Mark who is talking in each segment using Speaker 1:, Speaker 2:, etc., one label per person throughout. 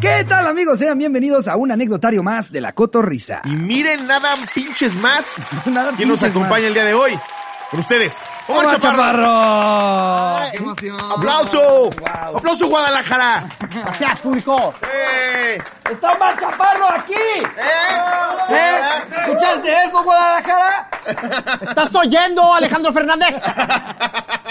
Speaker 1: ¿Qué tal amigos? Sean bienvenidos a un anecdotario más de la Cotorrisa.
Speaker 2: Y miren nada pinches más
Speaker 1: Nada
Speaker 2: quién nos
Speaker 1: pinches
Speaker 2: acompaña el día de hoy. Con ustedes.
Speaker 1: más.
Speaker 2: Omar
Speaker 1: ¡Hola,
Speaker 2: Chaparro.
Speaker 1: Chaparro! ¡Qué
Speaker 2: ¡Aplauso!
Speaker 1: Wow.
Speaker 2: ¡Aplauso Guadalajara!
Speaker 3: Gracias, público.
Speaker 2: ¡Eh!
Speaker 1: ¡Está Omar Chaparro aquí!
Speaker 2: ¡Eh!
Speaker 1: ¿Eh? ¿Escuchaste eso, Guadalajara?
Speaker 3: ¿Estás oyendo, Alejandro Fernández?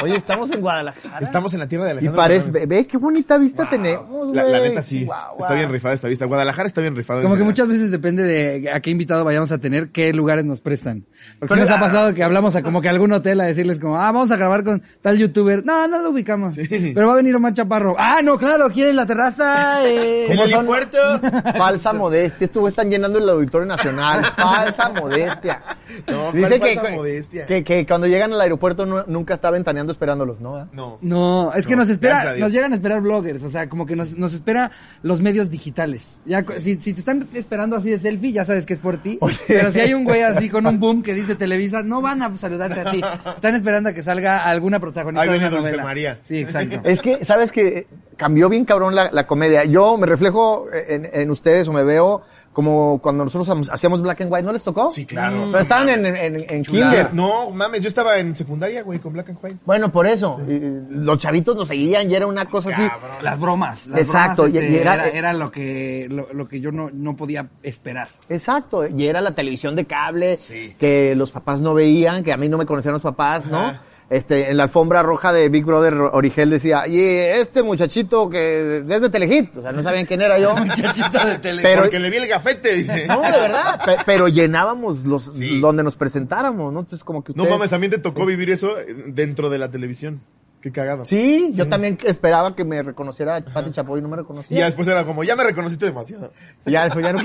Speaker 3: Oye, estamos en Guadalajara.
Speaker 2: Estamos en la tierra de
Speaker 3: Y
Speaker 2: Alejandro.
Speaker 3: parece,
Speaker 2: Fernández.
Speaker 3: ve, ve qué bonita vista tenemos.
Speaker 2: La, la
Speaker 3: güey.
Speaker 2: neta sí.
Speaker 3: Chihuahua.
Speaker 2: Está bien rifada esta vista. Guadalajara está bien rifada.
Speaker 1: Como
Speaker 2: en
Speaker 1: que
Speaker 2: general.
Speaker 1: muchas veces depende de a qué invitado vayamos a tener, qué lugares nos prestan. Porque si nos ha pasado que hablamos a como que a algún hotel a decirles como, ah, vamos a grabar con tal youtuber. No, no lo ubicamos. Pero va a venir Omar Chaparro. Ah, no, claro, aquí en la terraza. eh.
Speaker 2: ¿Cómo
Speaker 3: ¿Cómo
Speaker 2: el
Speaker 3: son?
Speaker 2: aeropuerto?
Speaker 3: Falsa modestia. Estos güeyes están llenando el Auditorio Nacional. Falsa modestia.
Speaker 2: No, ¿cuál
Speaker 3: Dice que,
Speaker 2: falsa modestia?
Speaker 3: que, que cuando llegan al aeropuerto nu- nunca está ventaneando esperándolos, ¿no? ¿Ah?
Speaker 2: No.
Speaker 1: No, es que
Speaker 2: No,
Speaker 1: nos
Speaker 2: gracias a
Speaker 1: espera,
Speaker 2: Dios.
Speaker 1: nos llegan a esperar bloggers, o sea, como que nos, nos espera los medios digitales. Ya, cu- si, si te están esperando así de selfie, ya sabes que es por ti. Pero si hay un güey así con un boom que dice Televisa, no van a saludarte a ti. Están esperando a que salga alguna protagonista
Speaker 2: Ahí
Speaker 1: de
Speaker 2: viene
Speaker 1: una
Speaker 2: Dulce
Speaker 1: novela.
Speaker 2: María.
Speaker 1: Sí, exacto.
Speaker 3: Es que, ¿sabes que Cambió bien cabrón la, la comedia. Yo me reflejo en, en ustedes o me veo como cuando nosotros hacíamos Black and White. ¿No les tocó?
Speaker 2: Sí, claro.
Speaker 3: Pero estaban en, en, en- en kinder.
Speaker 2: No, mames, yo estaba en secundaria, güey, con Black and White.
Speaker 3: Bueno, por eso. Y- y los chavitos nos seguían y era una cosa así.
Speaker 2: Cabrón.
Speaker 1: Las bromas. las
Speaker 3: Exacto,
Speaker 1: bromas,
Speaker 3: y-
Speaker 1: este,
Speaker 3: y
Speaker 1: era,
Speaker 3: era-
Speaker 1: era lo que lo, lo que yo no, no podía esperar.
Speaker 3: Exacto. Y era la televisión de cable
Speaker 2: Sí.
Speaker 3: que los papás no veían, que a mí no me conocían los papás, ¿no?
Speaker 2: Ajá.
Speaker 3: Este, en la alfombra roja de Big Brother, Origel decía, y este muchachito que es de Telehit, o sea, no sabían quién era yo.
Speaker 1: Muchachito de tele.
Speaker 3: Pero-
Speaker 2: Porque le vi el gafete, dice.
Speaker 3: No, de verdad. Pe- pero llenábamos los
Speaker 2: Sí.
Speaker 3: donde nos presentáramos, ¿no? Entonces como que
Speaker 2: No
Speaker 3: ustedes-
Speaker 2: mames, también te tocó vivir eso eh, dentro de la televisión. Qué cagado.
Speaker 3: Sí, yo también esperaba que me reconociera Pati Chapoy y no me
Speaker 2: Y
Speaker 3: reconocía.
Speaker 2: ya después era como, ya me reconociste demasiado.
Speaker 3: Ya, después ya no.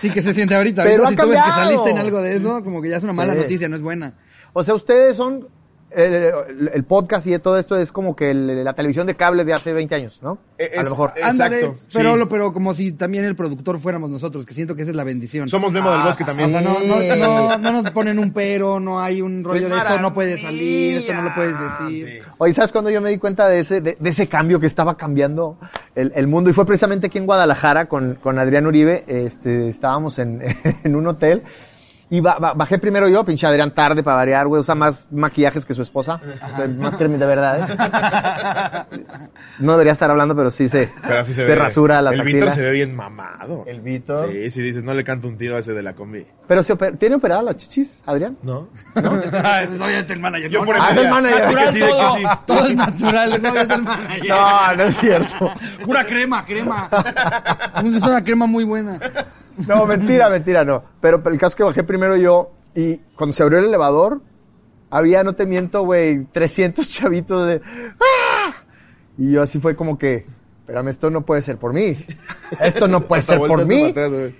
Speaker 1: Sí que se siente ahorita.
Speaker 3: Pero
Speaker 1: ahorita
Speaker 3: ha
Speaker 1: si tú ves que
Speaker 3: cambiado.
Speaker 1: saliste en algo de eso, como que ya es una mala
Speaker 3: Sí.
Speaker 1: noticia, no es buena.
Speaker 3: O sea, ustedes son el, el podcast y todo esto es como que el- la televisión de cable de hace 20 años, ¿no?
Speaker 2: Eh,
Speaker 3: a
Speaker 2: es-
Speaker 3: lo mejor.
Speaker 2: eh,
Speaker 1: Ándale,
Speaker 2: Exacto,
Speaker 1: pero,
Speaker 2: sí.
Speaker 1: lo- pero como si también el productor fuéramos nosotros, que siento que esa es la bendición.
Speaker 2: Somos Memo del
Speaker 3: Ah,
Speaker 2: Bosque
Speaker 1: O
Speaker 2: también.
Speaker 1: sea, no, no, no, no nos ponen un pero, no hay un rollo
Speaker 3: Pues
Speaker 1: de esto no puede salir, esto no lo puedes
Speaker 3: maravilla.
Speaker 1: decir.
Speaker 3: Oye, ¿sabes cuando yo me di cuenta de ese, de, de ese cambio que estaba cambiando el, el mundo? Y fue precisamente aquí en Guadalajara con, con Adrián Uribe. Este, estábamos en, en un hotel. Y ba- ba- bajé primero yo, pinche Adrián, tarde para variar, güey. Usa más maquillajes que su esposa. Más crema de verdad, ¿eh? No debería estar hablando, pero sí se,
Speaker 2: Pero así se,
Speaker 3: se
Speaker 2: ve.
Speaker 3: rasura las
Speaker 2: El Víctor
Speaker 3: axilas.
Speaker 2: se ve bien mamado.
Speaker 3: El Víctor.
Speaker 2: Sí, sí, dices, no le canto un tiro a ese de la combi.
Speaker 3: Pero se oper- ¿tiene operada las chichis, Adrián?
Speaker 2: ¿No?
Speaker 1: Ay, pues obviamente el manager.
Speaker 2: Yo
Speaker 1: no,
Speaker 2: por
Speaker 1: no,
Speaker 3: Ah, es el
Speaker 2: ya.
Speaker 3: manager.
Speaker 2: De que sí, de que
Speaker 1: todo,
Speaker 2: sí.
Speaker 1: todo es natural, eso es el manager.
Speaker 3: No, no es cierto.
Speaker 1: Pura crema, crema. Es una crema muy buena.
Speaker 3: No, mentira, mentira, no. Pero el caso es que bajé primero yo y cuando se abrió el elevador, había, no te miento, güey, 300 chavitos de... ¡Ah! Y yo así fue como que, espérame, esto no puede ser por mí. Esto no puede
Speaker 2: Hasta
Speaker 3: ser por
Speaker 2: volteaste
Speaker 3: mí.
Speaker 2: para atrás, güey.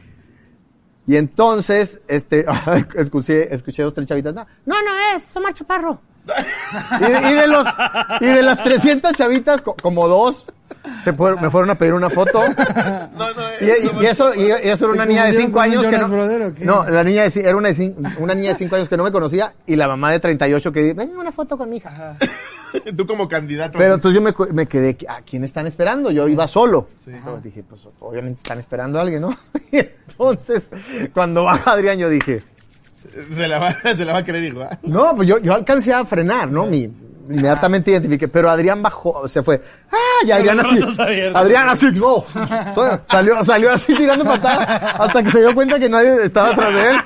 Speaker 3: Y entonces, este, escuché, escuché dos, tres chavitas, no, no, no es, Omar Chaparro. y, y de los, y de las 300 chavitas, co- como dos, se fueron- me fueron a pedir una foto.
Speaker 2: No, no,
Speaker 3: Y,
Speaker 2: eh,
Speaker 3: y-
Speaker 2: no,
Speaker 3: y eso, y, y eso era una
Speaker 1: ¿Te
Speaker 3: niña de
Speaker 1: confundieron
Speaker 3: 5
Speaker 1: con un
Speaker 3: años que
Speaker 1: Jonas
Speaker 3: no,
Speaker 1: Brother o qué?
Speaker 3: no, la niña de, ci- era una, de cin- una niña de 5 años que no me conocía y la mamá de 38 que dice, ven una foto con mi hija.
Speaker 2: Tú como candidato.
Speaker 3: Pero
Speaker 2: güey.
Speaker 3: entonces yo me, cu- me quedé, ¿a quién están esperando? Yo iba solo.
Speaker 2: Sí.
Speaker 3: Entonces dije, pues obviamente están esperando a alguien, ¿no? Y entonces, cuando baja Adrián, yo dije,
Speaker 2: Se la va, se la va a querer igual.
Speaker 3: no, pues yo, yo alcancé a frenar, ¿no? Mi, inmediatamente identifiqué, pero Adrián bajó, se fue. ¡Ah! Y Adrián así. Adrián así, no. Salió, salió así tirando patada hasta que se dio cuenta que nadie estaba atrás de él.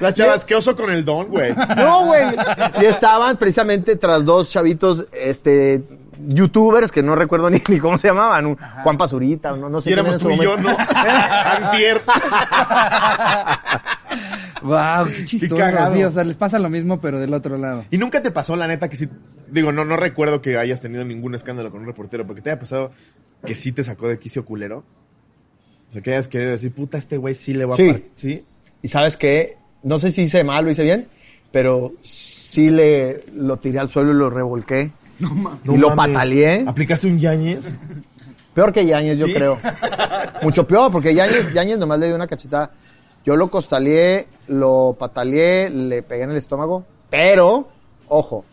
Speaker 2: Las chavas, qué oso con el don, güey.
Speaker 3: No, güey. Y estaban precisamente tras dos chavitos, este, youtubers que no recuerdo ni, ni cómo se llamaban, un Juan Pazurita, no, no sé
Speaker 2: Si éramos tú
Speaker 3: quién
Speaker 2: y
Speaker 3: era
Speaker 2: yo,
Speaker 3: en su
Speaker 2: ¿no?
Speaker 3: momento.
Speaker 2: Antier.
Speaker 1: Wow, qué chistoso.
Speaker 2: cagado.
Speaker 1: sí, o sea, les pasa lo mismo, pero del otro lado.
Speaker 2: ¿Y nunca te pasó, la neta, que sí? Digo, no, no recuerdo que hayas tenido ningún escándalo con un reportero, porque te haya pasado que sí te sacó de quicio culero. O sea, que hayas querido decir, puta, este güey sí le va
Speaker 3: Sí.
Speaker 2: a par- ¿Sí?
Speaker 3: Y sabes qué, no sé si hice mal o hice bien, pero sí le, lo tiré al suelo y lo revolqué.
Speaker 1: No mames.
Speaker 3: y lo pataleé.
Speaker 2: ¿Aplicaste un yañez?
Speaker 3: Peor que Yañez,
Speaker 2: ¿Sí?
Speaker 3: yo creo. Mucho peor, porque Yañez, Yañez nomás le dio una cachetada. Yo lo costaleé, lo pataleé, le pegué en el estómago, pero, ojo,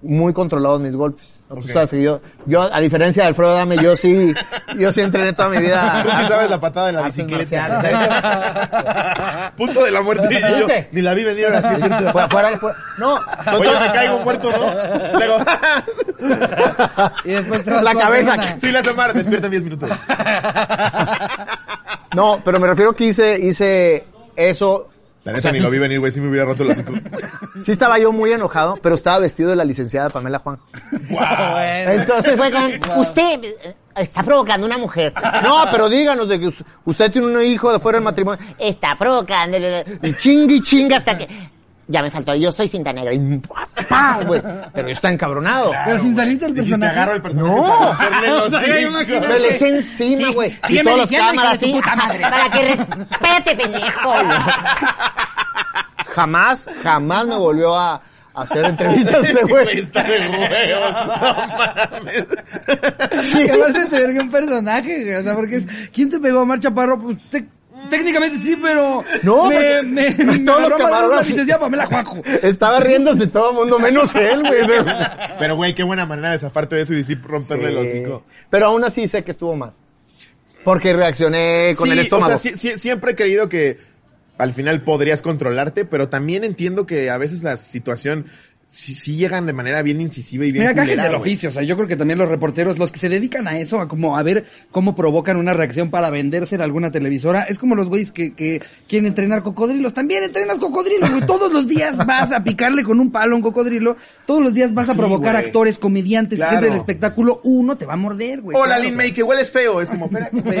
Speaker 3: muy controlados mis golpes. ¿no? Tú
Speaker 2: Ok.
Speaker 3: sabes que yo, yo, a diferencia de Alfredo Dame, yo sí, yo sí entrené toda mi vida.
Speaker 2: Tú sí sabes la patada de la
Speaker 3: Artes
Speaker 2: bicicleta.
Speaker 3: marciales.
Speaker 2: Punto de la muerte. Y yo,
Speaker 3: ¿Viste?
Speaker 2: ni la vi venir ahora sí es cierto.
Speaker 3: Fuera- fuera- fuera- no,
Speaker 2: Oye, me caigo muerto, ¿no? Luego,
Speaker 1: Y después te
Speaker 3: La cabeza.
Speaker 2: sí, la Omar, despierta en 10 minutos.
Speaker 3: no, pero me refiero que hice, hice eso.
Speaker 2: La
Speaker 3: O
Speaker 2: neta
Speaker 3: sea,
Speaker 2: ni
Speaker 3: sí-
Speaker 2: lo vi venir, güey. Sí me hubiera roto la cinco.
Speaker 3: Sí estaba yo muy enojado, pero estaba vestido de la licenciada Pamela Juanjo. Entonces fue como, usted eh, está provocando una mujer. No, pero díganos de que us- usted tiene un hijo de fuera del matrimonio.
Speaker 4: Está provocando.
Speaker 3: Y chingue y chingue hasta que... Ya me faltó, yo soy cinta negra. Y ¡pah! Ah, güey. Pero yo estaba encabronado.
Speaker 1: Pero sin salirte del
Speaker 2: Dijiste,
Speaker 1: personaje.
Speaker 2: agarro el personaje.
Speaker 3: No.
Speaker 2: para romperle los
Speaker 1: O sea, yo
Speaker 2: cinco.
Speaker 1: imagino-
Speaker 3: Me le eché encima, güey. y
Speaker 1: sígueme
Speaker 3: todas las
Speaker 1: diciendo,
Speaker 3: cámaras
Speaker 1: hijo de
Speaker 3: así.
Speaker 1: tu puta madre.
Speaker 4: Para que respete, pendejo.
Speaker 3: Jamás, jamás me volvió a a hacer entrevistas ese
Speaker 2: Güey,
Speaker 3: güey.
Speaker 2: está de huevo. No mames.
Speaker 3: Sí.
Speaker 1: Que aparte te verga un personaje, güey. O sea, porque es. ¿Quién te pegó a Mar Chaparro? Pues te- técnicamente sí, pero.
Speaker 3: No,
Speaker 1: me.
Speaker 3: porque-
Speaker 1: Me.
Speaker 3: todos
Speaker 1: me
Speaker 3: los
Speaker 1: agarró a madrazos
Speaker 3: camarones.
Speaker 1: y te decía Pamela Juanjo.
Speaker 3: Estaba riéndose todo el mundo, menos él, güey.
Speaker 2: Pero, güey, qué buena manera de zafarte de eso y sí romperle
Speaker 3: Sí.
Speaker 2: los cinco.
Speaker 3: Pero aún así sé que estuvo mal. Porque reaccioné con
Speaker 2: Sí,
Speaker 3: el estómago.
Speaker 2: O sea, sí- sí- siempre he creído que al final podrías controlarte, pero también entiendo que a veces la situación sí, sí llegan de manera bien incisiva y bien
Speaker 1: Mira, cajes
Speaker 2: culera,
Speaker 1: del
Speaker 2: güey.
Speaker 1: oficio, o sea, yo creo que también los reporteros, los que se dedican a eso, a como a ver cómo provocan una reacción para venderse en alguna televisora, es como los güeyes que, que quieren entrenar cocodrilos, también entrenas cocodrilos, güey. todos los días vas a picarle con un palo a un cocodrilo, todos los días vas a
Speaker 2: Sí,
Speaker 1: provocar
Speaker 2: güey.
Speaker 1: actores, comediantes,
Speaker 2: Claro.
Speaker 1: gente del espectáculo, uno te va a morder, güey.
Speaker 2: Hola,
Speaker 1: claro,
Speaker 2: Lin
Speaker 1: güey.
Speaker 2: May, que hueles feo. Es como, espérate, güey.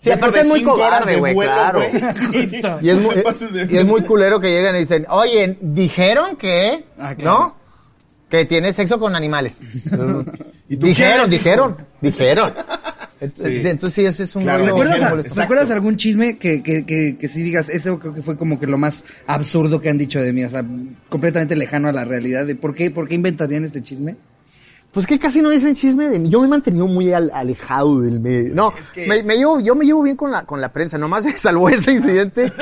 Speaker 3: Sí,
Speaker 2: Vengo
Speaker 3: aparte
Speaker 2: de
Speaker 3: es muy
Speaker 2: cinco horas
Speaker 3: cobarde,
Speaker 2: de
Speaker 3: güey,
Speaker 2: vuelo,
Speaker 3: claro.
Speaker 2: güey.
Speaker 3: Y es, muy, eh,
Speaker 2: No te pases de-
Speaker 3: y es muy culero que llegan y dicen, oye, dijeron que,
Speaker 1: Ah, claro.
Speaker 3: ¿no? Que tiene sexo con animales.
Speaker 2: ¿Y tú
Speaker 3: dijeron,
Speaker 2: qué eres,
Speaker 3: dijeron, dijeron. Entonces,
Speaker 2: Sí.
Speaker 3: entonces sí, ese es un
Speaker 2: Claro,
Speaker 3: rollo
Speaker 2: dijeron,
Speaker 1: ¿Recuerdas,
Speaker 3: muy
Speaker 1: a-
Speaker 3: molesto.
Speaker 2: exacto.
Speaker 1: recuerdas algún chisme que, que, que, que si digas, eso creo que fue como que lo más absurdo que han dicho de mí, o sea, completamente lejano a la realidad de por qué, por qué inventarían este chisme?
Speaker 3: Pues que casi no dicen chisme de mí. Yo me he mantenido muy al- alejado del medio. No,
Speaker 2: que-
Speaker 3: me, me llevo, yo me llevo bien con la, con la prensa. Nomás se salvó ese incidente.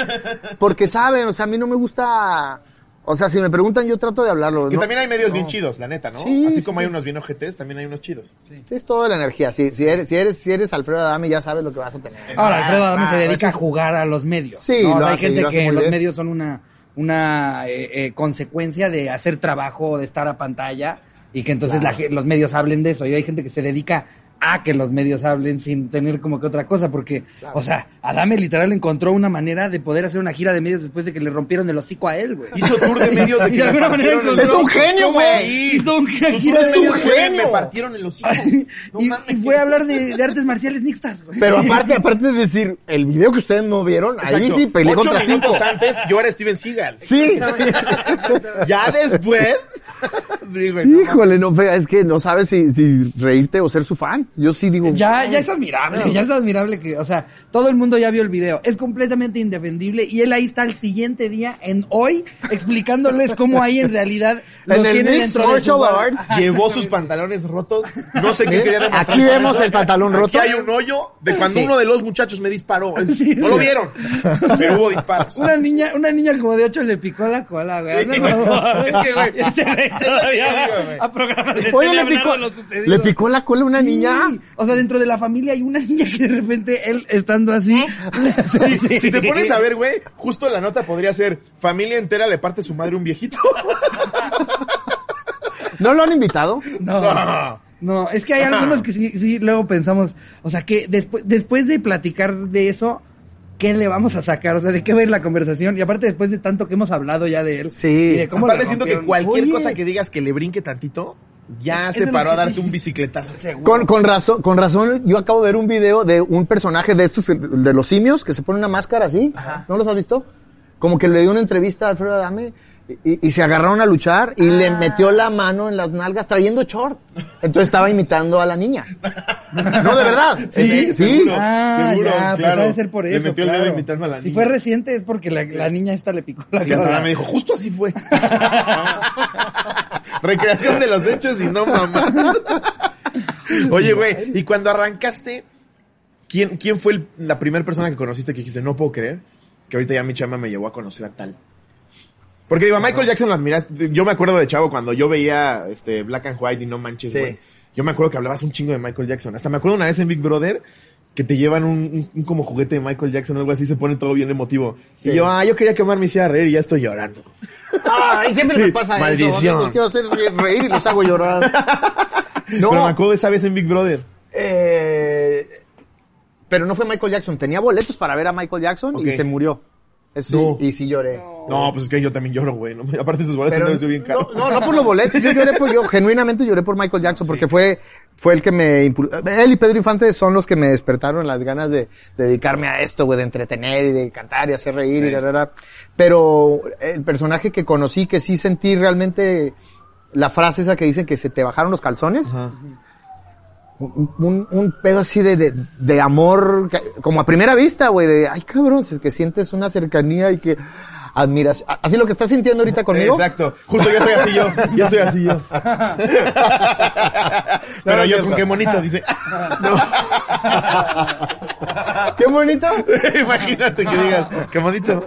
Speaker 3: Porque saben, o sea, a mí no me gusta. O sea, si me preguntan, yo trato de hablarlo.
Speaker 2: Que
Speaker 3: ¿no?
Speaker 2: también hay medios
Speaker 3: No.
Speaker 2: bien chidos, la neta, ¿no?
Speaker 3: Sí,
Speaker 2: Así
Speaker 3: sí,
Speaker 2: como
Speaker 3: sí.
Speaker 2: hay unos bien ojetes, también hay unos chidos.
Speaker 3: Es toda la energía. Si, si, eres, si, eres, si eres Alfredo Adame, ya sabes lo que vas a tener.
Speaker 1: Ahora, Alfredo Adame
Speaker 3: Ah,
Speaker 1: se dedica a
Speaker 3: eso-
Speaker 1: jugar a los medios.
Speaker 3: Sí,
Speaker 1: ¿no? O
Speaker 3: lo
Speaker 1: sea, hay
Speaker 3: hace,
Speaker 1: gente
Speaker 3: lo hace
Speaker 1: que
Speaker 3: muy
Speaker 1: los
Speaker 3: bien.
Speaker 1: medios son una, una eh, eh, consecuencia de hacer trabajo, de estar a pantalla y que entonces la ge- los medios hablen de eso. Y hay gente que se dedica a que los medios hablen sin tener como que otra cosa, porque, o sea, Adame literal encontró una manera de poder hacer una gira de medios después de que le rompieron el hocico a él, güey.
Speaker 2: Hizo tour de medios de
Speaker 1: Y
Speaker 2: que
Speaker 1: de alguna
Speaker 2: me
Speaker 1: manera
Speaker 2: partieron
Speaker 1: encontró-
Speaker 2: el
Speaker 3: Es un genio,
Speaker 1: ¿Cómo?
Speaker 3: güey.
Speaker 1: Hizo un
Speaker 2: hocico.
Speaker 1: gira de
Speaker 2: Tour de
Speaker 1: medios.
Speaker 2: medios de que
Speaker 3: genio.
Speaker 2: Me partieron el hocico. No
Speaker 1: y,
Speaker 2: mames.
Speaker 1: y fue a hablar de, de artes marciales mixtas, güey.
Speaker 3: Pero aparte, aparte de decir, el video que ustedes no vieron, ahí
Speaker 2: Exacto.
Speaker 3: sí peleé
Speaker 2: Ocho
Speaker 3: contra cinco.
Speaker 2: minutos antes, yo era Steven Seagal.
Speaker 3: Sí.
Speaker 2: Ya después. sí, güey. no
Speaker 3: Híjole, no, fe- es que no sabes si, si reírte o ser su fan. Yo sí digo.
Speaker 1: Ya, ya es admirable, ya es admirable que, o sea, todo el mundo ya vio el video. Es completamente indefendible y él ahí está el siguiente día, en hoy, explicándoles cómo ahí en realidad lo
Speaker 3: En el
Speaker 1: tiene
Speaker 3: Mix
Speaker 1: dentro de
Speaker 3: Sports
Speaker 1: su
Speaker 3: Show
Speaker 1: guarda-
Speaker 3: Awards
Speaker 1: Ajá,
Speaker 2: Llevó
Speaker 1: exactamente.
Speaker 2: sus pantalones rotos. No sé qué
Speaker 3: Miren,
Speaker 2: quería demostrar.
Speaker 3: aquí
Speaker 2: con
Speaker 3: vemos
Speaker 2: eso.
Speaker 3: el pantalón
Speaker 2: Aquí
Speaker 3: roto.
Speaker 2: hay un hoyo de cuando
Speaker 3: Sí.
Speaker 2: uno de los muchachos me disparó. Es-
Speaker 1: Sí,
Speaker 2: no
Speaker 1: sí.
Speaker 2: lo vieron, pero hubo disparos.
Speaker 1: Una niña, una niña como de ocho le picó la cola, güey. Hazme el
Speaker 2: güey.
Speaker 1: favor.
Speaker 2: Es que, güey,
Speaker 1: Este güey todavía
Speaker 2: sí,
Speaker 1: va
Speaker 2: güey.
Speaker 1: a programas de
Speaker 3: Oye,
Speaker 1: tele
Speaker 3: le
Speaker 1: hablar
Speaker 3: picó,
Speaker 1: de lo sucedido.
Speaker 3: le picó la cola a una niña.
Speaker 1: Sí, O sea, dentro de la familia hay una niña que de repente él estando
Speaker 2: ¿Eh?
Speaker 1: así.
Speaker 2: Si, si te pones a ver, güey, justo la nota podría ser familia entera le parte su madre un viejito.
Speaker 3: ¿No lo han invitado?
Speaker 1: No. No, es que hay algunos que sí, sí, luego pensamos, o sea, que después, después de platicar de eso, ¿qué le vamos a sacar? O sea, ¿de qué va a ir la conversación? Y aparte, después de tanto que hemos hablado ya de él.
Speaker 3: Sí.
Speaker 1: y de cómo
Speaker 2: Aparte
Speaker 1: le
Speaker 2: siento que
Speaker 1: rompieron.
Speaker 2: cualquier
Speaker 3: Oye.
Speaker 2: cosa que digas que le brinque tantito, ya
Speaker 1: Es
Speaker 2: se
Speaker 1: de
Speaker 2: paró
Speaker 1: los
Speaker 2: a
Speaker 1: que
Speaker 2: darte
Speaker 1: sí.
Speaker 2: un bicicletazo.
Speaker 1: Seguro.
Speaker 3: Con, con razón, con razón, yo acabo de ver un video de un personaje de estos, de los simios, que se pone una máscara así. ¿No los has visto? Como que le dio una entrevista a Alfredo Adame y, y- y se agarraron a luchar y le metió la mano en las nalgas trayendo short. Entonces estaba imitando a la niña. No, de verdad.
Speaker 1: Sí,
Speaker 3: sí.
Speaker 2: seguro.
Speaker 1: Ah,
Speaker 2: Seguro,
Speaker 1: ya, pues
Speaker 2: claro.
Speaker 1: ha de ser por
Speaker 2: Le
Speaker 1: eso.
Speaker 2: metió el dedo
Speaker 1: claro.
Speaker 2: imitando a la
Speaker 1: Si
Speaker 2: niña.
Speaker 1: fue reciente es porque la, la niña esta le picó la
Speaker 2: Y hasta
Speaker 1: cola.
Speaker 2: me dijo, justo así fue. Recreación de los hechos y no mamá. Oye, güey, y cuando arrancaste, ¿quién, quién fue el- la primera persona que conociste que dijiste, no puedo creer que ahorita ya mi chama me llevó a conocer a tal? Porque digo, a Michael Jackson lo admiras. Yo me acuerdo de Chavo cuando yo veía este Black and White y no manches,
Speaker 3: Sí.
Speaker 2: güey. Yo me acuerdo que hablabas un chingo de Michael Jackson. Hasta me acuerdo una vez en Big Brother que te llevan un, un- un como juguete de Michael Jackson o algo así, se pone todo bien emotivo.
Speaker 3: Sí.
Speaker 2: Y yo, ah, yo quería quemar mi silla a reír y ya estoy llorando.
Speaker 3: Ay, siempre
Speaker 2: Sí,
Speaker 3: me pasa
Speaker 2: maldición.
Speaker 3: eso. Los quiero hacer re- reír y los hago llorar. No,
Speaker 2: Pero me acuerdo de esa vez en Big Brother.
Speaker 3: eh, pero no fue Michael Jackson. Tenía boletos para ver a Michael Jackson
Speaker 2: Ok.
Speaker 3: y se murió. Eso
Speaker 2: No.
Speaker 3: sí, y sí lloré.
Speaker 2: No, pues es que yo también lloro, güey. ¿no? Aparte sus boletos
Speaker 3: Pero
Speaker 2: no bien caros.
Speaker 3: No, no, no por los boletos. Yo lloré por, yo genuinamente lloré por Michael Jackson porque fue, fue el que me impulsó. Él y Pedro Infante son los que me despertaron las ganas de, de dedicarme a esto, güey, de entretener y de cantar y hacer reír y la, la, la. Pero el personaje que conocí, que sí sentí realmente la frase esa que dicen que se te bajaron los calzones
Speaker 2: Ajá.
Speaker 3: un, un- un pedo así de, de, de amor, ca- como a primera vista, güey, de, ay cabrón, es que sientes una cercanía y que admiras, a- así lo que estás sintiendo ahorita conmigo.
Speaker 2: Exacto. Justo yo estoy así yo. Yo estoy así yo. Pero
Speaker 3: no es
Speaker 2: yo
Speaker 3: cierto.
Speaker 2: con qué monito, dice.
Speaker 3: Qué bonito.
Speaker 2: Imagínate que digas, qué bonito.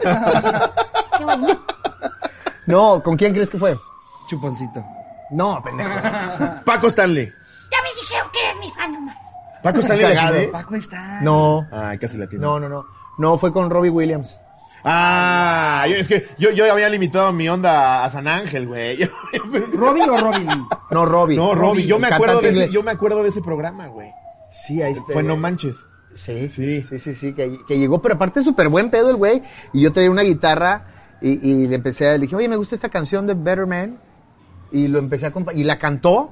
Speaker 3: No, ¿con quién crees que fue?
Speaker 1: Chuponcito.
Speaker 3: No, pendejo.
Speaker 2: Paco Stanley.
Speaker 4: Ya me dijeron que eres mi fan nomás.
Speaker 2: Paco Stanley.
Speaker 3: Cagado.
Speaker 2: ¿eh?
Speaker 1: Paco está.
Speaker 3: No,
Speaker 2: Ay, casi la tiene.
Speaker 3: no, no, no. No, fue con Robbie Williams.
Speaker 2: Ah, yo, es que yo, yo había limitado mi onda a San Ángel, güey. Yo-
Speaker 1: ¿Robin o Robin?
Speaker 3: No, Robbie.
Speaker 2: no, Robbie, yo
Speaker 3: el
Speaker 2: me acuerdo
Speaker 3: cantante
Speaker 2: de ese,
Speaker 3: inglés.
Speaker 2: yo me acuerdo de ese programa, güey.
Speaker 3: Sí, ahí
Speaker 1: Este,
Speaker 3: está.
Speaker 2: Fue No Manches.
Speaker 3: Sí,
Speaker 2: Sí.
Speaker 3: sí, sí, sí, sí, que, que llegó, pero aparte súper buen pedo el güey. Y yo traía una guitarra y, y le empecé a, le dije, oye, me gusta esta canción de Better Man. Y lo empecé a compa- y la cantó,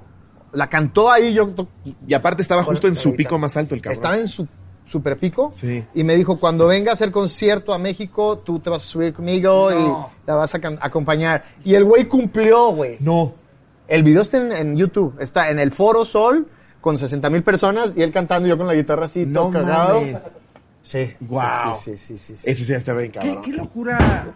Speaker 3: la cantó ahí, yo to-
Speaker 2: Y aparte estaba justo en su pico más alto el cabrón.
Speaker 3: estaba en su super pico.
Speaker 2: Sí.
Speaker 3: Y me dijo, cuando venga a hacer concierto a México, tú te vas a subir conmigo
Speaker 1: No.
Speaker 3: y la vas a can- acompañar. Y el güey cumplió, güey.
Speaker 2: No.
Speaker 3: El video está en, en YouTube, está en el Foro Sol con 60 mil personas y él cantando yo con la guitarra así,
Speaker 2: No
Speaker 3: todo cagado.
Speaker 2: mames.
Speaker 3: Sí.
Speaker 2: Guau.
Speaker 3: Sí, sí, sí, sí, sí.
Speaker 2: Ese sí estaba bien
Speaker 1: ¿Qué,
Speaker 2: cabrón.
Speaker 1: qué locura.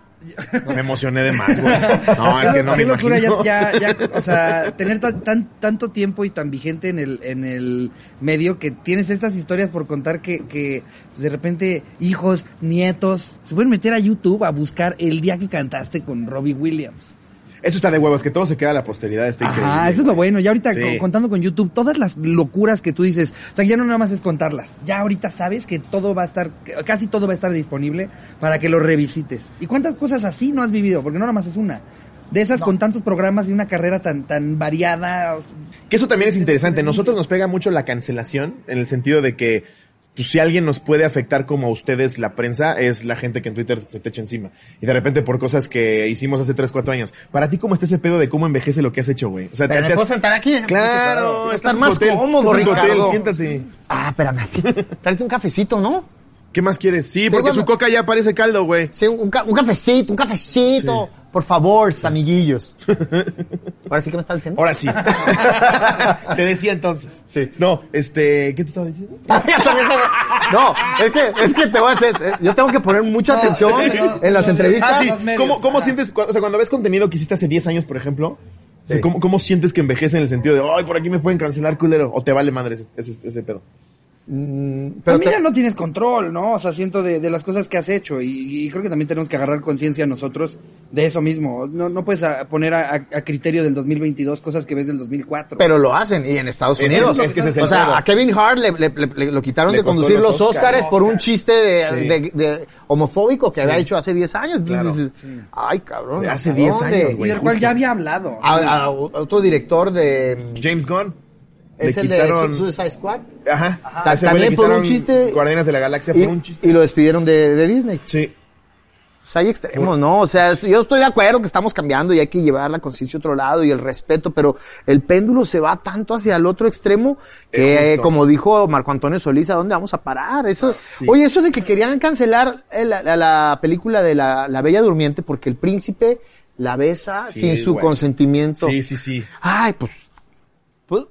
Speaker 2: Me emocioné de más, güey. No, es que no me
Speaker 1: Qué locura ya,
Speaker 2: imagino.
Speaker 1: ya, ya, o sea, tener tan, tan- tanto tiempo y tan vigente en el, en el medio que tienes estas historias por contar que, que pues, de repente hijos, nietos, se pueden meter a YouTube a buscar el día que cantaste con Robbie Williams.
Speaker 2: Eso está de huevos, que todo se queda a la posteridad. Está increíble.
Speaker 1: Ajá, eso es lo
Speaker 2: güey.
Speaker 1: bueno. Ya ahorita
Speaker 2: Sí.
Speaker 1: co- contando con YouTube, todas las locuras que tú dices, o sea, ya no nada más es contarlas. Ya ahorita sabes que todo va a estar, que casi todo va a estar disponible para que lo revisites. ¿Y cuántas cosas así no has vivido? Porque no nada más es una. De esas con tantos programas y una carrera tan tan variada.
Speaker 2: Que eso también es interesante. Nosotros nos pega mucho la cancelación en el sentido de que pues, si alguien nos puede afectar como a ustedes la prensa es la gente que en Twitter te, te echa encima. Y de repente por cosas que hicimos hace 3, 4 años. Para ti, ¿cómo está ese pedo de cómo envejece lo que has hecho, güey? O sea,
Speaker 3: Pero me
Speaker 2: te-
Speaker 3: puedo sentar aquí.
Speaker 2: ¿eh? Claro,
Speaker 3: estás
Speaker 2: en tu
Speaker 3: más
Speaker 2: hotel,
Speaker 3: cómodo,
Speaker 2: estás en tu hotel,
Speaker 3: Ricardo.
Speaker 2: siéntate.
Speaker 3: Ah, espérame. Tráete un cafecito, ¿no?
Speaker 2: ¿Qué más quieres? Sí, porque
Speaker 3: bueno.
Speaker 2: su coca ya parece caldo, güey.
Speaker 3: Sí, un, ca- un cafecito, un cafecito. Por favor, amiguillos. Ahora sí que me está diciendo.
Speaker 2: Ahora sí. te decía entonces. Sí. No, este, ¿qué te estaba diciendo?
Speaker 3: Ya también se- no, es que, es que te voy a hacer, eh, yo tengo que poner mucha
Speaker 1: No,
Speaker 3: atención
Speaker 1: no, no,
Speaker 3: en las
Speaker 1: no,
Speaker 3: entrevistas.
Speaker 2: Ah, sí.
Speaker 1: Los medios,
Speaker 2: ¿Cómo, cómo
Speaker 1: ajá.
Speaker 2: sientes, cu- o sea, cuando ves contenido que hiciste hace 10 años, por ejemplo, o sea,
Speaker 3: Sí.
Speaker 2: ¿cómo, cómo sientes que envejece en el sentido de, ay, por aquí me pueden cancelar, culero? ¿O te vale madre ese, ese, ese pedo?
Speaker 3: Mm,
Speaker 1: Pero
Speaker 3: pero
Speaker 1: también
Speaker 3: te-
Speaker 1: ya no tienes control, ¿no? O sea, siento de, de las cosas que has hecho y, y creo que también tenemos que agarrar conciencia nosotros de eso mismo. No, no puedes a- poner a, a- a criterio del 2022 cosas que ves del 2004.
Speaker 3: pero lo hacen, y en Estados
Speaker 2: Es-
Speaker 3: Unidos.
Speaker 2: es que ese es el
Speaker 3: o sea,
Speaker 2: pedo.
Speaker 3: a Kevin Hart le, le- le- le- lo quitaron
Speaker 2: Le
Speaker 3: de
Speaker 2: costó
Speaker 3: conducir
Speaker 2: los
Speaker 3: los Óscares
Speaker 2: Óscares.
Speaker 3: por un chiste de,
Speaker 2: Sí.
Speaker 3: de- de homofóbico que
Speaker 2: Sí.
Speaker 3: había hecho hace 10 años. Entonces
Speaker 2: Claro.
Speaker 3: dices, ay, cabrón.
Speaker 2: De hace
Speaker 3: ¿a
Speaker 2: 10
Speaker 3: dónde?
Speaker 2: años,
Speaker 1: y
Speaker 2: güey,
Speaker 1: del cual
Speaker 2: justo.
Speaker 1: ya había hablado.
Speaker 3: A, a- a otro director de...
Speaker 2: James Gunn.
Speaker 3: Es
Speaker 2: le
Speaker 3: el
Speaker 2: quitaron-
Speaker 3: de Su- Suicide Squad.
Speaker 2: Ajá.
Speaker 3: Ta-
Speaker 2: Ese güey le
Speaker 3: también por un
Speaker 2: quitaron
Speaker 3: chiste-
Speaker 2: Guardianes de la Galaxia
Speaker 3: Y,
Speaker 2: por un chiste.
Speaker 3: y lo despidieron de, de Disney.
Speaker 2: Sí.
Speaker 3: O sea, hay extremos, ¿no? O sea, es- yo estoy de acuerdo que estamos cambiando y hay que llevar la conciencia a otro lado y el respeto, pero el péndulo se va tanto hacia el otro extremo
Speaker 2: Eh,
Speaker 3: que,
Speaker 2: justo.
Speaker 3: como dijo Marco Antonio Solís, ¿a dónde vamos a parar? Eso, Oye, eso de que querían cancelar eh, la, la- la película de la, la Bella Durmiente porque el príncipe la besa
Speaker 2: Sí,
Speaker 3: sin su
Speaker 2: güey.
Speaker 3: consentimiento.
Speaker 2: Sí, sí, sí.
Speaker 3: Ay, pues... pues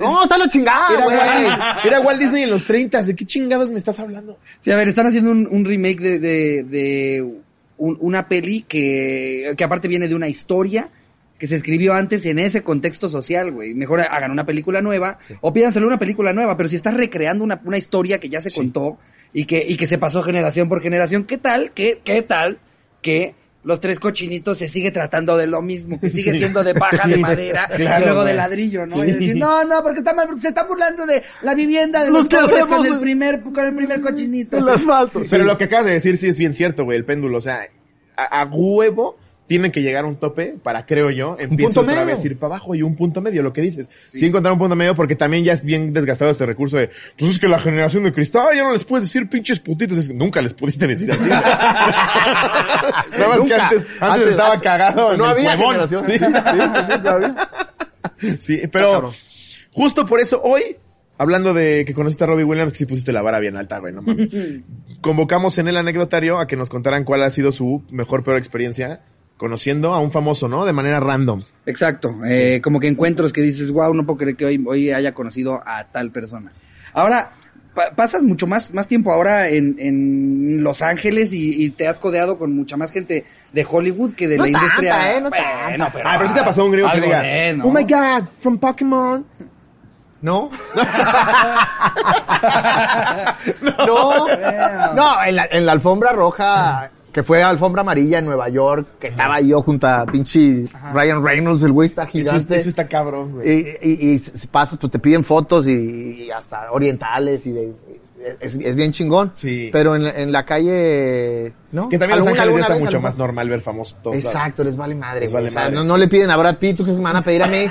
Speaker 3: no, está la chingada,
Speaker 2: Era
Speaker 3: Ah, güey.
Speaker 2: Walt, era Walt Disney en los 30, ¿de qué chingados me estás hablando?
Speaker 1: Sí, a ver, están haciendo un, un remake de, de, de un- una peli que, que aparte viene de una historia que se escribió antes en ese contexto social, güey. Mejor hagan una película nueva o pídanselo una película nueva, pero si estás recreando una, una historia que ya se contó y que, y que se pasó generación por generación, ¿qué tal? ¿Qué, qué tal? Que los tres cochinitos se sigue tratando de lo mismo, que sigue siendo de paja, de madera
Speaker 2: claro,
Speaker 1: y luego de
Speaker 2: güey.
Speaker 1: ladrillo, ¿no?
Speaker 2: Sí.
Speaker 1: Y decir, no, no, porque está mal- se está burlando de la vivienda de los,
Speaker 3: Los que
Speaker 1: pobres
Speaker 3: hacemos-
Speaker 1: con el primer con el primer cochinito.
Speaker 3: El asfalto.
Speaker 2: Pero lo que acabas de decir sí es bien cierto, güey, el péndulo. O sea, a, a huevo tiene que llegar a un tope para, creo yo, empiece
Speaker 3: punto
Speaker 2: otra
Speaker 3: medio.
Speaker 2: vez ir para abajo y un punto medio, lo que dices. Sí. encontrar un punto medio porque también ya es bien desgastado este recurso de, pues es que la generación de cristal ya no les puedes decir pinches putitos. Es- nunca les pudiste decir así. Nada más que
Speaker 3: Nunca.
Speaker 2: antes, antes, estaba
Speaker 3: antes-
Speaker 2: cagado en
Speaker 3: No
Speaker 2: el
Speaker 3: había
Speaker 2: huevón.
Speaker 3: generación.
Speaker 2: Sí.
Speaker 3: Sí, sí, sí, no había.
Speaker 2: Sí,
Speaker 3: Ah,
Speaker 2: pero
Speaker 3: cabrón.
Speaker 2: justo por eso hoy, hablando de que conociste a Robbie Williams, que sí pusiste la vara bien alta, güey, no mames. Convocamos en el anecdotario a que nos contaran cuál ha sido su mejor, peor experiencia conociendo a un famoso, ¿no? De manera random.
Speaker 1: Exacto, eh, como que encuentros que dices, wow, no puedo creer que hoy, hoy haya conocido a tal persona. Ahora, pa- pasas mucho más, más tiempo ahora en, en Los Ángeles y, y te has codeado con mucha más gente de Hollywood que de
Speaker 3: No
Speaker 1: la
Speaker 3: tanta,
Speaker 1: industria.
Speaker 3: eh, no
Speaker 1: Bueno,
Speaker 3: tanta.
Speaker 1: pero,
Speaker 2: Ah, pero sí te ha pasado un gringo que
Speaker 1: algo
Speaker 2: diga,
Speaker 1: de, ¿no?
Speaker 2: oh my god, from Pokémon.
Speaker 3: No. no. No, en la, en la alfombra roja, que fue alfombra amarilla en Nueva York, que estaba yo junto a pinche Ryan Reynolds, el güey está
Speaker 2: Eso,
Speaker 3: gigante.
Speaker 2: eso está cabrón, güey.
Speaker 3: Y, y, y s- pasas, pues te piden fotos y, y hasta orientales y de- es, es bien chingón.
Speaker 2: Sí.
Speaker 3: Pero en, la- en la calle, ¿no?
Speaker 2: que también en Los
Speaker 3: Alguna-
Speaker 2: Ángeles ya
Speaker 3: alguna
Speaker 2: está
Speaker 3: vez,
Speaker 2: mucho
Speaker 3: alguna-
Speaker 2: más normal ver famosos. todos lados.
Speaker 3: Exacto, les vale madre.
Speaker 2: Les
Speaker 3: güey.
Speaker 2: vale
Speaker 3: O sea,
Speaker 2: madre.
Speaker 3: No, no le piden a Brad Pitt, ¿tú crees que me van a pedir a mí?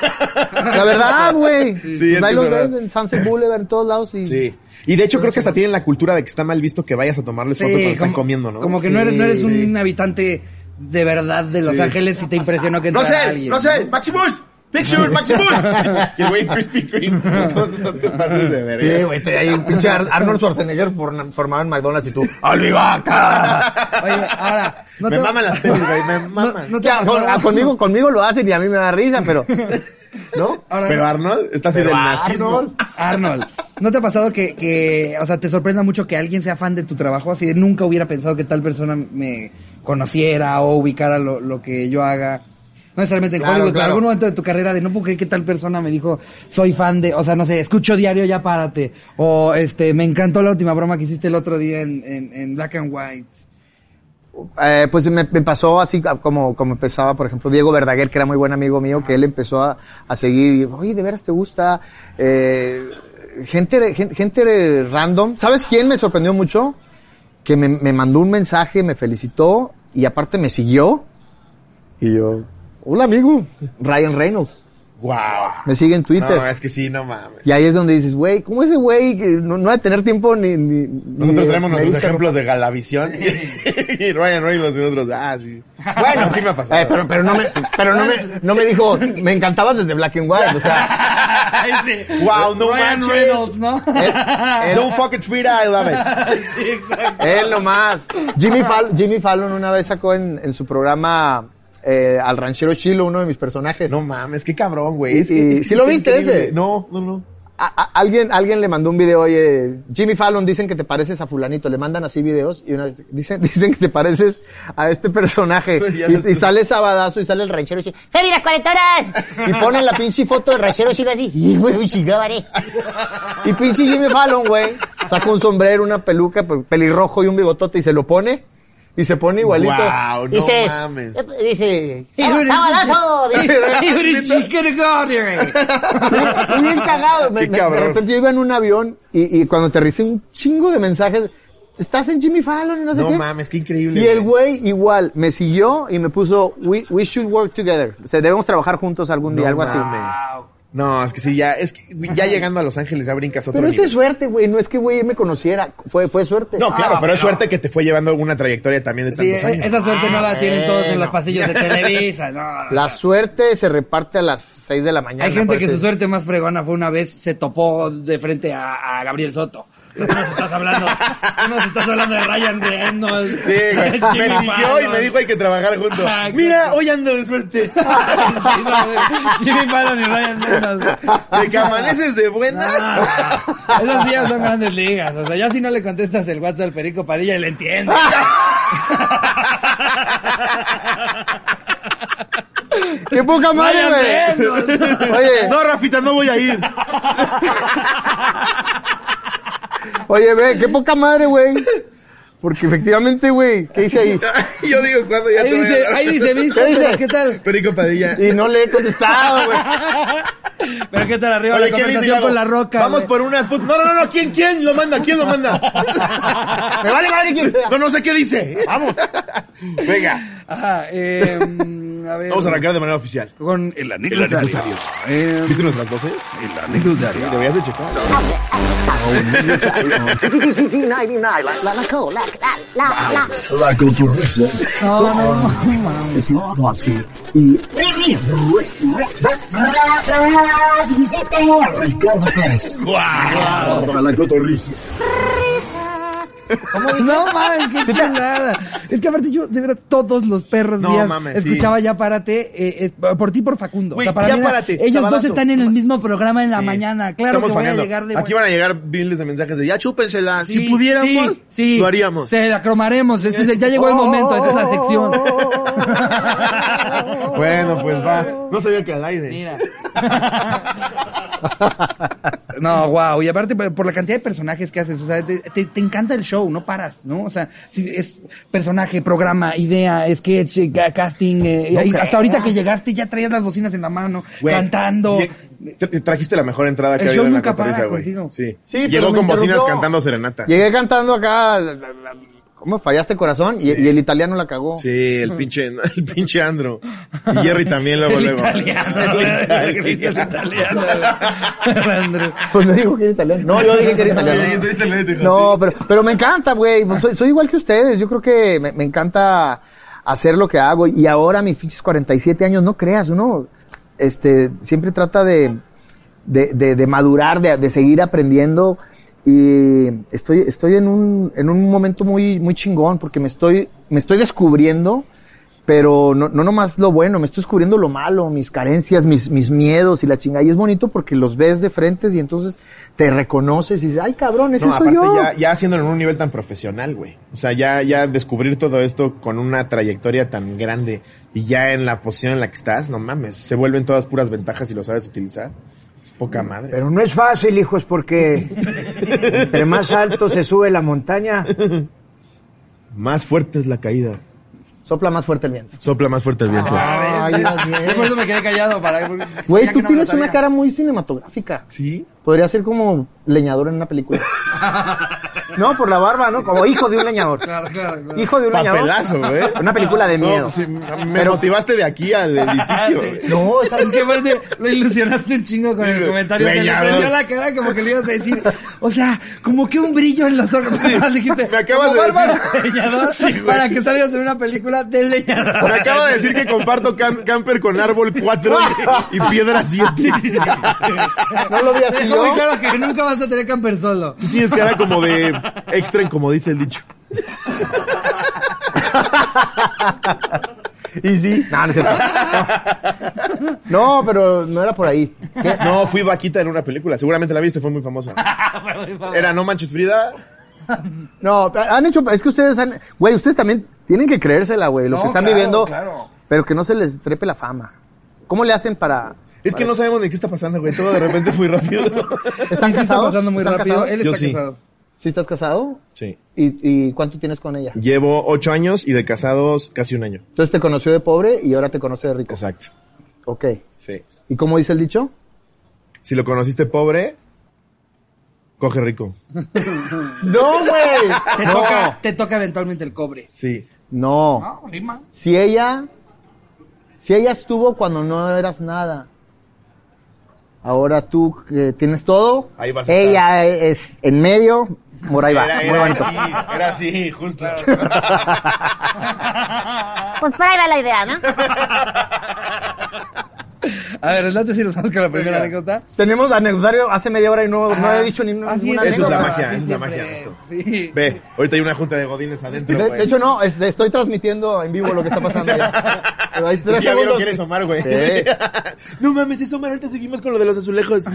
Speaker 3: la verdad, güey.
Speaker 2: Sí,
Speaker 3: Sí,
Speaker 2: es
Speaker 3: pues
Speaker 2: que
Speaker 3: ahí
Speaker 2: es
Speaker 3: los
Speaker 2: verdad.
Speaker 3: ven en Sunset Boulevard, en todos lados. Y...
Speaker 2: Sí. Y de hecho creo que hasta tienen la cultura de que está mal visto que vayas a tomarles
Speaker 1: Sí,
Speaker 2: fotos cuando están
Speaker 1: como-
Speaker 2: comiendo, ¿no?
Speaker 1: Como que
Speaker 3: Sí,
Speaker 1: no eres, no eres un
Speaker 2: sí.
Speaker 1: habitante de verdad de Los
Speaker 2: Sí.
Speaker 1: Ángeles y te impresionó que
Speaker 2: No
Speaker 1: entrara
Speaker 2: sé,
Speaker 1: alguien,
Speaker 2: no sé, Maximus, picture, Maximus. y el güey Krispy Kreme. No, no te pases de verga.
Speaker 3: Sí, güey, te- ahí un pinche Ar- Arnold Schwarzenegger forn- formado en McDonald's y tú, ¡Albivaca!
Speaker 1: Oye, ahora, no
Speaker 2: me
Speaker 1: te-
Speaker 2: maman las pelis, güey, me
Speaker 1: no,
Speaker 2: maman.
Speaker 1: no te
Speaker 3: Ya,
Speaker 1: pasó-
Speaker 3: con- ah, conmigo, conmigo lo hacen y a mí me da risa, pero, ¿no?
Speaker 1: ahora-
Speaker 2: Pero Arnold está así
Speaker 3: Pero
Speaker 2: del nazismo.
Speaker 3: Arnold.
Speaker 1: Arnold, ¿no te ha pasado que, que, o sea, te sorprenda mucho que alguien sea fan de tu trabajo? Así de nunca hubiera pensado que tal persona me conociera o ubicara lo, lo que yo haga. No necesariamente en
Speaker 3: Claro,
Speaker 1: Hollywood, pero en
Speaker 3: claro.
Speaker 1: algún momento de tu carrera de no puedo creer que tal persona me dijo, soy fan de, o sea, no sé, escucho diario, ya párate. O, este, me encantó la última broma que hiciste el otro día en, en, en Black and White.
Speaker 3: Eh, pues me, me pasó así ca- como, como empezaba, por ejemplo, Diego Verdaguer, que era muy buen amigo mío, que él empezó a, a seguir, y, oye, de veras te gusta, eh, gente, gente, gente random. ¿Sabes quién me sorprendió mucho? Que me, me mandó un mensaje, me felicitó y aparte me siguió. Y yo, hola amigo, Ryan Reynolds.
Speaker 2: Wow.
Speaker 3: Me sigue en Twitter.
Speaker 2: No, es que sí, no mames.
Speaker 3: Y ahí es donde dices, güey, ¿cómo ese güey que no, no ha de tener tiempo ni... ni-
Speaker 2: Nosotros
Speaker 3: ni-
Speaker 2: tenemos
Speaker 3: ni
Speaker 2: nuestros
Speaker 3: Instagram?
Speaker 2: ejemplos de Galavisión y Ryan Reynolds y otros. Ah, sí. Bueno, sí me ha pasado.
Speaker 3: Eh, pero, pero no me, pero no me, no me dijo, me encantabas desde Black and White, o sea,
Speaker 2: Wow, no
Speaker 1: Ryan
Speaker 2: manches.
Speaker 1: Reynolds, ¿no?
Speaker 3: él,
Speaker 2: Don't fuck it, Frida, I love it.
Speaker 3: él nomás. Jimmy, Fall- Jimmy Fallon una vez sacó en, en su programa eh, al ranchero Chilo, uno de mis personajes.
Speaker 2: No mames, qué cabrón, güey. Es
Speaker 3: Y-
Speaker 2: que- es que
Speaker 3: ¿sí lo
Speaker 2: está
Speaker 3: viste
Speaker 2: increíble.
Speaker 3: ese?
Speaker 2: No, no, no.
Speaker 3: A- a- alguien, alguien le mandó un video, oye, Jimmy Fallon, dicen que te pareces a fulanito, le mandan así videos y una vez dicen, dicen que te pareces a este personaje.
Speaker 2: Pues ya no
Speaker 3: Y,
Speaker 2: estoy-
Speaker 3: y sale Sabadazo y sale el ranchero Chilo.
Speaker 4: ¡Femi, las 40 horas!
Speaker 3: Y ponen la pinche foto del ranchero Chilo así, y güey,
Speaker 4: Chigabaré.
Speaker 3: Y pinche Jimmy Fallon, güey, saca un sombrero, una peluca, pe- pelirrojo y un bigotote y se lo pone. Y se pone igualito.
Speaker 2: Wow, Oh, no
Speaker 3: Dices,
Speaker 2: mames.
Speaker 3: eh, Dice,
Speaker 4: ¡Sabadazo!
Speaker 3: "Muy bien cagado. Me-
Speaker 2: Qué
Speaker 3: me- de
Speaker 2: cabrón.
Speaker 3: repente yo iba en un avión y, y cuando aterricé un chingo de mensajes, estás en Jimmy Fallon y no sé
Speaker 2: No
Speaker 3: qué.
Speaker 2: mames, qué increíble.
Speaker 3: Y el güey igual me siguió y me puso, we, we should work together. O sea, debemos trabajar juntos algún día,
Speaker 2: No
Speaker 3: algo así.
Speaker 2: mames. No, es que sí, ya, es que ya llegando a Los Ángeles ya brincas a otro
Speaker 3: Pero esa
Speaker 2: nivel.
Speaker 3: es suerte, güey. No es que güey me conociera. Fue, fue suerte.
Speaker 2: No, claro, pero es suerte que te fue llevando una trayectoria también de
Speaker 1: Sí,
Speaker 3: eh,
Speaker 2: tantos años.
Speaker 1: Eh, esa suerte Pues, no
Speaker 2: Ah,
Speaker 1: la tienen todos en los
Speaker 3: bueno.
Speaker 1: pasillos de Televisa, no, no, no.
Speaker 3: La suerte se reparte a las 6 de la mañana.
Speaker 1: Hay gente que
Speaker 3: aparte.
Speaker 1: su suerte más fregona fue una vez se topó de frente a, a Gabriel Soto. Tú nos estás hablando, tú nos estás hablando de Ryan Reynolds.
Speaker 2: Sí, güey.
Speaker 1: Jimmy
Speaker 2: Me siguió y
Speaker 1: Fallon.
Speaker 2: me dijo hay que trabajar juntos.
Speaker 1: Ajá, exacto.
Speaker 2: Mira, hoy ando de suerte.
Speaker 1: Sí, no, güey. Jimmy Fallon y Ryan Reynolds.
Speaker 2: De que amaneces de buenas.
Speaker 1: Ah, esos días son grandes ligas. O sea, ya si no le contestas el WhatsApp al Perico Padilla, él entiende.
Speaker 2: Ah,
Speaker 3: ¡Qué poca madre,
Speaker 1: Ryan
Speaker 3: güey!
Speaker 1: Reynolds.
Speaker 3: Oye,
Speaker 2: No, Rafita, no voy a ir.
Speaker 3: oye, ve, qué poca madre, güey. Porque efectivamente, güey, ¿qué hice ahí?
Speaker 2: Yo digo cuando ya
Speaker 1: Ahí
Speaker 2: te voy a
Speaker 1: dice,
Speaker 2: hablar.
Speaker 1: ahí dice, ¿viste?
Speaker 3: ¿Qué dice?
Speaker 1: ¿Qué tal?
Speaker 2: Perico Padilla.
Speaker 3: Y no le he contestado, güey.
Speaker 1: Pero qué tal arriba
Speaker 2: Oye,
Speaker 1: la
Speaker 2: ¿qué dice,
Speaker 1: conversación
Speaker 2: Gabo?
Speaker 1: con la roca.
Speaker 2: Vamos
Speaker 1: güey.
Speaker 2: por unas put- No, no, no, no, ¿quién, quién lo manda? ¿Quién lo manda?
Speaker 3: Me vale madre quién sea.
Speaker 2: No, no sé qué dice. Vamos. Venga.
Speaker 1: Ajá, eh, mm, a ver.
Speaker 2: Vamos a arrancar de manera oficial.
Speaker 1: Con el anecdotario. Eh,
Speaker 2: ¿Viste nuestras voces?
Speaker 1: el
Speaker 2: Sí,
Speaker 1: anecdotario.
Speaker 2: deberías de checar.
Speaker 4: La la co, la la la la.
Speaker 5: La culturista
Speaker 1: No, no, no.
Speaker 5: es Lobosky y Ricardo Pérez.
Speaker 2: ¡Guau!
Speaker 5: La cotorrisa.
Speaker 1: No mames, qué chulada. Es que aparte yo, de verdad, todos los perros
Speaker 2: No
Speaker 1: días
Speaker 2: mames, sí.
Speaker 1: escuchaba Ya Párate, eh, eh, por ti, por Facundo.
Speaker 2: Güey,
Speaker 1: o sea, para
Speaker 2: Ya
Speaker 1: mí era-
Speaker 2: Párate,
Speaker 1: ellos dos
Speaker 2: sabadazo.
Speaker 1: están en el mismo programa en la
Speaker 2: Sí.
Speaker 1: mañana. Claro
Speaker 2: Estamos
Speaker 1: que voy
Speaker 2: faneando.
Speaker 1: a llegar de
Speaker 2: Aquí van a llegar miles de mensajes de ya chúpensela.
Speaker 1: Sí,
Speaker 2: si pudiéramos,
Speaker 1: sí, sí.
Speaker 2: lo haríamos.
Speaker 1: Se la cromaremos. Este es el- ya llegó el momento, esa es la sección.
Speaker 2: bueno, pues va. No sabía que al aire.
Speaker 1: Mira. No, wow. Y aparte, por por la cantidad de personajes que haces, o sea, te, te- te encanta el show, no paras, ¿no? O sea, si es personaje, programa, idea, sketch, eh, ca- casting. eh, y ahí- hasta ahorita que llegaste ya traías las bocinas en la mano,
Speaker 2: Güey,
Speaker 1: cantando.
Speaker 2: lle- tra- Trajiste la mejor entrada que
Speaker 1: El
Speaker 2: ha
Speaker 1: show
Speaker 2: habido en la
Speaker 1: nunca para
Speaker 2: cotorrisa, güey.
Speaker 1: contigo.
Speaker 2: Sí.
Speaker 3: Sí, pero
Speaker 2: Llegó
Speaker 3: me
Speaker 2: con bocinas
Speaker 3: interrumpió.
Speaker 2: cantando serenata.
Speaker 3: Llegué cantando acá. la- la- la- ¿Cómo? Fallaste corazón y, y el italiano la cagó.
Speaker 2: Sí, el pinche, el pinche Andro. Y Jerry también luego,
Speaker 1: el
Speaker 2: luego.
Speaker 1: italiano, el italiano, el Andrew.
Speaker 3: Pues me dijo que era italiano. No, yo dije que
Speaker 2: Oye,
Speaker 3: era italiano.
Speaker 2: dijiste italiano, dijo,
Speaker 3: No,
Speaker 2: sí.
Speaker 3: pero, pero me encanta, güey. Pues Soy, soy igual que ustedes. Yo creo que me, me encanta hacer lo que hago. Y ahora, mis pinches 47 años, no creas, uno este, siempre trata de, de, de- de madurar, de, de seguir aprendiendo. Y estoy, estoy en, un, en un momento muy, muy chingón porque me estoy, me estoy descubriendo. Pero no, no nomás lo bueno, me estoy descubriendo lo malo, mis carencias, mis, mis miedos y la chingada. Y es bonito porque los ves de frente y entonces te reconoces y dices, ay cabrón, ese
Speaker 2: No,
Speaker 3: soy
Speaker 2: aparte
Speaker 3: yo.
Speaker 2: ya, ya haciéndolo en un nivel tan profesional, güey. O sea, ya, ya descubrir todo esto con una trayectoria tan grande y ya en la posición en la que estás, no mames, se vuelven todas puras ventajas y lo sabes utilizar. Es
Speaker 3: Mm,
Speaker 2: poca madre.
Speaker 6: Pero no es fácil, hijos, porque entre más alto se sube la montaña,
Speaker 2: Más fuerte es la caída.
Speaker 3: Sopla más fuerte el viento.
Speaker 2: Sopla más fuerte el viento.
Speaker 3: Ah, Ay, Dios mío.
Speaker 1: Yo por eso me quedé callado para
Speaker 3: Güey,
Speaker 1: ya
Speaker 3: tú
Speaker 1: que no me lo
Speaker 3: tienes una
Speaker 1: sabía.
Speaker 3: cara muy cinematográfica.
Speaker 2: ¿Sí?
Speaker 3: Podría ser como leñador en una película. no, por la barba, ¿no? Como hijo de un leñador.
Speaker 1: Claro, claro, claro.
Speaker 3: Hijo de un
Speaker 2: Papelazo,
Speaker 3: leñador.
Speaker 2: güey.
Speaker 3: Una película de
Speaker 2: No, pues
Speaker 3: miedo.
Speaker 2: sí, me motivaste Este de aquí al edificio, güey.
Speaker 3: No, o sea,
Speaker 1: Es que aparte lo ilusionaste un chingo con el comentario. Se le
Speaker 2: Leñador.
Speaker 1: prendió la cara como que le ibas a decir. O sea, como que un brillo en los ojos. Dijiste,
Speaker 2: me acabas
Speaker 1: como
Speaker 2: de
Speaker 1: Bárbara
Speaker 2: decir.
Speaker 1: Leñador,
Speaker 2: Sí, güey.
Speaker 1: para que salgas en una película de leñador.
Speaker 2: Me acaba de decir que comparto cam- camper con árbol 4 y, y piedra 7.
Speaker 3: no lo vi así
Speaker 1: Dejo
Speaker 3: yo.
Speaker 1: muy claro que nunca vas a tener camper solo.
Speaker 2: Tú tienes cara este como de extra en como dice el dicho.
Speaker 3: Y sí. No, no, es cierto. no, pero no era por ahí.
Speaker 2: No, fui vaquita en una película. Seguramente la viste, fue muy famosa. Era No Manches Frida.
Speaker 3: No, han hecho, es que ustedes han, güey, ustedes también tienen que creérsela, güey, lo
Speaker 1: No,
Speaker 3: que están
Speaker 1: claro,
Speaker 3: viviendo,
Speaker 1: claro.
Speaker 3: pero que no se les trepe la fama. ¿Cómo le hacen para?
Speaker 2: Es que no sabemos ni qué está pasando, güey. Todo de repente fue rápido.
Speaker 1: Sí,
Speaker 3: ¿Están
Speaker 1: sí está
Speaker 3: casados?
Speaker 1: pasando muy
Speaker 3: ¿Están
Speaker 1: rápido.
Speaker 3: casados?
Speaker 1: Él
Speaker 2: Yo
Speaker 1: está
Speaker 2: sí.
Speaker 1: casado.
Speaker 3: ¿Sí estás casado?
Speaker 2: Sí.
Speaker 3: ¿Y, ¿Y cuánto tienes con ella?
Speaker 2: Llevo ocho años y de casados casi un año.
Speaker 3: Entonces te conoció de pobre y ahora te conoce de rico.
Speaker 2: Exacto.
Speaker 3: Ok.
Speaker 2: Sí.
Speaker 3: ¿Y cómo dice el dicho?
Speaker 2: Si lo conociste pobre, coge rico.
Speaker 3: No, güey.
Speaker 1: Te, toca, te toca eventualmente el cobre.
Speaker 2: Sí.
Speaker 3: No.
Speaker 1: No, rima.
Speaker 3: Si ella, si ella estuvo cuando no eras nada, ahora tú que tienes todo,
Speaker 2: Ahí vas a
Speaker 3: ella es en medio, por ahí va.
Speaker 2: Era,
Speaker 3: Muy
Speaker 2: era
Speaker 3: bonito.
Speaker 2: así, era así, justo.
Speaker 4: Pues por ahí va la idea, ¿no?
Speaker 1: A ver, adelante si nos vamos con la primera
Speaker 2: Venga.
Speaker 1: anécdota.
Speaker 3: Tenemos anecdotario hace media hora y no, Pues no
Speaker 1: Ajá.
Speaker 3: he dicho ni una
Speaker 1: Así
Speaker 3: ninguna
Speaker 2: Eso es la
Speaker 3: anécdota.
Speaker 2: magia,
Speaker 1: Sí,
Speaker 2: eso es la
Speaker 1: siempre
Speaker 2: magia de esto.
Speaker 1: Sí.
Speaker 2: Ve, ahorita hay una junta de godines adentro,
Speaker 3: De,
Speaker 2: güey.
Speaker 3: de hecho, no, es- estoy transmitiendo en vivo lo que está pasando. Ya, Pero hay tres
Speaker 2: ya vieron
Speaker 3: segundos.
Speaker 2: quién es Omar, güey.
Speaker 3: Sí.
Speaker 2: no mames, es Omar, ahorita seguimos con lo de los azulejos.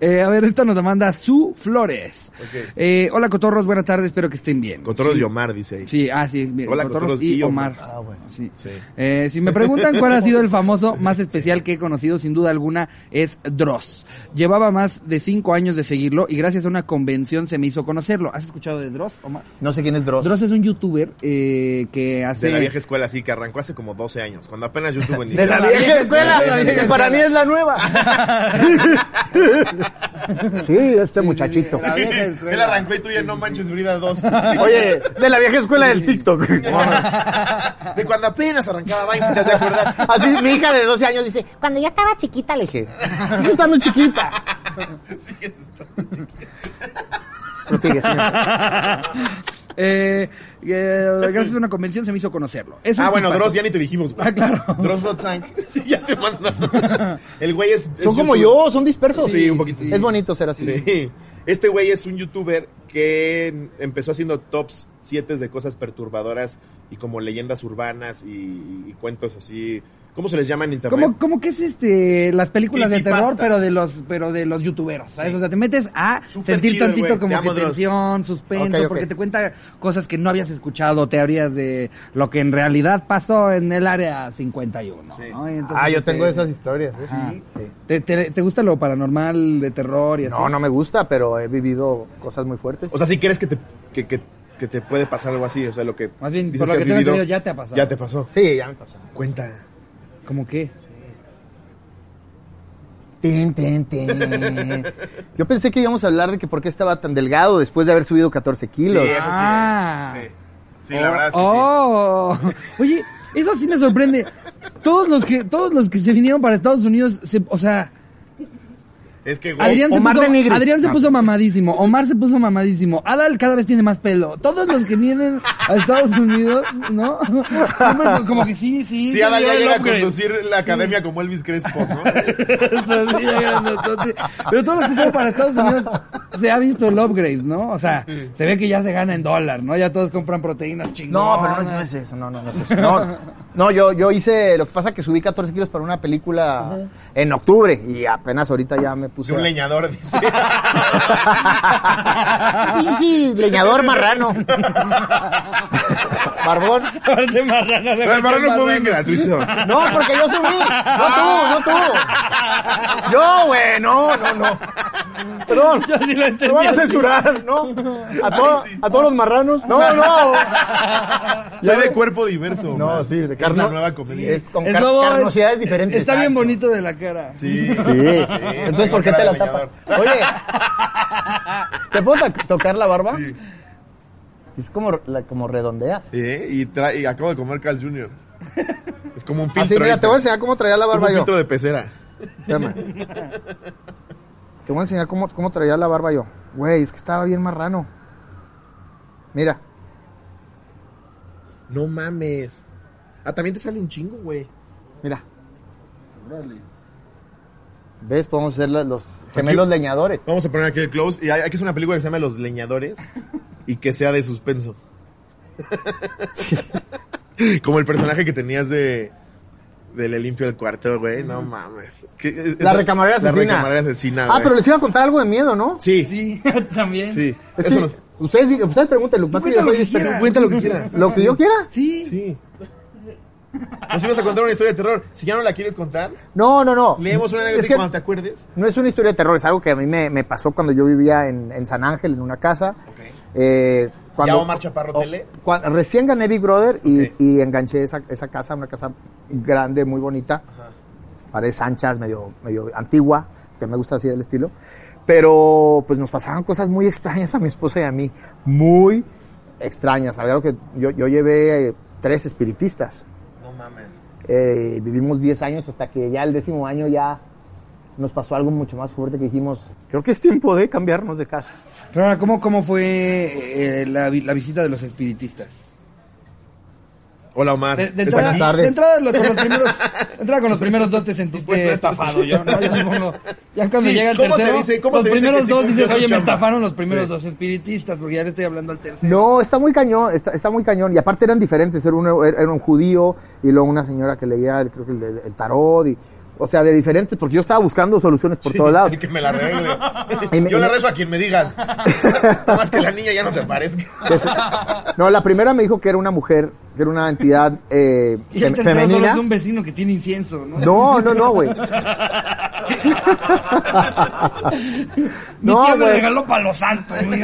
Speaker 1: Eh, a ver, esta nos la manda Su Flores. Eh, hola, cotorros, buenas tardes, espero que estén bien.
Speaker 2: Cotorros
Speaker 1: Sí.
Speaker 2: y Omar, dice ahí.
Speaker 1: Sí, ah, sí, mira,
Speaker 2: Hola,
Speaker 1: Cotorros
Speaker 2: Cotorros
Speaker 1: y
Speaker 2: y Omar.
Speaker 1: Omar.
Speaker 3: Ah, bueno.
Speaker 1: Sí.
Speaker 2: Sí.
Speaker 1: Eh, si me preguntan cuál ha sido el famoso más especial que he conocido, sin duda alguna, es Dross. Llevaba más de cinco años de seguirlo y gracias a una convención se me hizo conocerlo. ¿Has escuchado de Dross, Omar?
Speaker 3: No sé quién es Dross.
Speaker 1: Dross es un youtuber eh, que hace...
Speaker 2: De la vieja escuela, sí, que arrancó hace como 12 años, cuando apenas YouTube en
Speaker 3: De la vieja escuela, que para mí es la nueva.
Speaker 6: Sí, este muchachito.
Speaker 1: La vieja escuela.
Speaker 2: Él arrancó y tú ya no manches brida 2.
Speaker 3: Oye, de la vieja escuela del TikTok.
Speaker 2: De cuando apenas arrancaba Vines, ¿te has de acordar?
Speaker 3: Así mi hija de 12 años dice, cuando yo estaba chiquita, le dije, yo estando chiquita.
Speaker 2: Sí, eso está.
Speaker 3: Pues
Speaker 6: Prosigue, señor.
Speaker 1: Eh, eh, gracias a una convención se me hizo conocerlo. Es un
Speaker 2: Ah, bueno,
Speaker 1: tipazo.
Speaker 2: Dross ya ni te dijimos, güey.
Speaker 1: Ah, claro.
Speaker 2: Dross Rotzank. Sí, ya te mandaron. El güey es.
Speaker 3: Son
Speaker 2: es
Speaker 3: como
Speaker 2: youtuber.
Speaker 3: yo, son dispersos.
Speaker 2: Sí, un poquito, sí.
Speaker 3: Es bonito ser así.
Speaker 2: Sí. Este güey es un youtuber que empezó haciendo tops 7 de cosas perturbadoras y como leyendas urbanas y, y cuentos así. ¿Cómo se les llama en internet?
Speaker 1: Como, como que es este las películas de terror,
Speaker 2: Creepypasta.
Speaker 1: pero de los, pero de los youtuberos, ¿sabes? O sea, te metes a
Speaker 2: Súper
Speaker 1: sentir
Speaker 2: chido el
Speaker 1: tantito
Speaker 2: güey, te
Speaker 1: como que
Speaker 2: amo, Dross.
Speaker 1: tensión, suspenso,
Speaker 3: Ok, ok.
Speaker 1: porque te cuenta cosas que no habías escuchado, teorías de lo que en realidad pasó en el área 51.
Speaker 2: Sí.
Speaker 1: ¿no? Y entonces,
Speaker 3: Ah, yo tengo
Speaker 1: te-
Speaker 3: esas historias. ¿eh?
Speaker 1: Ajá.
Speaker 3: Sí.
Speaker 1: ¿Te, te, te gusta lo paranormal, de terror y así?
Speaker 3: No, no me gusta, pero he vivido cosas muy fuertes.
Speaker 2: O sea, si crees que te, que, que, que te puede pasar algo así, o sea, lo que.
Speaker 1: Más bien,
Speaker 2: dices
Speaker 1: por lo
Speaker 2: has
Speaker 1: que tengo
Speaker 2: vivido,
Speaker 1: entendido, ya te ha pasado.
Speaker 2: Ya te pasó.
Speaker 3: Sí, ya me pasó.
Speaker 2: Cuenta.
Speaker 1: ¿Cómo qué?
Speaker 6: Tin, tin, tin.
Speaker 3: Yo pensé que íbamos a hablar de que por qué estaba tan delgado después de haber subido 14 kilos.
Speaker 2: Sí, eso sí.
Speaker 1: Ah.
Speaker 2: Sí. Sí, la verdad es que
Speaker 1: oh. Oye, eso sí me sorprende. Todos los que, todos los que se vinieron para Estados Unidos, se, o sea,
Speaker 2: sí. Es que, güey.
Speaker 1: Adrián, se
Speaker 6: Omar
Speaker 1: puso,
Speaker 6: Denigris.
Speaker 1: Adrián se
Speaker 6: No.
Speaker 1: puso mamadísimo, Omar se puso mamadísimo, Adal cada vez tiene más pelo, todos los que vienen a Estados Unidos, ¿no? Siempre como- como que sí, sí.
Speaker 2: Sí, Adal ya
Speaker 1: el
Speaker 2: llega a
Speaker 1: upgrade.
Speaker 2: conducir la academia como Elvis Crespo, ¿no?
Speaker 1: Eso sí, ya grandotote. Pero todos los que fueron para Estados Unidos se ha visto el upgrade, ¿no? O sea, se ve que ya se gana en dólar, ¿no? Ya todos compran proteínas
Speaker 3: No,
Speaker 1: chingonas.
Speaker 3: pero no es, no es eso, no, no, no es eso. No, no, yo, yo hice, lo que pasa que subí 14 kilos para una película en octubre y apenas ahorita ya me
Speaker 2: Es
Speaker 3: puse...
Speaker 2: un leñador, dice.
Speaker 3: Pinche leñador marrano. Barbón.
Speaker 1: Aparte, marrano,
Speaker 2: El marrano fue bien gratuito.
Speaker 3: No, porque yo subí. No tú, no tú. Yo, güey, no, no, no. Perdón.
Speaker 1: Yo sí lo
Speaker 3: Te
Speaker 1: entendí.
Speaker 3: van a
Speaker 1: así.
Speaker 3: censurar, ¿no? A, to- a todos los marranos. No, no.
Speaker 2: Soy de cuerpo diverso.
Speaker 3: No,
Speaker 2: man.
Speaker 3: sí, de
Speaker 2: Es
Speaker 3: carne.
Speaker 2: la nueva comedia.
Speaker 3: Es con
Speaker 1: Es
Speaker 3: car-
Speaker 1: lobo,
Speaker 3: carnosidades diferentes.
Speaker 1: Está bien
Speaker 3: Exacto.
Speaker 1: bonito de la cara.
Speaker 2: Sí, sí.
Speaker 3: Sí.
Speaker 2: con
Speaker 3: Entonces, ¿por qué
Speaker 2: cara
Speaker 3: te la
Speaker 2: de
Speaker 3: tapas?
Speaker 2: leñador.
Speaker 3: Oye, ¿te puedo to- tocar la barba?
Speaker 2: Sí.
Speaker 3: Es como, la, como redondeas.
Speaker 2: Sí, y, tra- y acabo de comer Carl Jr. Es como un filtro.
Speaker 3: Así, Ah, mira,
Speaker 2: ahorita.
Speaker 3: te voy a enseñar cómo traía la
Speaker 2: Es como
Speaker 3: barba
Speaker 2: un
Speaker 3: yo.
Speaker 2: filtro de pecera.
Speaker 3: Espérame. Te voy a enseñar cómo, cómo traía la barba yo. Güey, es que estaba bien marrano. Mira.
Speaker 2: No mames. Ah, también te sale un chingo, güey.
Speaker 3: Mira. ¿Ves? Podemos ser la- los gemelos leñadores.
Speaker 2: Vamos a poner aquí el close. Y hay, hay que hacer una película que se llama Los Leñadores y que sea de suspenso. Como el personaje que tenías de. Del Le limpio del cuarto, güey. No mames. ¿Qué- es-
Speaker 3: La
Speaker 2: es-
Speaker 3: recamarera
Speaker 2: La
Speaker 3: asesina.
Speaker 2: recamarera asesina,
Speaker 3: Ah,
Speaker 2: güey.
Speaker 3: pero les iba a contar algo de miedo, ¿no?
Speaker 2: Sí, sí.
Speaker 1: Sí, también.
Speaker 3: Es
Speaker 2: Eso
Speaker 3: que
Speaker 2: nos-
Speaker 3: ustedes, digan- ustedes pregunten, lo que pasa es
Speaker 1: Cuenta
Speaker 3: que yo
Speaker 1: lo
Speaker 3: soy
Speaker 1: que
Speaker 3: experto.
Speaker 1: quieras.
Speaker 2: Cuenta lo que quieras.
Speaker 3: Lo que yo quiera.
Speaker 1: Sí.
Speaker 2: Sí. Nos ibas a contar una historia de terror. Si ya no la quieres contar,
Speaker 3: No, no, no.
Speaker 2: leemos una
Speaker 3: Es
Speaker 2: anécdota y
Speaker 3: que
Speaker 2: cuando te acuerdes.
Speaker 3: no es una historia de terror, es algo que a mí me, me pasó cuando yo vivía en, en San Ángel, en una casa. Eh, cuando,
Speaker 2: Ya Omar Chaparro Tele.
Speaker 3: cua- recién gané Big Brother y,
Speaker 2: Ok.
Speaker 3: y enganché esa, esa casa, una casa grande, muy bonita. paredes anchas, medio, medio antigua, que me gusta así del estilo. Pero pues nos pasaban cosas muy extrañas a mi esposa y a mí, muy extrañas. Algo que yo, yo llevé eh, tres espiritistas.
Speaker 2: No mames.
Speaker 3: Eh, vivimos 10 años hasta que ya el décimo año ya nos pasó algo mucho más fuerte que dijimos, creo que es tiempo de cambiarnos de casa.
Speaker 1: Pero ahora, ¿cómo, cómo fue eh, la, vi- la visita de los espiritistas?
Speaker 2: Hola, Omar.
Speaker 1: De, de
Speaker 2: ¿Es
Speaker 1: entrada,
Speaker 2: aquí?
Speaker 3: tardes.
Speaker 1: de entrada, lo- con los primeros, de entrada con los primeros dos te sentiste
Speaker 2: Pues
Speaker 1: estafado, yo, ¿no? Ya, supongo. Ya cuando
Speaker 2: Sí,
Speaker 1: llega el
Speaker 2: ¿cómo te
Speaker 1: tercero,
Speaker 2: dice- cómo
Speaker 1: los
Speaker 2: te dice
Speaker 1: primeros
Speaker 2: que sí
Speaker 1: dos
Speaker 2: cumplió
Speaker 1: dices,
Speaker 2: su
Speaker 1: oye, me
Speaker 2: chamba"?
Speaker 1: estafaron los primeros
Speaker 2: Sí.
Speaker 1: dos espiritistas, porque ya le estoy hablando al tercero.
Speaker 3: No, está muy cañón, está, está muy cañón. Y aparte eran diferentes, era, uno, era un judío y luego una señora que leía, el- creo que el, el tarot. Y, O sea, de diferentes, porque yo estaba buscando soluciones por todos lados.
Speaker 2: Que me la arregle.
Speaker 3: Y me-
Speaker 2: Yo
Speaker 3: y
Speaker 2: la
Speaker 3: me-
Speaker 2: rezo a quien me digas. Nada más que la niña ya no se parezca.
Speaker 3: Que se- No, la primera me dijo que era una mujer, que era una entidad eh,
Speaker 1: Y el
Speaker 3: fem-
Speaker 1: tercero solo
Speaker 3: femenina.
Speaker 1: es de un vecino que tiene incienso, ¿no?
Speaker 3: No, no, no, güey.
Speaker 1: Mi
Speaker 3: no,
Speaker 1: tía me
Speaker 3: güey.
Speaker 1: regaló palo santo. güey.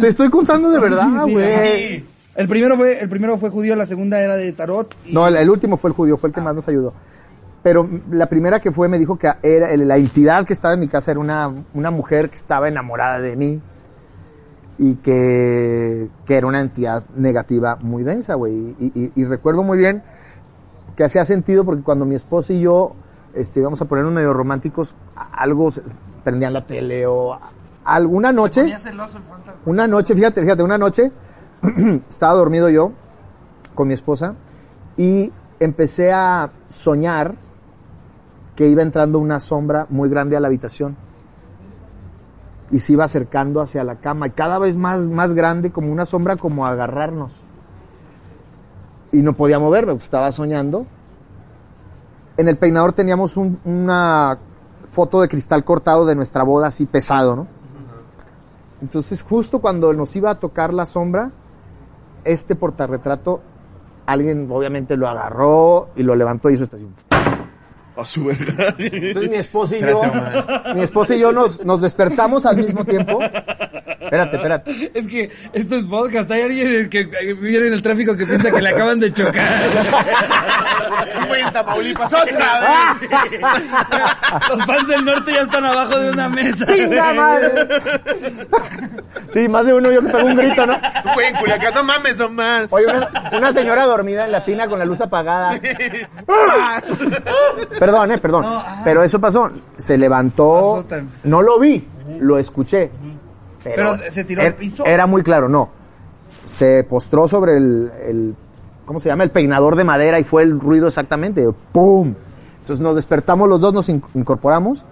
Speaker 3: Te estoy contando de verdad,
Speaker 1: Sí, sí,
Speaker 3: güey.
Speaker 1: El primero fue, el primero fue judío, la segunda era de tarot. y-
Speaker 3: No, el, el último fue el judío, fue el que más nos ayudó. Pero la primera que fue me dijo que era la entidad que estaba en mi casa era una, una mujer que estaba enamorada de mí y que, que era una entidad negativa muy densa, güey. Y, y- y recuerdo muy bien que hacía sentido porque cuando mi esposa y yo este, íbamos a ponernos medio románticos, a- algo se- prendían la tele o a- alguna noche.
Speaker 1: Tenía celoso el fantasma.
Speaker 3: Una noche, fíjate, fíjate, una noche estaba dormido yo con mi esposa y empecé a soñar que iba entrando una sombra muy grande a la habitación y se iba acercando hacia la cama y cada vez más, más grande, como una sombra como a agarrarnos. Y no podía moverme, pues, estaba soñando. En el peinador teníamos un- una foto de cristal cortado de nuestra boda así pesado, ¿no? Entonces, justo cuando nos iba a tocar la sombra, este portarretrato, alguien obviamente lo agarró y lo levantó y hizo estación.
Speaker 2: A su verga.
Speaker 6: Entonces mi esposa y yo...
Speaker 3: Mi esposa y yo nos, nos despertamos al mismo tiempo.
Speaker 6: Espérate, espérate.
Speaker 1: Es que esto es podcast. Hay alguien en el que que viene en el tráfico que piensa que le acaban de chocar.
Speaker 2: Un güey en Tamaulipas, otra
Speaker 3: Ah.
Speaker 2: vez.
Speaker 1: Los fans del norte ya están abajo de una mesa.
Speaker 3: ¡Chinga madre! Sí, más de uno yo que pegó un grito, ¿no?
Speaker 2: Un güey en Culiacán, no mames, Omar.
Speaker 3: Oye, una, una señora dormida en la tina con la luz apagada. Perdón, eh, perdón.
Speaker 1: No, ajá.
Speaker 3: Pero eso pasó. Se levantó.
Speaker 1: Pasó tan-
Speaker 3: No lo vi, lo escuché. Pero,
Speaker 1: Pero se tiró al
Speaker 3: era-
Speaker 1: piso.
Speaker 3: Era muy claro, no. Se postró sobre el, el- ¿Cómo se llama? El peinador de madera y fue el ruido exactamente. ¡Pum! Entonces nos despertamos los dos, nos in- incorporamos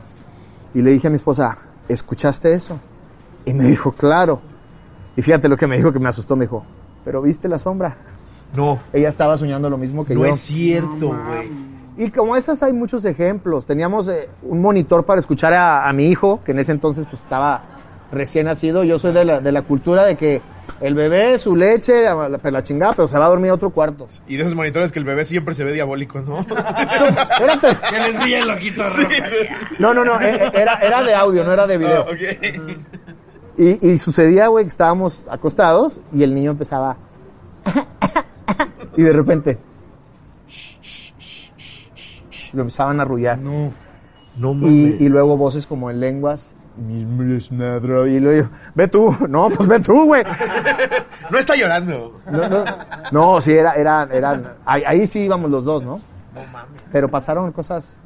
Speaker 3: y le dije a mi esposa, ¿escuchaste eso? Y me dijo, claro. Y fíjate lo que me dijo que me asustó, me dijo, pero viste la sombra.
Speaker 2: No,
Speaker 3: Ella estaba soñando lo mismo que
Speaker 2: no
Speaker 3: yo.
Speaker 2: es cierto, güey.
Speaker 3: Y como esas hay muchos ejemplos. Teníamos eh, un monitor para escuchar a, a mi hijo, que en ese entonces pues estaba recién nacido. Yo soy de la, de la cultura de que el bebé, su leche, la, la- la chingada, pero se va a dormir a otro cuarto.
Speaker 2: Y de esos monitores que el bebé siempre se ve diabólico, ¿no?
Speaker 3: Espérate.
Speaker 1: Que les brille el ojito rojo.
Speaker 3: No, no, no, eh, eh, era, era de audio, no era de video.
Speaker 2: Ah, ok.
Speaker 3: Y, y sucedía, güey, que estábamos acostados y el niño empezaba. y de repente. Lo empezaban a arrullar.
Speaker 2: No mames.
Speaker 3: Y, y luego voces como en lenguas. "Mis madro", Y luego yo, ve tú. No, pues ve tú, güey.
Speaker 2: No está llorando.
Speaker 3: No, no, no, sí, era, era, eran. Ahí, ahí sí íbamos los dos, ¿no? Pero pasaron cosas.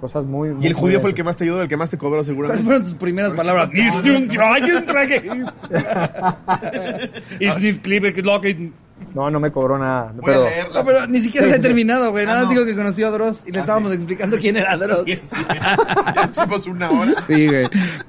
Speaker 3: Cosas muy.
Speaker 2: Y el judío fue el que más te ayudó, el que más te cobró
Speaker 1: ¿Cuáles
Speaker 2: seguramente.
Speaker 1: fueron tus primeras palabras? Hiciste un traje, un traje.
Speaker 2: Ah.
Speaker 1: Y sniff clip, que lo que-
Speaker 3: No, no me cobró nada. pero.
Speaker 1: No, pero ni siquiera
Speaker 3: Sí,
Speaker 1: le he
Speaker 3: sí. Ah,
Speaker 1: terminado, güey. Nada más digo que conoció a Dross y le estábamos explicando quién era Dross.
Speaker 2: Sí, sí. Ya nos fuimos una hora.
Speaker 1: Sí, güey.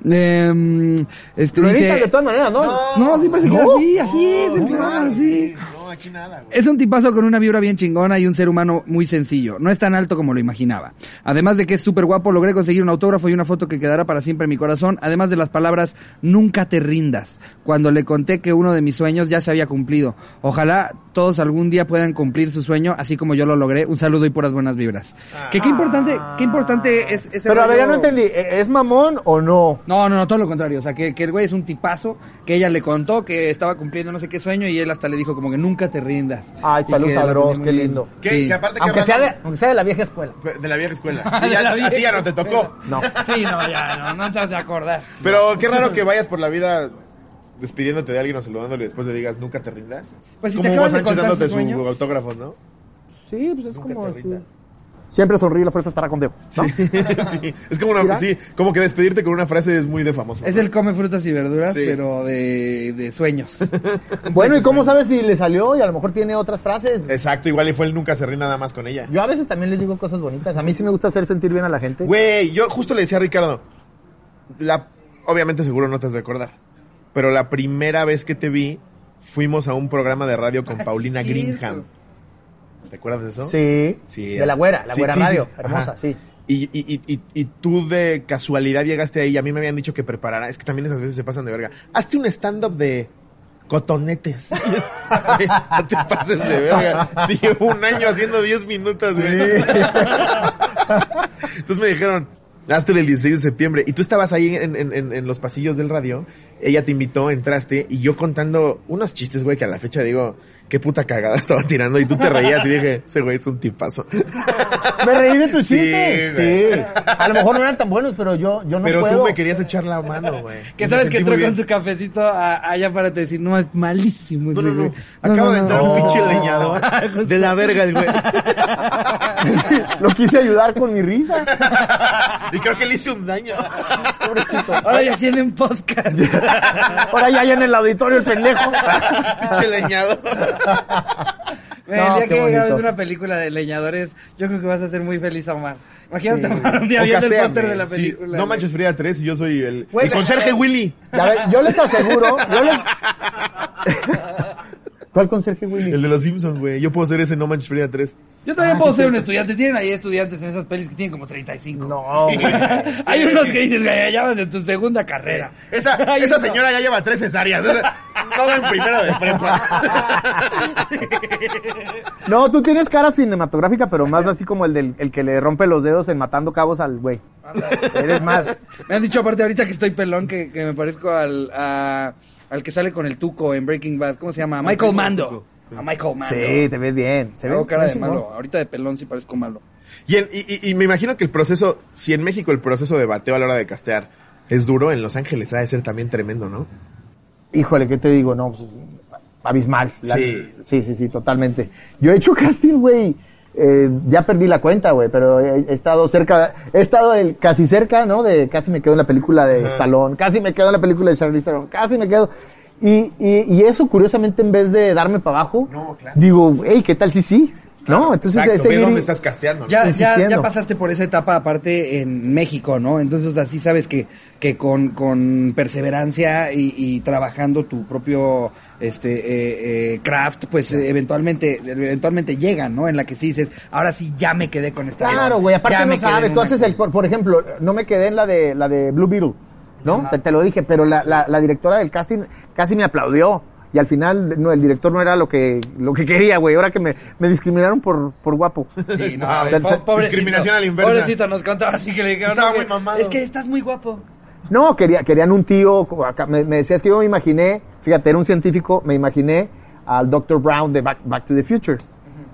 Speaker 1: Em, este
Speaker 3: Lo editan
Speaker 1: dice...
Speaker 3: de todas maneras, ¿no?
Speaker 1: No, siempre se queda así, así, es, en
Speaker 2: No,
Speaker 1: plan,
Speaker 2: mames.
Speaker 1: así.
Speaker 2: No, aquí nada, güey.
Speaker 1: Es un tipazo con una vibra bien chingona y un ser humano muy sencillo. No es tan alto como lo imaginaba. Además de que es súper guapo, logré conseguir un autógrafo y una foto que quedará para siempre en mi corazón. Además de las palabras, nunca te rindas. Cuando le conté que uno de mis sueños ya se había cumplido. Ojalá todos algún día puedan cumplir su sueño, así como yo lo logré. Un saludo y puras buenas vibras. Que
Speaker 2: Ah.
Speaker 1: qué importante, qué importante es ese
Speaker 3: Pero a ver, ya
Speaker 1: rollo-
Speaker 3: no entendí. ¿e- ¿Es mamón o no?
Speaker 1: no, no, no, todo lo contrario. O sea, que, que el güey es un tipazo, que ella le contó que estaba cumpliendo no sé qué sueño y él hasta le dijo como que nunca te rindas.
Speaker 3: Ay,
Speaker 1: Y
Speaker 3: saludos
Speaker 1: que
Speaker 3: a
Speaker 1: la
Speaker 3: Dross,
Speaker 1: tenía muy
Speaker 3: qué
Speaker 1: bien.
Speaker 3: lindo.
Speaker 2: Que,
Speaker 1: Sí.
Speaker 2: que aparte que
Speaker 3: Aunque sea, de,
Speaker 2: hablando-
Speaker 3: aunque sea de la vieja escuela.
Speaker 2: de la vieja escuela.
Speaker 1: De
Speaker 2: Sí, ya,
Speaker 1: la
Speaker 2: a ti
Speaker 1: vieja
Speaker 2: ya no te tocó.
Speaker 3: No.
Speaker 1: Sí, no, ya, no, no te has de acordar.
Speaker 2: Pero qué raro que vayas por la vida despidiéndote de alguien o saludándole y después le digas nunca te rindas.
Speaker 1: Pues si
Speaker 2: Como
Speaker 1: te
Speaker 2: Hugo
Speaker 1: acabas de contar
Speaker 2: Sánchez
Speaker 1: sus
Speaker 2: dándote
Speaker 1: sueños.
Speaker 2: su autógrafo, ¿no?
Speaker 3: Sí, pues es
Speaker 2: Nunca
Speaker 3: como
Speaker 2: te
Speaker 3: así.
Speaker 2: rindas.
Speaker 3: Siempre sonríe, la fuerza estará contigo. ¿no?
Speaker 2: sí, es como una, sí, como que despedirte con una frase es muy de famoso.
Speaker 1: Es el come frutas y verduras,
Speaker 2: Sí.
Speaker 1: pero de, de sueños.
Speaker 3: Bueno, ¿y cómo sabes si le salió? Y a lo mejor tiene otras frases.
Speaker 2: Exacto, igual y fue el nunca se rinda nada más con ella.
Speaker 3: Yo a veces también les digo cosas bonitas. A mí sí me gusta hacer sentir bien a la gente.
Speaker 2: Güey, yo justo le decía a Ricardo, la, obviamente seguro no te has de acordar, pero la primera vez que te vi fuimos a un programa de radio
Speaker 3: Ah,
Speaker 2: con Paulina
Speaker 1: cierto.
Speaker 2: Greenham. ¿Te acuerdas de eso?
Speaker 3: Sí.
Speaker 2: Sí.
Speaker 3: De la güera, la
Speaker 2: Sí,
Speaker 3: güera
Speaker 2: sí,
Speaker 3: radio.
Speaker 2: sí, sí.
Speaker 3: Hermosa,
Speaker 2: Ajá.
Speaker 3: sí.
Speaker 2: y, y, y- y- y tú de casualidad llegaste ahí y a mí me habían dicho que preparara, es que también esas veces se pasan de verga. Hazte un stand-up de cotonetes. Y es, "Güey, no te pases de verga. Sí, llevo un año haciendo 10 minutos, güey. Entonces me dijeron, hazte el 16 de septiembre. Y tú estabas ahí en, en- en- en los pasillos del radio. Ella te invitó, entraste. Y yo contando unos chistes, güey, que a la fecha digo, qué puta cagada estaba tirando. Y tú te reías y dije, ese güey es un tipazo.
Speaker 6: Me reí de tus
Speaker 2: Sí,
Speaker 6: chistes.
Speaker 2: güey.
Speaker 6: Sí. A lo mejor no eran tan buenos, pero yo, yo no
Speaker 2: Pero
Speaker 6: puedo.
Speaker 2: tú me querías echar la mano, güey.
Speaker 1: Que
Speaker 2: Me
Speaker 1: sabes
Speaker 2: sentí
Speaker 1: que
Speaker 2: muy
Speaker 1: entró
Speaker 2: bien.
Speaker 1: con su cafecito a- allá para te decir, no, es malísimo.
Speaker 2: No,
Speaker 1: ese
Speaker 2: no, no.
Speaker 1: güey.
Speaker 2: Acaba de
Speaker 1: no,
Speaker 2: entrar
Speaker 1: no.
Speaker 2: un pinche
Speaker 6: No.
Speaker 2: leñador. De la verga el güey.
Speaker 3: Lo quise ayudar con mi risa.
Speaker 2: Y creo que le hice un daño.
Speaker 3: Pobrecito.
Speaker 1: Ahora ya tienen podcast.
Speaker 3: Ahora ya hay en el auditorio el pendejo.
Speaker 2: pinche leñador.
Speaker 1: Güey, Eh, el
Speaker 3: No,
Speaker 1: día
Speaker 3: qué
Speaker 1: que
Speaker 3: bonito.
Speaker 1: grabes una película de leñadores, yo creo que vas a ser muy feliz, Omar. Imagínate, Omar, un día
Speaker 2: O
Speaker 1: viendo el
Speaker 2: castéame.
Speaker 1: póster de la
Speaker 2: Sí,
Speaker 1: película.
Speaker 2: No
Speaker 1: güey. eh,
Speaker 2: manches Frida 3 y yo soy el,
Speaker 3: Güey,
Speaker 2: el conserje Willy.
Speaker 3: Ya ve, yo les aseguro, yo les... ¿Cuál conserje Willy?
Speaker 2: El de los Simpsons, güey. Yo puedo hacer ese No Manches Frida 3.
Speaker 1: Yo todavía
Speaker 3: Ah,
Speaker 1: puedo ser un estudiante. Tienen ahí estudiantes en esas pelis que tienen como 35.
Speaker 3: No, güey.
Speaker 1: Hay unos que dices, güey, ya vas de tu segunda carrera.
Speaker 2: Esa,
Speaker 1: Hay
Speaker 2: esa
Speaker 1: uno.
Speaker 2: señora ya lleva tres cesáreas. Esa- No va en primero de prepa.
Speaker 3: No, tú tienes cara cinematográfica, pero más así como el del el que le rompe los dedos en matando cabos al güey. Eres más.
Speaker 1: Me han dicho aparte ahorita que estoy pelón que, que me parezco al, a- al que sale con el tuco en Breaking Bad. ¿Cómo se llama? Michael Mando. A Michael Mando.
Speaker 3: Sí, te ves bien. Se ve
Speaker 1: Tengo cara
Speaker 3: se ve
Speaker 1: de
Speaker 3: chingón.
Speaker 1: malo. Ahorita de pelón sí parezco malo.
Speaker 2: Y, el- y- y- y me imagino que el proceso, si en México el proceso de bateo a la hora de castear es duro, en Los Ángeles ha de ser también tremendo, ¿no?
Speaker 3: Híjole, ¿qué te digo? No, pues, abismal. La-
Speaker 2: Sí.
Speaker 3: Sí, sí, sí, totalmente. Yo he hecho casting, güey. eh, ya perdí la cuenta, güey, pero he, he estado cerca, he estado el- casi cerca, ¿no? De casi me quedo en la película de Stallone, casi me quedo en la película de Charlie Theron, casi me quedo. Y, y, y eso, curiosamente, en vez de darme para abajo,
Speaker 2: No, claro.
Speaker 3: digo, hey, ¿qué tal si sí? ¿No? Entonces,
Speaker 2: Exacto,
Speaker 3: es
Speaker 2: ve
Speaker 3: seguir-
Speaker 2: dónde estás casteando. ¿no?
Speaker 1: Ya, ya,
Speaker 3: Insistiendo.
Speaker 1: ya pasaste por esa etapa aparte en México, ¿no? Entonces así sabes que, que con, con perseverancia y, y trabajando tu propio este eh, eh, craft, pues eh, eventualmente, eventualmente llegan, ¿no? En la que sí dices, ahora sí ya me quedé con esta.
Speaker 3: Claro,
Speaker 1: banda.
Speaker 3: güey,
Speaker 1: Ya
Speaker 3: aparte
Speaker 1: me
Speaker 3: no
Speaker 1: quedé en
Speaker 3: sabes, tú
Speaker 1: una
Speaker 3: haces
Speaker 1: cosa.
Speaker 3: el, por, por ejemplo, no me quedé en la de, la de Blue Beetle, ¿no? Te, te lo dije, pero la, la, la directora del casting casi me aplaudió. Y al final, no, el director no era lo que, lo que quería, güey. Ahora que me, me discriminaron por, por guapo.
Speaker 1: Sí, no,
Speaker 2: Wow.
Speaker 1: a ver, po- pobrecito,
Speaker 2: Ah, Discriminación a la inversa.
Speaker 1: Pobrecito, nos contaba así que le dijeron.
Speaker 2: Estaba
Speaker 1: "No,
Speaker 2: muy
Speaker 1: güey,
Speaker 2: mamado".
Speaker 1: Es que estás muy guapo.
Speaker 3: No, quería, querían un tío, como acá, me, me decías que yo me imaginé, fíjate, era un científico, me imaginé al Dr. Brown de Back, Back to the Future.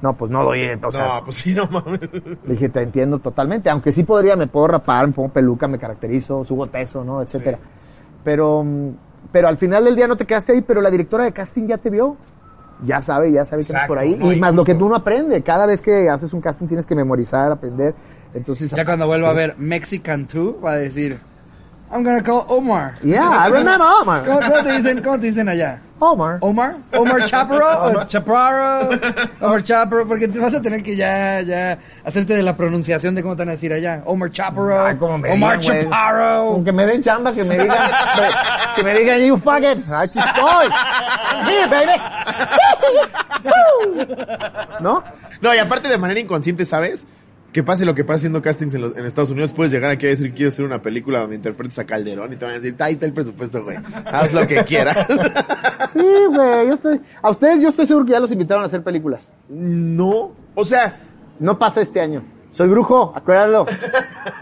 Speaker 3: No, pues no doy, eh, o sea,
Speaker 2: No, pues sí, no mames.
Speaker 3: Le dije, te entiendo totalmente, aunque sí podría, me puedo rapar, me pongo peluca, me caracterizo, subo peso, ¿no? Etcétera. Pero, mm, pero al final del día no te quedaste ahí, pero la directora de casting ya te vio. Ya sabe, ya sabe que estás
Speaker 2: Exacto,
Speaker 3: por ahí.
Speaker 2: no,
Speaker 3: y más lo que
Speaker 2: incluso.
Speaker 3: tú no aprendes. Cada vez que haces un casting tienes que memorizar, aprender. Entonces,
Speaker 1: Ya cuando vuelvo
Speaker 3: sí.
Speaker 1: a ver Mexican True, va a decir, I'm gonna call Omar.
Speaker 3: Yeah, I remember
Speaker 1: ¿Cómo,
Speaker 3: Omar.
Speaker 1: cómo te dicen, ¿Cómo te dicen allá?
Speaker 3: Omar.
Speaker 2: Oh,
Speaker 1: Omar, Omar Chaparro, o Chaparro, Omar Chaparro, porque te vas a tener que ya, ya hacerte de la pronunciación de cómo te van a decir allá. Omar Chaparro,
Speaker 3: Ay, cómo me
Speaker 1: Omar
Speaker 3: digan, güey.
Speaker 1: Chaparro.
Speaker 3: Aunque me den chamba, que me digan, que me digan, you fucker, aquí estoy. I'm here, baby. ¿No?
Speaker 2: No, y aparte de manera inconsciente, ¿sabes? Que pase lo que pase haciendo castings en, los- en Estados Unidos, puedes llegar aquí a decir, quiero hacer una película donde interpretes a Calderón y te van a decir, ahí está el presupuesto, güey. Haz lo que quieras.
Speaker 3: Sí, güey, yo estoy. A ustedes yo estoy seguro que ya los invitaron a hacer películas.
Speaker 2: no. O sea,
Speaker 3: No pasa este año. Soy brujo, acuérdalo.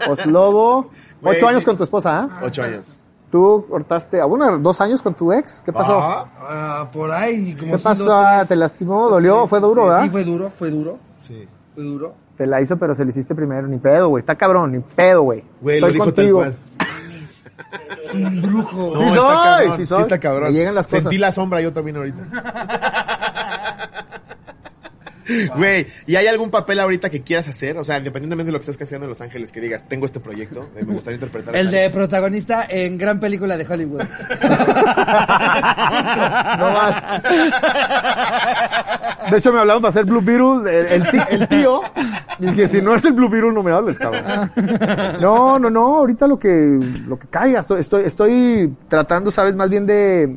Speaker 3: Oslobo.
Speaker 2: Güey,
Speaker 3: Ocho años
Speaker 2: sí.
Speaker 3: con tu esposa, ¿ah?
Speaker 2: ocho años.
Speaker 3: Tú cortaste a una, dos años con tu ex. ¿Qué pasó?
Speaker 2: Ah,
Speaker 1: Ah, por ahí, como
Speaker 3: ¿Qué
Speaker 1: si
Speaker 3: pasó?
Speaker 1: dos-
Speaker 3: Ah, ¿Te lastimó? ¿Dolió? ¿Fue duro,
Speaker 1: Sí,
Speaker 3: verdad?
Speaker 1: fue duro, fue duro,
Speaker 2: sí.
Speaker 1: fue duro.
Speaker 3: Te la hizo, pero se la hiciste primero. Ni pedo, güey. Está cabrón, ni pedo, güey.
Speaker 2: Güey, lo
Speaker 3: Estoy
Speaker 2: dijo
Speaker 3: contigo.
Speaker 2: tal cual.
Speaker 1: Es un brujo.
Speaker 3: Sí
Speaker 2: está
Speaker 3: soy,
Speaker 2: cabrón,
Speaker 3: sí soy.
Speaker 2: está cabrón.
Speaker 3: Me llegan las cosas.
Speaker 2: Sentí la sombra yo también ahorita. Güey, ¿y hay algún papel ahorita que quieras hacer? O sea, independientemente de lo que estás casteando en Los Ángeles, que digas, tengo este proyecto, eh, me gustaría interpretar. a
Speaker 1: El
Speaker 2: tal".
Speaker 1: de protagonista en gran película de Hollywood.
Speaker 3: No más. De hecho, me hablaban para hacer Blue Beetle, el, el ti- el tío. Y dije, si no es el Blue Beetle, no me hables, cabrón. No, no, no, ahorita lo que, lo que caiga. Estoy, estoy, estoy tratando, sabes, más bien de...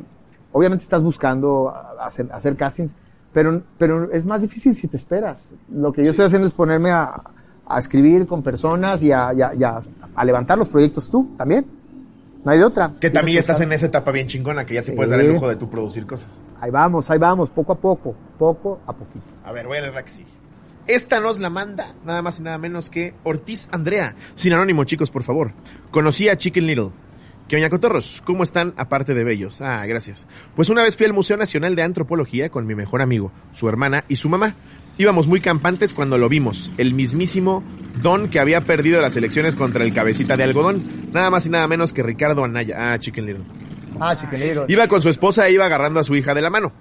Speaker 3: Obviamente estás buscando a- hacer, hacer castings, pero, pero es más difícil si te esperas. Lo que yo estoy haciendo es ponerme a, a escribir con personas y a, y a- y a- a levantar los proyectos tú también. No hay de otra.
Speaker 2: Que
Speaker 3: Tienes
Speaker 2: también ya estás
Speaker 3: estar-
Speaker 2: en esa etapa bien chingona, que ya te
Speaker 3: Sí.
Speaker 2: puedes dar el lujo de tú producir cosas.
Speaker 3: Ahí vamos, ahí vamos, poco a poco, poco a poquito.
Speaker 2: A ver, voy a leer la que sigue. Esta nos la manda nada más y nada menos que Ortiz Andrea. Sin anónimo, chicos, por favor. Conocí a Chicken Little. Que oña cotorros, ¿cómo están aparte de bellos? Ah, gracias. Pues una vez fui al Museo Nacional de Antropología con mi mejor amigo, su hermana y su mamá. Íbamos muy campantes cuando lo vimos, el mismísimo Don que había perdido las elecciones contra el cabecita de algodón, nada más y nada menos que Ricardo Anaya. Ah, Chicken Little.
Speaker 3: Ah, chiquilero.
Speaker 2: Iba con su esposa e iba agarrando a su hija de la mano.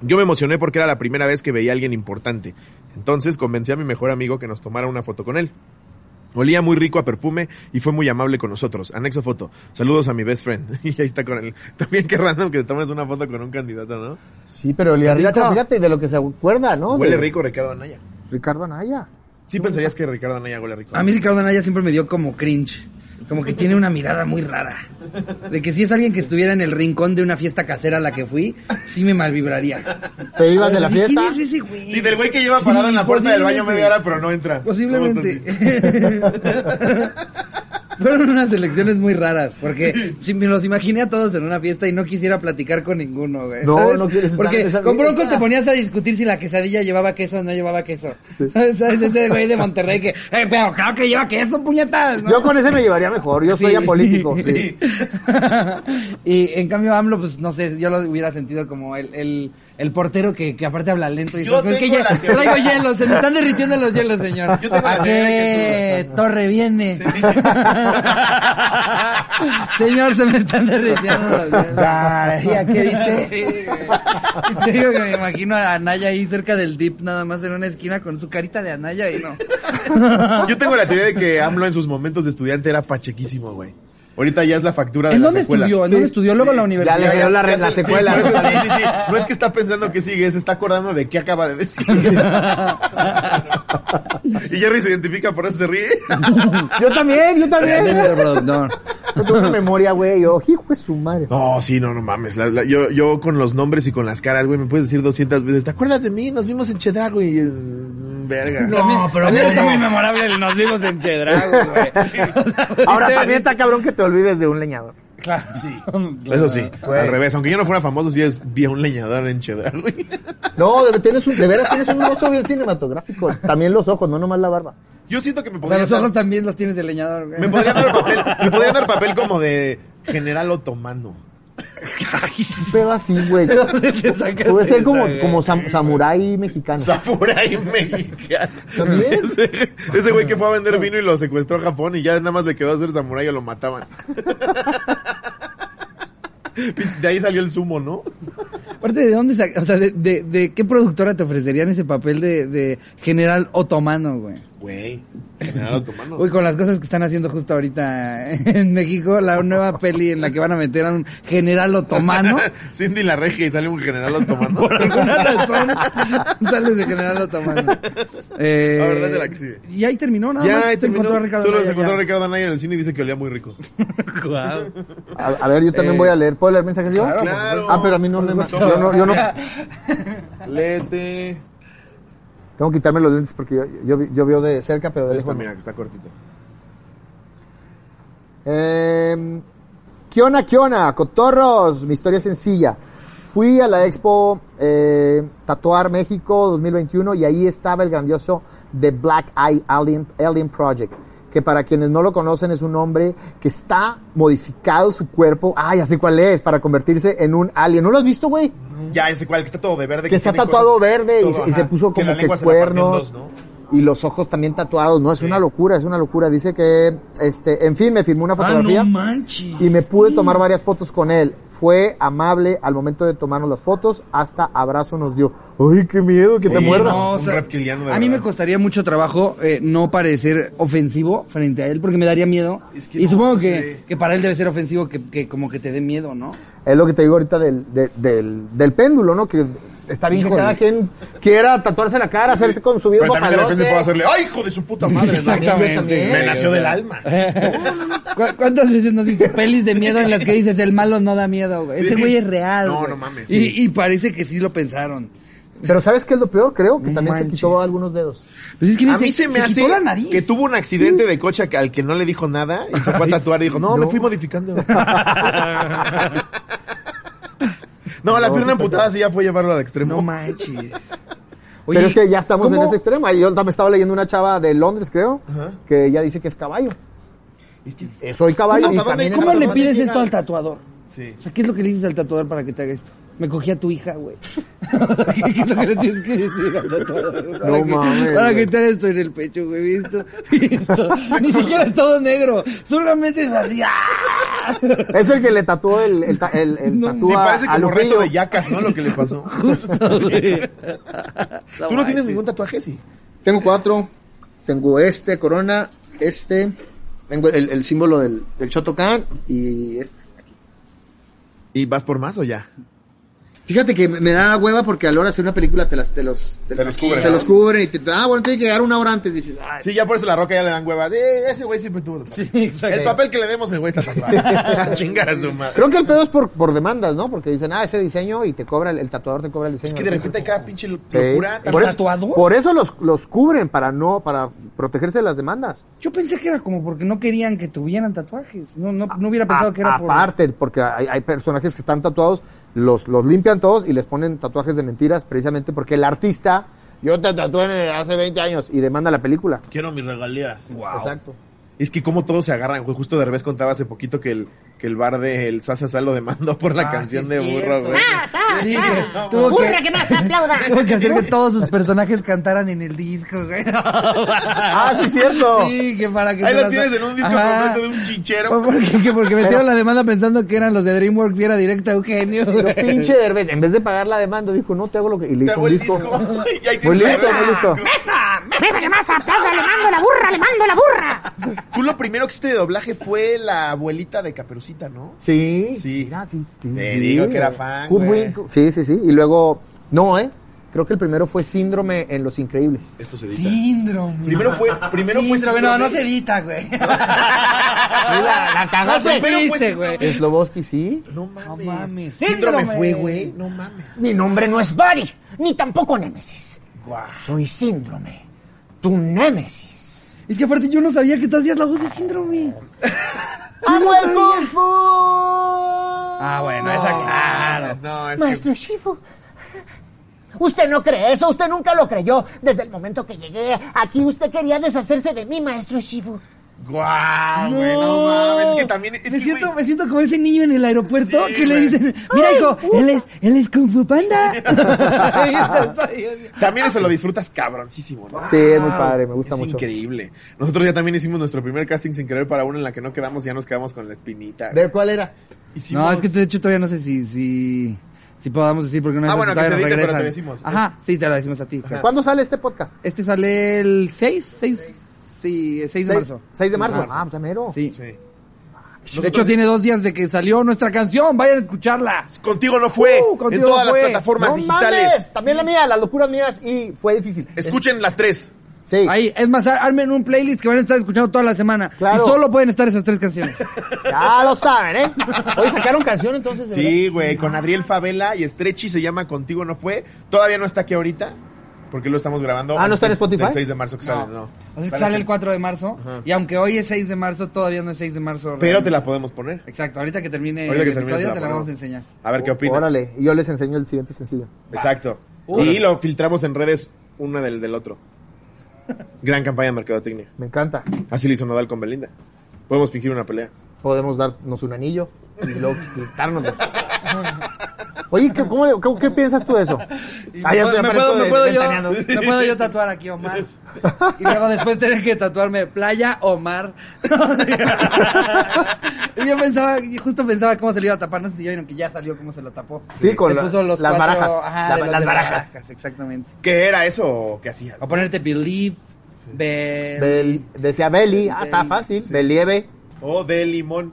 Speaker 2: Yo me emocioné porque era la primera vez que veía a alguien importante. Entonces convencí a mi mejor amigo que nos tomara una foto con él. Olía muy rico a perfume y fue muy amable con nosotros. Anexo foto. Saludos a mi best friend. Y ahí está con él. También qué random que te tomes una foto con un candidato, ¿no?
Speaker 3: Sí, pero el
Speaker 2: Ricardo.
Speaker 3: fíjate de lo que se acuerda, ¿no?
Speaker 2: Huele
Speaker 3: De-
Speaker 2: rico Ricardo Anaya.
Speaker 3: Ricardo Anaya.
Speaker 2: Sí pensarías que Ricardo Anaya huele rico.
Speaker 1: A mí Ricardo Anaya siempre me dio como cringe. Como que tiene una mirada muy rara. De que si es alguien que estuviera en el rincón de una fiesta casera a la que fui, sí me malvibraría.
Speaker 3: Te ibas de la
Speaker 1: ¿Y ¿Quién
Speaker 3: fiesta.
Speaker 1: es ese güey?
Speaker 2: Sí, del güey que lleva parado en la puerta del baño
Speaker 1: Posiblemente.
Speaker 2: media hora pero no entra.
Speaker 1: Posiblemente. Fueron unas elecciones muy raras, porque si me los imaginé a todos en una fiesta y no quisiera platicar con ninguno, güey.
Speaker 3: No,
Speaker 1: ¿sabes?
Speaker 3: no quieres estar en
Speaker 1: Porque
Speaker 3: esa
Speaker 1: con Bronco
Speaker 3: fiesta.
Speaker 1: te ponías a discutir si la quesadilla llevaba queso o no llevaba queso. ¿Sabes? Ese güey de Monterrey que, "Eh, pero claro que lleva queso, puñetas. ¿no?
Speaker 3: Yo con ese me llevaría mejor, yo soy
Speaker 1: Sí.
Speaker 3: apolítico. Sí.
Speaker 1: y en cambio AMLO, pues no sé, yo lo hubiera sentido como el, el, el portero que, que aparte habla lento. Y
Speaker 2: Yo
Speaker 1: dice, "Es que
Speaker 2: tengo la teoría".
Speaker 1: traigo hielos, se me están derritiendo los hielos, señor.
Speaker 2: Yo tengo la
Speaker 1: ¿A
Speaker 2: teoría de que
Speaker 1: qué
Speaker 2: es un
Speaker 1: torre viene?
Speaker 2: Sí, sí.
Speaker 1: señor, se me están derritiendo los hielos.
Speaker 6: ¿qué dice?
Speaker 1: Sí, güey. Te digo que me imagino a Anaya ahí cerca del dip, nada más en una esquina con su carita de Anaya y no.
Speaker 2: Yo tengo la teoría de que AMLO en sus momentos de estudiante era pachequísimo, güey. Ahorita ya es la factura de
Speaker 1: ¿En
Speaker 2: la
Speaker 1: dónde
Speaker 2: secuela.
Speaker 1: estudió? ¿En dónde estudió? Luego la universidad.
Speaker 6: le dio la-
Speaker 2: Ya se-
Speaker 6: la
Speaker 2: sí,
Speaker 6: secuela.
Speaker 2: por eso, Sí, sí, sí. No es que está pensando que sigue, se está acordando de qué acaba de decir. y Jerry se identifica, por eso se ríe.
Speaker 3: Yo también, yo
Speaker 1: Depende
Speaker 3: también.
Speaker 1: del productor.
Speaker 3: Yo tengo una memoria, güey. Yo, hijo de su madre.
Speaker 2: No, sí, no, no mames. La- la- yo, yo con los nombres y con las caras, güey, me puedes decir 200 veces. ¿Te acuerdas de mí? Nos vimos en Cheddar, güey. Eh, Verga.
Speaker 1: No, pero está muy memorable el Nos vimos en Chedrago, güey.
Speaker 3: Ahora también está cabrón que te olvides de un leñador.
Speaker 1: Claro.
Speaker 2: Eso sí,
Speaker 3: Güey.
Speaker 2: al revés. Aunque yo no fuera famoso, sí es vi a un leñador en Cheddar, güey.
Speaker 3: No, de, tienes un- de veras tienes un rostro bien cinematográfico. También los ojos, no nomás la barba.
Speaker 2: Yo siento que me
Speaker 1: O sea,
Speaker 2: podría
Speaker 1: los
Speaker 2: dar-
Speaker 1: ojos también los tienes de leñador, güey.
Speaker 2: Me podrían dar papel, me podrían dar papel como de general otomano.
Speaker 3: Un pedo así, güey.
Speaker 1: te sacas
Speaker 3: Puede ser como,
Speaker 2: esa,
Speaker 3: como sam- samurái mexicano.
Speaker 2: Samurai mexicano.
Speaker 3: ¿También?
Speaker 2: Ese, ese güey que fue a vender vino y lo secuestró a Japón y ya nada más le quedó hacer samurai o lo mataban. De ahí salió el sumo, ¿no?
Speaker 1: Aparte, ¿de dónde saca- O sea, de, de, de qué productora te ofrecerían ese papel de, de general otomano, güey?
Speaker 2: Güey, general otomano.
Speaker 1: Uy, con las cosas que están haciendo justo ahorita en México, la nueva peli en la que van a meter a un general
Speaker 3: ¿ah,
Speaker 1: otomano.
Speaker 2: Cindy la regia y sale un general otomano.
Speaker 1: Por alguna razón sales de general otomano. Eh,
Speaker 2: La verdad es de la que sigue.
Speaker 1: Y ahí terminó, nada más.
Speaker 2: ya,
Speaker 1: se
Speaker 2: ahí terminó.
Speaker 1: encontró a Ricardo
Speaker 2: Solo
Speaker 1: Anaya,
Speaker 2: se encontró a
Speaker 1: ya.
Speaker 2: Ricardo Anaya en el cine y dice que olía muy rico.
Speaker 1: ¿ah?
Speaker 3: A, a ver, yo también
Speaker 1: Eh,
Speaker 3: voy a leer. ¿Puedo leer mensajes yo?
Speaker 1: claro, por
Speaker 2: supuesto.
Speaker 3: Ah, pero a mí no me...
Speaker 2: supuesto.
Speaker 3: Yo no, yo no...
Speaker 2: Lete.
Speaker 3: Tengo que quitarme los lentes porque yo, yo, vi- yo veo de cerca, pero de
Speaker 2: Esta,
Speaker 3: lejos. no.
Speaker 2: mira, que está cortito.
Speaker 3: Eh, Kiona, Kiona, Cotorros, mi historia es sencilla. Fui a la Expo eh, Tatuar México 2021 y ahí estaba el grandioso The Black Eye Alien, Alien Project, que para quienes no lo conocen es un hombre que está modificado su cuerpo, ay, así cuál es, para convertirse en un alien. ¿No lo has visto, güey?
Speaker 2: Ya, ese cual que está todo de verde.
Speaker 3: Que está
Speaker 2: tiene
Speaker 3: tatuado
Speaker 2: cosas-
Speaker 3: verde y se- y se
Speaker 2: ajá.
Speaker 3: puso como
Speaker 2: la
Speaker 3: que
Speaker 2: lengua se la partió en dos,
Speaker 3: cuernos.
Speaker 2: ¿no?
Speaker 3: Y los ojos también tatuados, no, es una locura, es una locura. Dice que, este, en fin, me firmó una
Speaker 1: Ah,
Speaker 3: fotografía.
Speaker 1: no manches.
Speaker 3: y me pude tomar varias fotos con él. Fue amable al momento de tomarnos las fotos, hasta abrazo nos dio. ¡Ay, qué miedo que te
Speaker 2: Oye,
Speaker 3: muerda!
Speaker 2: no. un reptiliano de
Speaker 1: a mí me
Speaker 2: verdad.
Speaker 1: costaría mucho trabajo eh, no parecer ofensivo frente a él porque me daría miedo.
Speaker 2: Es que
Speaker 1: y
Speaker 2: no, pues,
Speaker 1: supongo
Speaker 2: sí.
Speaker 1: que, que para él debe ser ofensivo que, que como que te dé miedo, ¿no?
Speaker 3: Es lo que te digo ahorita del, de- del, del péndulo, ¿no? Que está bien
Speaker 1: Híjole.
Speaker 3: que cada quien quiera tatuarse la cara, hacerse con su vida
Speaker 2: Pero también de
Speaker 3: papalote.
Speaker 2: repente puedo hacerle, ¡ay, hijo de su puta madre! ¿no?
Speaker 1: Exactamente.
Speaker 3: Eh,
Speaker 2: Me nació del alma.
Speaker 1: ¿Cu- ¿Cuántas veces nos visto pelis de miedo en las que dices el malo no da miedo, güey? Este
Speaker 2: Sí.
Speaker 1: güey es real.
Speaker 2: No,
Speaker 1: güey"?
Speaker 2: no mames,
Speaker 1: Y,
Speaker 2: sí.
Speaker 1: y parece que sí lo pensaron.
Speaker 3: Pero ¿sabes qué es lo peor? Creo que
Speaker 1: No
Speaker 3: también se
Speaker 1: manches.
Speaker 3: quitó algunos dedos.
Speaker 1: Pues es que
Speaker 2: A mí se me hace
Speaker 1: quitó la nariz.
Speaker 2: que tuvo un accidente de coche al que no le dijo nada y se fue a tatuar y dijo, no, me fui modificando. no, la pierna amputada sí ya fue llevarlo al extremo.
Speaker 1: No manches.
Speaker 3: Pero es que ya estamos en
Speaker 1: ¿cómo-
Speaker 3: ese extremo. Ahí Yo también estaba leyendo una chava de Londres, creo, que ya dice que es caballo. Eh, Soy caballo
Speaker 2: ¿Hasta
Speaker 3: y
Speaker 2: dónde-
Speaker 3: también...
Speaker 1: ¿Cómo
Speaker 2: Hasta
Speaker 1: le
Speaker 2: dónde
Speaker 1: pides
Speaker 2: llega
Speaker 1: esto
Speaker 2: el-
Speaker 1: al tatuador?
Speaker 2: Sí.
Speaker 1: O sea, ¿qué es lo que le dices al tatuador para que te haga esto? Me cogí a tu hija, güey. ¿Qué es lo que le tienes que decir al tatuador? Para
Speaker 3: No
Speaker 1: que,
Speaker 3: mames,
Speaker 1: Para que
Speaker 3: güey.
Speaker 1: te haga esto en el pecho, güey. ¿Visto? ¿Visto? Ni siquiera es todo negro. Solamente es así. ¡ah!
Speaker 3: Es el que le tatuó el, el, ta- el- el
Speaker 1: No,
Speaker 3: tatú
Speaker 2: Sí,
Speaker 3: a-
Speaker 2: parece
Speaker 3: a
Speaker 2: como reto
Speaker 3: Lupillo.
Speaker 2: de yacas, ¿no? Lo que le pasó.
Speaker 1: Justo, güey.
Speaker 2: ¿Tú no tienes
Speaker 1: manches.
Speaker 2: ningún tatuaje, sí?
Speaker 7: Tengo cuatro. Tengo este, corona, este. Tengo el, el símbolo del, del Chotocán y este.
Speaker 2: ¿Y vas por más o ya?
Speaker 7: Fíjate que me me da hueva porque a la hora de hacer una película te, las, te los, te,
Speaker 2: los cubren,
Speaker 7: Te
Speaker 2: ¿no?
Speaker 7: los cubren y te, ah, bueno, tiene que llegar una hora antes. Dices, ay,
Speaker 2: Sí, ya por eso la roca ya le dan hueva. Eh, ese güey siempre tuvo tatuaje. El papel que le demos el güey está tatuado. A chingar a su madre.
Speaker 3: Creo que el pedo es por, por demandas, ¿no? Porque dicen, ah, ese diseño y te cobra, el, el tatuador te cobra el diseño.
Speaker 2: Es que de repente hay cada pinche
Speaker 3: Sí.
Speaker 2: locura.
Speaker 1: ¿El
Speaker 3: por,
Speaker 2: tatuaje.
Speaker 1: tatuador?
Speaker 3: eso, por eso los, los cubren, para no, para protegerse de las demandas.
Speaker 1: Yo pensé que era como porque no querían que tuvieran tatuajes. No, no, no hubiera pensado
Speaker 3: A-
Speaker 1: que era por...
Speaker 3: Aparte, porque hay, hay personajes que están tatuados, los, los limpian todos y les ponen tatuajes de mentiras precisamente porque el artista, yo te tatué hace 20 años y demanda la película.
Speaker 2: Quiero mis regalías.
Speaker 1: Pues,
Speaker 3: Exacto.
Speaker 2: Es que como todos se agarran, güey. Justo de revés contaba hace poquito que el, que el bar de El Sasa Sal lo demandó por la
Speaker 1: Ah,
Speaker 2: canción
Speaker 1: sí
Speaker 2: de
Speaker 1: es
Speaker 2: burro,
Speaker 1: cierto.
Speaker 2: güey.
Speaker 6: "Ah,
Speaker 1: Sí, que
Speaker 2: no,
Speaker 1: tuvo
Speaker 4: ¡Burra
Speaker 1: que-
Speaker 4: que más aplauda!
Speaker 1: Tuvo que hacer que todos sus personajes cantaran en el disco, güey. ah,
Speaker 3: sí, es cierto.
Speaker 1: Sí, que para que
Speaker 2: Ahí
Speaker 1: se
Speaker 2: la
Speaker 1: las-
Speaker 2: tienes en un disco
Speaker 1: Ajá. Pues,
Speaker 2: completo de un chichero.
Speaker 1: ¿Por qué? Que porque metieron la demanda pensando que eran los de DreamWorks y era directa Eugenio.
Speaker 3: Pero pinche Derbez, en vez de pagar la demanda, dijo, no te hago lo que... Y le
Speaker 2: Te
Speaker 3: hizo
Speaker 2: hago
Speaker 3: un
Speaker 2: el
Speaker 3: disco.
Speaker 2: disco. y ahí
Speaker 3: Muy
Speaker 2: tienes la
Speaker 3: listo,
Speaker 2: roca.
Speaker 3: muy listo.
Speaker 6: ah,
Speaker 4: ¡Arriba que más aplauda! ¡Le mando la burra! ¡Le mando la burra!
Speaker 2: Tú lo primero que hiciste de doblaje fue la abuelita de Caperucita, ¿no?
Speaker 3: Sí.
Speaker 2: Sí.
Speaker 3: Mira, sí, sí,
Speaker 2: Te
Speaker 3: sí,
Speaker 2: digo que era
Speaker 3: güey.
Speaker 2: fan,
Speaker 3: Good
Speaker 2: güey.
Speaker 3: Win, Sí, sí, sí. Y luego, no, ¿eh? Creo que el primero fue Síndrome en Los Increíbles.
Speaker 2: Esto se edita.
Speaker 1: Síndrome.
Speaker 2: Primero fue, primero fue
Speaker 1: Síndrome, no, no se
Speaker 2: síndrome.
Speaker 1: edita, güey.
Speaker 3: la- la cagaste.
Speaker 1: No supiste, güey.
Speaker 3: Sloboski, sí.
Speaker 1: No
Speaker 2: No mames.
Speaker 1: mames.
Speaker 2: Síndrome fue, güey. No mames.
Speaker 6: pues, Mi nombre no es Bari, ni tampoco Némesis. Soy síndrome. Tu Némesis.
Speaker 1: Es que aparte yo no sabía que tú hacías la voz de síndrome.
Speaker 6: ¡Hago el Kung Fu!
Speaker 1: Ah, bueno, esa claro.
Speaker 2: No, es que
Speaker 6: Maestro Shifu. Usted no cree eso, usted nunca lo creyó. Desde el momento que llegué aquí, usted quería deshacerse de mí, maestro Shifu.
Speaker 2: Guau, Ah, güey, no mames. Es que también. Es
Speaker 1: me,
Speaker 2: que,
Speaker 1: siento,
Speaker 2: güey,
Speaker 1: me siento como ese niño en el aeropuerto
Speaker 2: Sí,
Speaker 1: que le
Speaker 2: güey.
Speaker 1: dicen, mira hijo, él es, él es Kung Fu Panda. Y estoy así.
Speaker 2: También eso lo disfrutas cabroncísimo, ¿no?
Speaker 3: Sí, es muy padre, me gusta
Speaker 2: Es
Speaker 3: mucho.
Speaker 2: increíble. Nosotros ya también hicimos nuestro primer casting sin querer para una en la que no quedamos, ya nos quedamos con la espinita. güey.
Speaker 3: ¿De cuál era?
Speaker 2: Hicimos-
Speaker 1: No, es que de hecho todavía no sé si, si, si podamos decir porque no
Speaker 2: Ah, bueno, que se
Speaker 1: todavía
Speaker 2: edite,
Speaker 1: nos
Speaker 2: pero te
Speaker 1: regresan.
Speaker 2: decimos.
Speaker 1: Ajá, sí, te lo decimos a ti. Fer.
Speaker 3: ¿Cuándo sale este podcast?
Speaker 1: Este sale el 6, 6, sí, 6 de marzo.
Speaker 3: 6 de marzo.
Speaker 2: marzo.
Speaker 3: Ah, ya mero.
Speaker 1: Sí.
Speaker 2: Sí.
Speaker 1: De hecho, tiene dos días de que salió nuestra canción. Vayan a escucharla.
Speaker 2: Contigo no fue.
Speaker 3: Uh, contigo
Speaker 2: en todas las
Speaker 3: fue.
Speaker 2: plataformas
Speaker 3: No
Speaker 2: digitales.
Speaker 3: mames, También la mía, las locuras mías y fue difícil.
Speaker 2: Escuchen las tres.
Speaker 3: Sí.
Speaker 1: Ahí, es más, armen un playlist que van a estar escuchando toda la semana. Y
Speaker 3: Claro.
Speaker 1: solo pueden estar esas tres canciones.
Speaker 3: Ya lo saben, ¿eh? Hoy sacaron canción entonces. de verdad?
Speaker 2: Sí, güey, con Adriel Favela y Estrechi se llama Contigo no fue. Todavía no está aquí ahorita. Porque lo estamos grabando.
Speaker 3: Ah, ¿no está en
Speaker 2: antes
Speaker 3: Spotify?
Speaker 2: del 6 de marzo que sale, no.
Speaker 1: O sea, que sale el 4 de marzo.
Speaker 2: Ajá.
Speaker 1: Y aunque hoy es 6 de marzo, todavía no es 6 de marzo.
Speaker 2: Pero te
Speaker 1: realmente.
Speaker 2: la podemos poner.
Speaker 1: Exacto, ahorita que termine
Speaker 2: Ahorita
Speaker 1: Eh, el
Speaker 2: que termine
Speaker 1: episodio
Speaker 2: te la
Speaker 1: te la
Speaker 2: ponemos.
Speaker 1: vamos a enseñar.
Speaker 2: A ver qué opinas.
Speaker 3: Órale, y yo les enseño el siguiente sencillo.
Speaker 2: Exacto. Y lo filtramos en redes una del, del otro. Gran campaña de mercadotecnia.
Speaker 3: Me encanta.
Speaker 2: Así lo hizo Nodal con Belinda. Podemos fingir una pelea.
Speaker 3: Podemos darnos un anillo y luego quitarnos. Oye, ¿qué, cómo- cómo- qué piensas tú de eso?
Speaker 1: Y
Speaker 3: Ah,
Speaker 1: me,
Speaker 3: ya
Speaker 1: puedo,
Speaker 3: estoy
Speaker 1: me
Speaker 3: apareciendo
Speaker 1: puedo- me
Speaker 3: de-
Speaker 1: puedo
Speaker 3: ventaneando.
Speaker 1: yo, me puedo yo tatuar aquí Omar. Y luego después tener que tatuarme playa Omar. y yo pensaba, y justo pensaba cómo se le iba a tapar. No sé si yo vieron que ya salió cómo se lo tapó.
Speaker 3: Sí, con
Speaker 1: Le
Speaker 3: la-
Speaker 1: puso los
Speaker 3: las
Speaker 1: cuatro-
Speaker 3: barajas.
Speaker 1: ajá,
Speaker 3: La-
Speaker 1: de los
Speaker 3: las
Speaker 1: de
Speaker 3: barajas.
Speaker 1: Exactamente.
Speaker 2: ¿Qué era eso que hacías?
Speaker 1: O ponerte believe, bel,
Speaker 3: Bel- decía Beli, ah, está
Speaker 1: Beli,
Speaker 3: fácil. Believe.
Speaker 2: O de limón.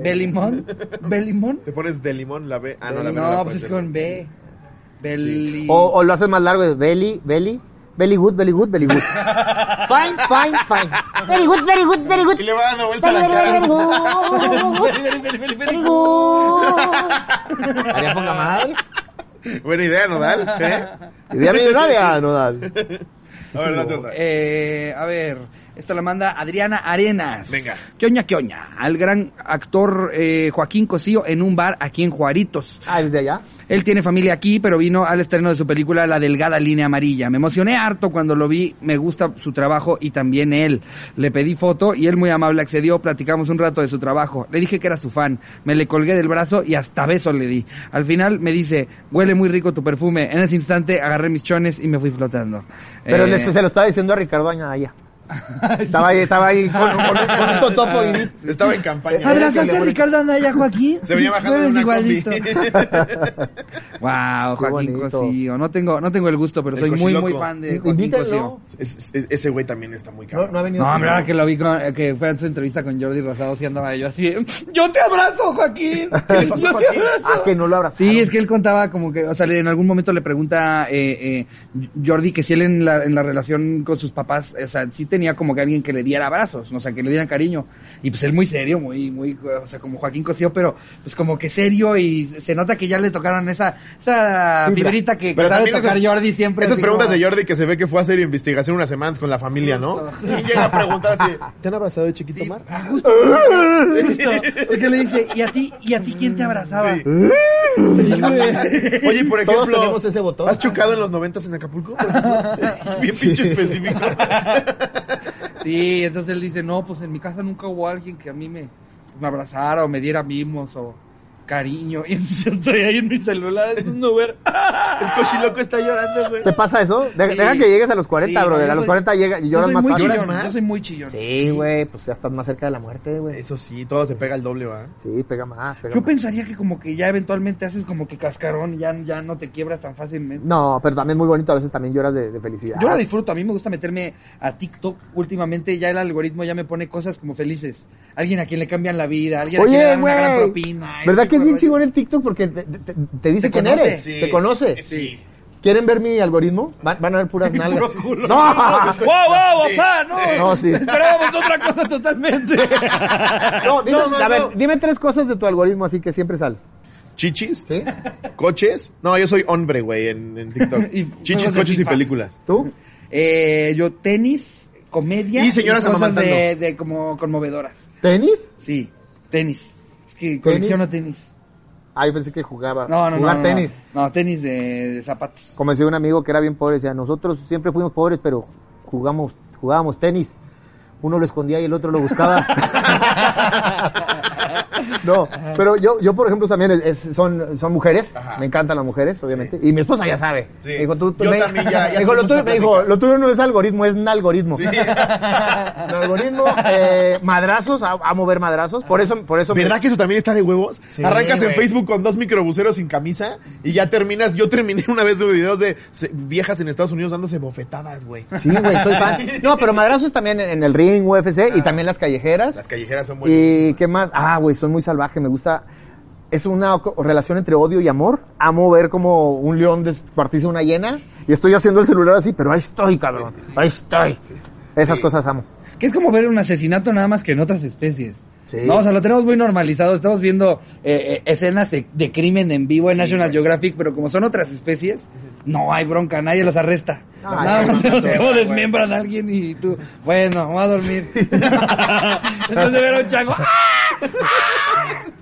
Speaker 1: belimón, belimón.
Speaker 2: Te pones de limón la B. Ah, no, la
Speaker 1: no,
Speaker 2: B. no la
Speaker 1: pues es
Speaker 2: puedes poner.
Speaker 1: con B. Beli.
Speaker 3: O, o lo haces más largo, es Beli, Beli. Belly good, belly good, belly good. Fine, fine, fine.
Speaker 4: ¡Very good, very good, very good!
Speaker 2: Y le va dando vuelta
Speaker 4: ¡Very,
Speaker 2: la
Speaker 4: very, very, very
Speaker 2: cara.
Speaker 4: good!
Speaker 1: Beli, beli, beli, beli, beli.
Speaker 4: ¡Very good!
Speaker 3: Haría poca madre.
Speaker 2: Buena idea, Nodal. ¿eh?
Speaker 3: Idea millonaria, Nodal.
Speaker 2: A ver, date otra.
Speaker 1: Eh, a ver, esta la manda Adriana Arenas.
Speaker 2: Venga.
Speaker 1: Quioña, quioña. Al gran actor eh, Joaquín Cosío en un bar aquí en Juaritos.
Speaker 3: Ah, ¿es de allá?
Speaker 1: Él tiene familia aquí, pero vino al estreno de su película La Delgada Línea Amarilla. Me emocioné harto cuando lo vi, me gusta su trabajo y también él. Le pedí foto y él muy amable accedió, platicamos un rato de su trabajo. Le dije que era su fan, me le colgué del brazo y hasta beso le di. Al final me dice, huele muy rico tu perfume. En ese instante agarré mis chones y me fui flotando.
Speaker 3: Pero
Speaker 1: Eh,
Speaker 3: le- se lo estaba diciendo a Ricardo Anaya. Estaba ahí, estaba ahí con, con un- con un totopo y...
Speaker 2: Estaba en campaña.
Speaker 1: ¿Abrazaste a Ricardo Anaya, Joaquín?
Speaker 2: Se venía bajando de
Speaker 1: Eres
Speaker 2: una
Speaker 1: igualito.
Speaker 2: combi.
Speaker 1: wow,
Speaker 3: Qué
Speaker 1: Joaquín
Speaker 3: bonito.
Speaker 1: Cosío. No tengo, no tengo el gusto, pero
Speaker 2: El
Speaker 1: soy muy, muy
Speaker 2: cochiloco.
Speaker 1: fan de Joaquín Cosío.
Speaker 3: Invítenlo.
Speaker 2: Es- es- ese güey también está muy
Speaker 3: No,
Speaker 2: cabrón.
Speaker 3: no ha venido.
Speaker 1: No, hombre, ahora que lo vi con, eh, que fue en su entrevista con Jordi Rosado, sí andaba yo así, de, yo te abrazo, Joaquín, yo te abrazo.
Speaker 3: Ah, que no lo abrazaron.
Speaker 1: Sí, es que él contaba como que, o sea, le- en algún momento le pregunta eh, eh, Jordi que si él en la, en la relación con sus papás, o sea, sí tenía como que alguien que le diera abrazos, o sea, que le dieran cariño. Y pues él muy serio, muy, muy, o sea, como Joaquín Cosío, pero pues como que serio y se nota que ya le tocaron esa, esa
Speaker 3: Fibra.
Speaker 1: fibrita que, que
Speaker 2: Pero
Speaker 1: sabe
Speaker 2: también
Speaker 1: tocar
Speaker 2: esas-
Speaker 1: Jordi siempre.
Speaker 2: Esas
Speaker 1: así
Speaker 2: preguntas
Speaker 1: como-
Speaker 2: de Jordi que se ve que fue a hacer investigación unas semanas con la familia, ¿no?
Speaker 1: Justo.
Speaker 2: Y llega a preguntar así, ¿te han abrazado de chiquito, Mar?
Speaker 1: Ah, justo, justo. porque le dice, ¿y a ti, y a ti quién te abrazaba?
Speaker 2: Sí. Oye, por ejemplo,
Speaker 3: Todos tenemos ese botón.
Speaker 2: ¿has chocado en los noventas en Acapulco? Bien pinche específico.
Speaker 1: Sí, entonces él dice, no, pues en mi casa nunca hubo alguien que a mí me, pues, me abrazara o me diera mimos o cariño. Y entonces yo estoy ahí en mi celular, es un Uber.
Speaker 2: El cochiloco está llorando, güey.
Speaker 3: ¿Te pasa eso? De-
Speaker 1: Sí.
Speaker 3: Deja que llegues a los 40,
Speaker 1: Sí,
Speaker 3: brother.
Speaker 1: yo
Speaker 3: a los
Speaker 1: soy-
Speaker 3: 40 llega, y
Speaker 1: yo
Speaker 3: lloras
Speaker 1: soy
Speaker 3: más
Speaker 1: muy
Speaker 3: fácil.
Speaker 1: chillón,
Speaker 2: más?
Speaker 1: yo soy muy chillón.
Speaker 3: Sí, güey, pues ya estás más cerca de la muerte, güey.
Speaker 2: Eso sí, todo te pega el doble, ¿va?
Speaker 3: Sí, pega más, pega
Speaker 1: Yo
Speaker 3: más.
Speaker 1: pensaría que como que ya eventualmente haces como que cascarón y ya, ya no te quiebras tan fácilmente.
Speaker 3: No, pero también muy bonito, a veces también lloras de, de felicidad.
Speaker 1: Yo lo disfruto, a mí me gusta meterme a TikTok. Últimamente ya el algoritmo ya me pone cosas como felices. Alguien a quien le cambian la vida, alguien a quien le
Speaker 3: Oye,
Speaker 1: dan una gran
Speaker 3: güey.
Speaker 1: propina. ese
Speaker 3: ¿Verdad
Speaker 1: tipo
Speaker 3: que es
Speaker 1: de
Speaker 3: bien
Speaker 1: rollos?
Speaker 3: chingón el TikTok? Porque te, te- te dice
Speaker 1: Te
Speaker 3: quién
Speaker 1: conoce.
Speaker 3: eres. Te conoce.
Speaker 2: Sí.
Speaker 3: ¿Quieren ver mi algoritmo? Van, van a ver puras nalgas.
Speaker 2: culo.
Speaker 3: ¡No!
Speaker 1: ¡Wow, wow, papá! Ah, No,
Speaker 3: No, sí.
Speaker 1: esperábamos otra cosa totalmente.
Speaker 3: No, dime,
Speaker 2: No, no,
Speaker 3: a ver,
Speaker 2: no.
Speaker 3: dime tres cosas de tu algoritmo así que siempre sale.
Speaker 2: ¿Chichis?
Speaker 3: ¿Sí?
Speaker 2: ¿Coches? No, yo soy hombre, güey, en, en TikTok.
Speaker 1: Y
Speaker 2: Chichis,
Speaker 1: juegos de
Speaker 2: coches y
Speaker 1: FIFA.
Speaker 2: películas.
Speaker 3: ¿Tú?
Speaker 1: Eh, yo tenis, comedia
Speaker 2: Y señoras
Speaker 1: cosas
Speaker 2: amamantando.
Speaker 1: de, de como conmovedoras.
Speaker 3: ¿Tenis?
Speaker 1: Sí, tenis. Es que colecciono tenis.
Speaker 3: Ah, yo pensé que jugaba.
Speaker 1: No, no, no,
Speaker 3: Jugar
Speaker 1: no.
Speaker 3: tenis.
Speaker 1: No, No, tenis de, de zapatos.
Speaker 3: Como decía un amigo que era bien pobre, decía, nosotros siempre fuimos pobres, pero jugamos, jugábamos tenis. Uno lo escondía y el otro lo buscaba. no, pero yo, yo por ejemplo, también es- es- son, son mujeres.
Speaker 2: Ajá.
Speaker 3: Me encantan las mujeres, obviamente. Y mi esposa ya sabe.
Speaker 2: Sí.
Speaker 3: Me dijo, tú, tú-
Speaker 2: Yo
Speaker 3: me,
Speaker 2: también ya- ya
Speaker 3: me dijo, lo
Speaker 2: tuvimos
Speaker 3: tuyo,
Speaker 2: esa
Speaker 3: me dijo,
Speaker 2: plática.
Speaker 3: lo tuyo no es algoritmo, es nalgoritmo.
Speaker 2: Sí.
Speaker 3: Nalgoritmo, eh, madrazos, a- amo ver madrazos. Por eso, por eso. me-
Speaker 2: ¿Verdad que eso también está de huevos?
Speaker 3: Sí,
Speaker 2: Arrancas en
Speaker 3: güey.
Speaker 2: Facebook con dos microbuseros sin camisa y ya terminas. Yo terminé una vez de videos de se- viejas en Estados Unidos dándose bofetadas, güey.
Speaker 3: Sí, güey, soy fan. No, pero madrazos también en en el ring, UFC, y también las callejeras.
Speaker 2: Las callejeras son buenas.
Speaker 3: ¿Y qué más? Ah, güey, soy muy salvaje, me gusta. Es una co- relación entre odio y amor. Amo ver como un león despartiza una hiena. Y estoy haciendo el celular así, pero ahí estoy, cabrón. Ahí estoy. Esas cosas amo.
Speaker 1: Que es como ver un asesinato nada más que en otras especies.
Speaker 3: Sí.
Speaker 1: No, o sea, lo tenemos muy normalizado. Estamos viendo eh, eh, escenas de, de crimen en vivo en National Geographic, pero como son otras especies, no hay bronca, nadie los arresta.
Speaker 3: Ay,
Speaker 1: Nada
Speaker 3: qué
Speaker 1: más
Speaker 3: mamacera,
Speaker 1: vemos cómo desmembran a alguien y tú, bueno, vamos a dormir. Entonces de ver a un chango, ¡ah!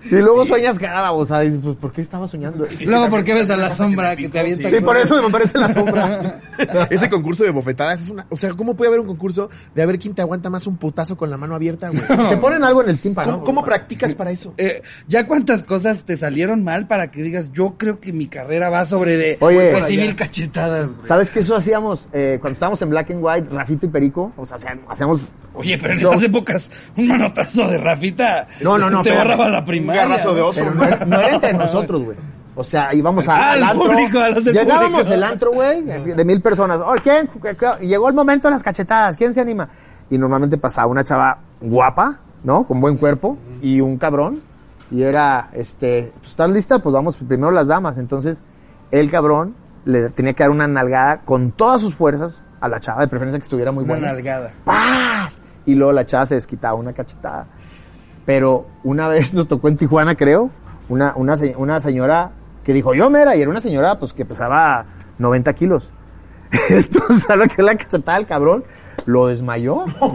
Speaker 3: Y luego sueñas cada babosada. Y dices, pues, ¿por qué estaba soñando?
Speaker 1: Y Luego, ¿por qué ves a la sombra que te avienta?
Speaker 3: Sí, por
Speaker 1: cosas?
Speaker 3: eso me parece la sombra.
Speaker 2: Ese concurso de bofetadas es una. O sea, ¿cómo puede haber un concurso de a ver quién te aguanta más un putazo con la mano abierta, güey?
Speaker 3: Se ponen algo en el tímpano.
Speaker 2: ¿Cómo, cómo practicas para eso?
Speaker 1: Eh, ya cuántas cosas te salieron mal para que digas, yo creo que mi carrera va sobre de
Speaker 3: Oye.
Speaker 1: recibir cachetadas, güey.
Speaker 3: ¿Sabes qué? Eso hacíamos eh, cuando estábamos en Black and White, Rafito y Perico. O sea, hacían- hacíamos.
Speaker 1: Oye, pero en
Speaker 3: No.
Speaker 1: esas épocas, un manotazo de Rafita.
Speaker 3: No, no, no,
Speaker 1: Te
Speaker 3: espérame.
Speaker 1: borraba la
Speaker 2: Un
Speaker 1: primaria.
Speaker 2: garrazo de oso.
Speaker 3: Pero
Speaker 2: ¿no?
Speaker 3: no era, no era entre nosotros, güey. O sea, íbamos a,
Speaker 1: Ah, al público, a los del
Speaker 3: Llegábamos
Speaker 1: público.
Speaker 3: el antro, güey, así de mil personas. Oh, ¿quién? ¿Qué- qué? Y Llegó el momento de las cachetadas. ¿Quién se anima? Y normalmente pasaba una chava guapa, ¿no? Con buen cuerpo y un cabrón. Y era, este, pues, ¿estás lista? Pues vamos primero las damas. Entonces, el cabrón le tenía que dar una nalgada con todas sus fuerzas a la chava, de preferencia que estuviera muy
Speaker 1: Una
Speaker 3: buena.
Speaker 1: nalgada.
Speaker 3: ¡Paz! Y luego la chava se desquitaba una cachetada. Pero una vez nos tocó en Tijuana, creo, una, una, se- una señora que dijo, yo mera, y era una señora pues que pesaba 90 kilos. Entonces, a lo que la cachetada del cabrón lo desmayó. ¡Pum!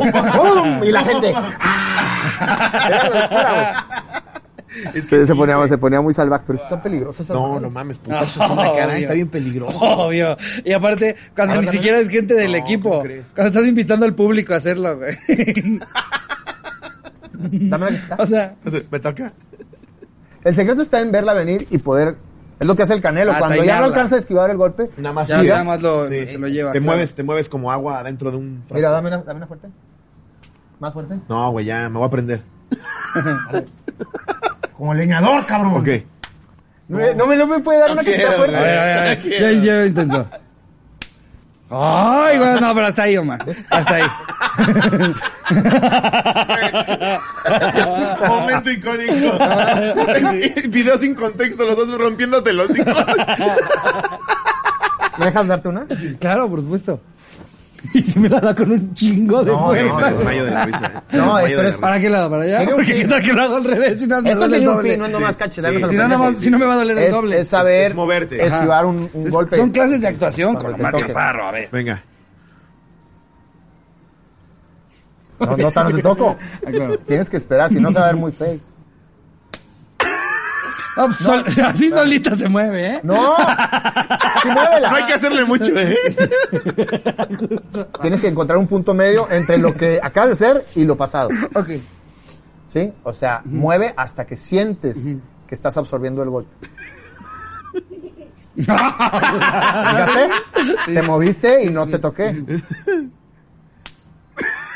Speaker 3: Y la gente. ¡ah! Era una locura, güey.
Speaker 2: Es que
Speaker 3: se,
Speaker 2: sí,
Speaker 3: se ponía,
Speaker 2: güey.
Speaker 3: se ponía muy salvaje, pero sí están peligrosas. esas
Speaker 2: No,
Speaker 3: madres.
Speaker 2: no mames, putazo en la cara,
Speaker 1: Ah, Obvio.
Speaker 2: está bien peligroso.
Speaker 1: Obvio. Y aparte, cuando
Speaker 2: Ahora
Speaker 1: ni
Speaker 2: también-
Speaker 1: siquiera es gente del
Speaker 2: No,
Speaker 1: equipo.
Speaker 2: ¿cómo crees?
Speaker 1: Cuando estás invitando al público a hacerlo, güey.
Speaker 3: Dame la cachetada.
Speaker 1: o sea,
Speaker 2: Me toca.
Speaker 3: El secreto está en verla venir y poder. Es lo que hace el Canelo. Cuando ya no
Speaker 1: Ataigarla.
Speaker 3: alcanza a esquivar el golpe.
Speaker 2: Nada más,
Speaker 1: Ya,
Speaker 2: gira.
Speaker 1: nada más lo- se lo lleva,
Speaker 2: Te
Speaker 1: claro.
Speaker 2: mueves, te mueves como agua adentro de un frasco.
Speaker 3: Mira, dame una, dame una fuerte. Más fuerte.
Speaker 2: No, güey, ya, me voy a prender.
Speaker 3: Como leñador, cabrón.
Speaker 2: Ok.
Speaker 3: No, me- no me, no me puede dar una
Speaker 2: No quiero,
Speaker 3: cachetada fuerte.
Speaker 1: a ver, a ver, a ver. Ya, ya lo intento. Ay, güey, no, pero hasta ahí, Omar. Hasta ahí.
Speaker 2: Momento icónico. Video sin contexto, los dos rompiéndote los hijos.
Speaker 3: ¿Me dejas darte una?
Speaker 1: Claro, por supuesto. Y si me la da con un chingo de
Speaker 3: No,
Speaker 1: fuerza.
Speaker 2: No, me desmayo de la risa. eh.
Speaker 3: No,
Speaker 2: Me desmayo
Speaker 3: pero
Speaker 2: de la
Speaker 3: es
Speaker 1: ¿Para qué lado? ¿Para allá?
Speaker 3: Tiene un
Speaker 1: Porque
Speaker 3: fin.
Speaker 1: qué tal que lo hago al revés. Si no, me
Speaker 3: Esto
Speaker 1: duele el
Speaker 3: tiene un
Speaker 1: doble.
Speaker 3: fin, no es nomás cachetarnos a los
Speaker 1: Si no, no,
Speaker 3: pendejos.
Speaker 1: si no me va a doler el
Speaker 3: Es,
Speaker 1: doble.
Speaker 3: es saber
Speaker 2: Es- es moverte.
Speaker 1: Ajá.
Speaker 3: esquivar un, un
Speaker 1: Es-
Speaker 3: golpe.
Speaker 1: Son clases de actuación con
Speaker 3: Cuando te
Speaker 1: Omar
Speaker 3: toque.
Speaker 1: Chaparro, a ver.
Speaker 2: Venga.
Speaker 3: No, no, no te toco.
Speaker 1: Ah, claro.
Speaker 3: Tienes que esperar, si no se va a ver muy feo.
Speaker 1: Ah, pues, sol- así solita se mueve, ¿eh?
Speaker 3: ¡No! ¡Sí, muévela!
Speaker 2: No hay que hacerle mucho, ¿eh?
Speaker 3: Tienes que encontrar un punto medio entre lo que acabas de hacer y lo pasado.
Speaker 1: Ok.
Speaker 3: ¿Sí? O sea, mueve hasta que sientes que estás absorbiendo el golpe. ¿Fijaste? Te moviste y no te toqué.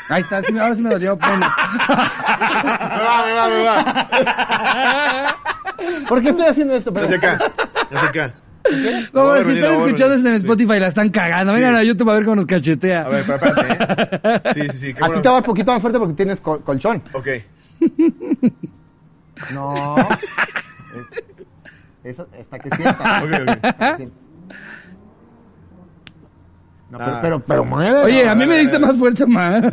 Speaker 1: Ahí está, sí, ahora sí me dolió. Bueno.
Speaker 2: Me va, me va, me va.
Speaker 3: ¿Por qué estoy haciendo esto? Pero-
Speaker 2: Hacia acá. Hacia acá.
Speaker 1: No,
Speaker 2: Voy a
Speaker 1: si
Speaker 2: venir,
Speaker 1: están
Speaker 2: voy a
Speaker 1: escuchando
Speaker 2: venir.
Speaker 1: desde en Spotify, la están cagando. Vengan a YouTube a ver cómo nos cachetea.
Speaker 2: A ver, pero espérate, ¿eh? Sí, sí, sí. qué
Speaker 3: A ti
Speaker 2: bueno.
Speaker 3: te va un poquito más fuerte porque tienes col- colchón.
Speaker 2: Ok.
Speaker 3: No. Es- es hasta que sientas.
Speaker 2: Ok, ok.
Speaker 3: Hasta que sientas. No, pero,
Speaker 2: Ah.
Speaker 3: pero, pero mueve.
Speaker 1: Oye, a mí
Speaker 2: a
Speaker 1: me
Speaker 2: ver,
Speaker 1: diste
Speaker 2: a ver.
Speaker 1: más fuerte, Omar.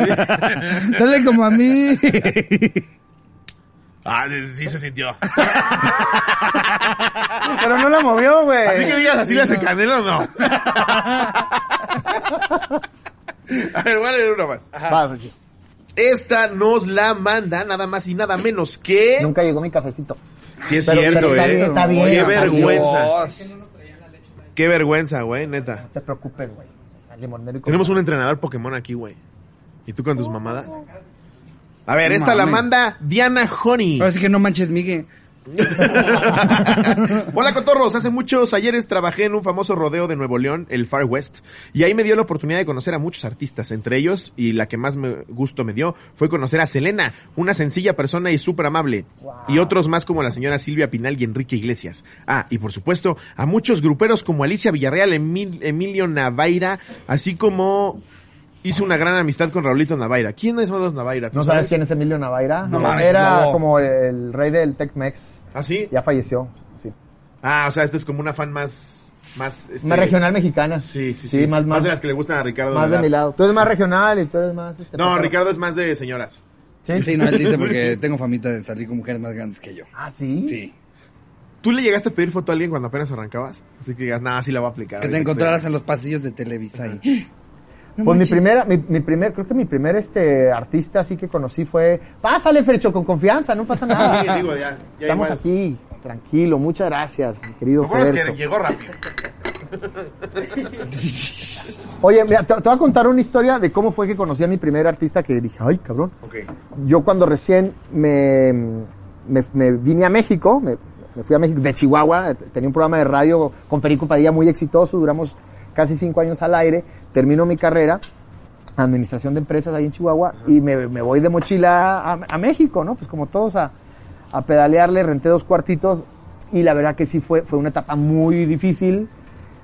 Speaker 1: Dale como a mí.
Speaker 2: Ah, sí se sintió.
Speaker 3: Pero no la movió, güey.
Speaker 2: Así que digas, así le hace canelo o no. A ver, voy a leer una más.
Speaker 3: Va, pues, sí.
Speaker 2: Esta nos la manda nada más y nada menos que.
Speaker 3: Nunca llegó mi cafecito.
Speaker 2: Sí, es
Speaker 3: Pero-
Speaker 2: cierto,
Speaker 3: pero está
Speaker 2: eh.
Speaker 3: bien, está bien,
Speaker 2: Qué
Speaker 3: está bien.
Speaker 2: vergüenza. Qué vergüenza, güey, neta.
Speaker 3: No te preocupes, güey. Al limonero y con-
Speaker 2: Tenemos un entrenador Pokémon aquí, güey. ¿Y tú con
Speaker 3: Oh.
Speaker 2: tus mamadas? A ver,
Speaker 1: No
Speaker 2: esta la
Speaker 1: mames.
Speaker 2: manda Diana Honey.
Speaker 1: Ahora sí que no manches, Miguel.
Speaker 2: Hola cotorros, hace muchos ayeres trabajé en un famoso rodeo de Nuevo León, el Far West, y ahí me dio la oportunidad de conocer a muchos artistas, entre ellos, y la que más me- gusto me dio, fue conocer a Selena, una sencilla persona y súper amable, y otros más como la señora Silvia Pinal y Enrique Iglesias. Ah, y por supuesto, a muchos gruperos como Alicia Villarreal, Emil- Emilio Navaira, así como... Hice una gran amistad con Raulito Navaira. ¿Quiénes son los Navaira? ¿Tú
Speaker 3: ¿No sabes quién es Emilio Navaira?
Speaker 1: No mames,
Speaker 3: Era
Speaker 1: no.
Speaker 3: como el rey del Tex-Mex.
Speaker 2: ¿Ah, sí?
Speaker 3: Ya falleció. Sí.
Speaker 2: Ah, o sea, este es como una fan más... Más, este,
Speaker 3: Más regional mexicana.
Speaker 2: Sí, sí, sí.
Speaker 3: Sí, más, más,
Speaker 2: de las que le gustan a Ricardo.
Speaker 3: más de
Speaker 2: ¿verdad?
Speaker 3: mi lado. Tú eres más regional y tú eres más... este,
Speaker 2: No,
Speaker 3: pero-
Speaker 2: Ricardo es más de señoras.
Speaker 3: ¿Sí?
Speaker 1: Sí, no, él dice porque tengo famita de salir con mujeres más grandes que yo.
Speaker 3: Ah, ¿sí?
Speaker 1: Sí.
Speaker 2: ¿Tú le llegaste a pedir foto a alguien cuando apenas arrancabas? Así que digas, nada, sí la voy a aplicar.
Speaker 1: Que te
Speaker 2: ahorita
Speaker 1: encontraras
Speaker 2: estoy-
Speaker 1: en los pasillos de Televisa ahí.
Speaker 3: Pues mi primera, mi, mi primer, creo que mi primer este artista así que conocí fue, pásale Fercho con confianza, no pasa nada.
Speaker 2: Sí, digo, ya, ya
Speaker 3: Estamos
Speaker 2: igual.
Speaker 3: aquí, tranquilo, muchas gracias, mi querido
Speaker 2: Lo bueno es que
Speaker 3: Fercho.
Speaker 2: llegó rápido.
Speaker 3: Oye, mira, te, te voy a contar una historia de cómo fue que conocí a mi primer artista que dije, ay, cabrón.
Speaker 2: Ok.
Speaker 3: Yo cuando recién me, me, me vine a México, me, me fui a México de Chihuahua, eh, tenía un programa de radio con Perico Padilla muy exitoso, duramos casi cinco años al aire, termino mi carrera, administración de empresas ahí en Chihuahua, y me, me voy de mochila a, a México, ¿no? Pues como todos a, a pedalearle, renté dos cuartitos, y la verdad que sí fue, fue una etapa muy difícil,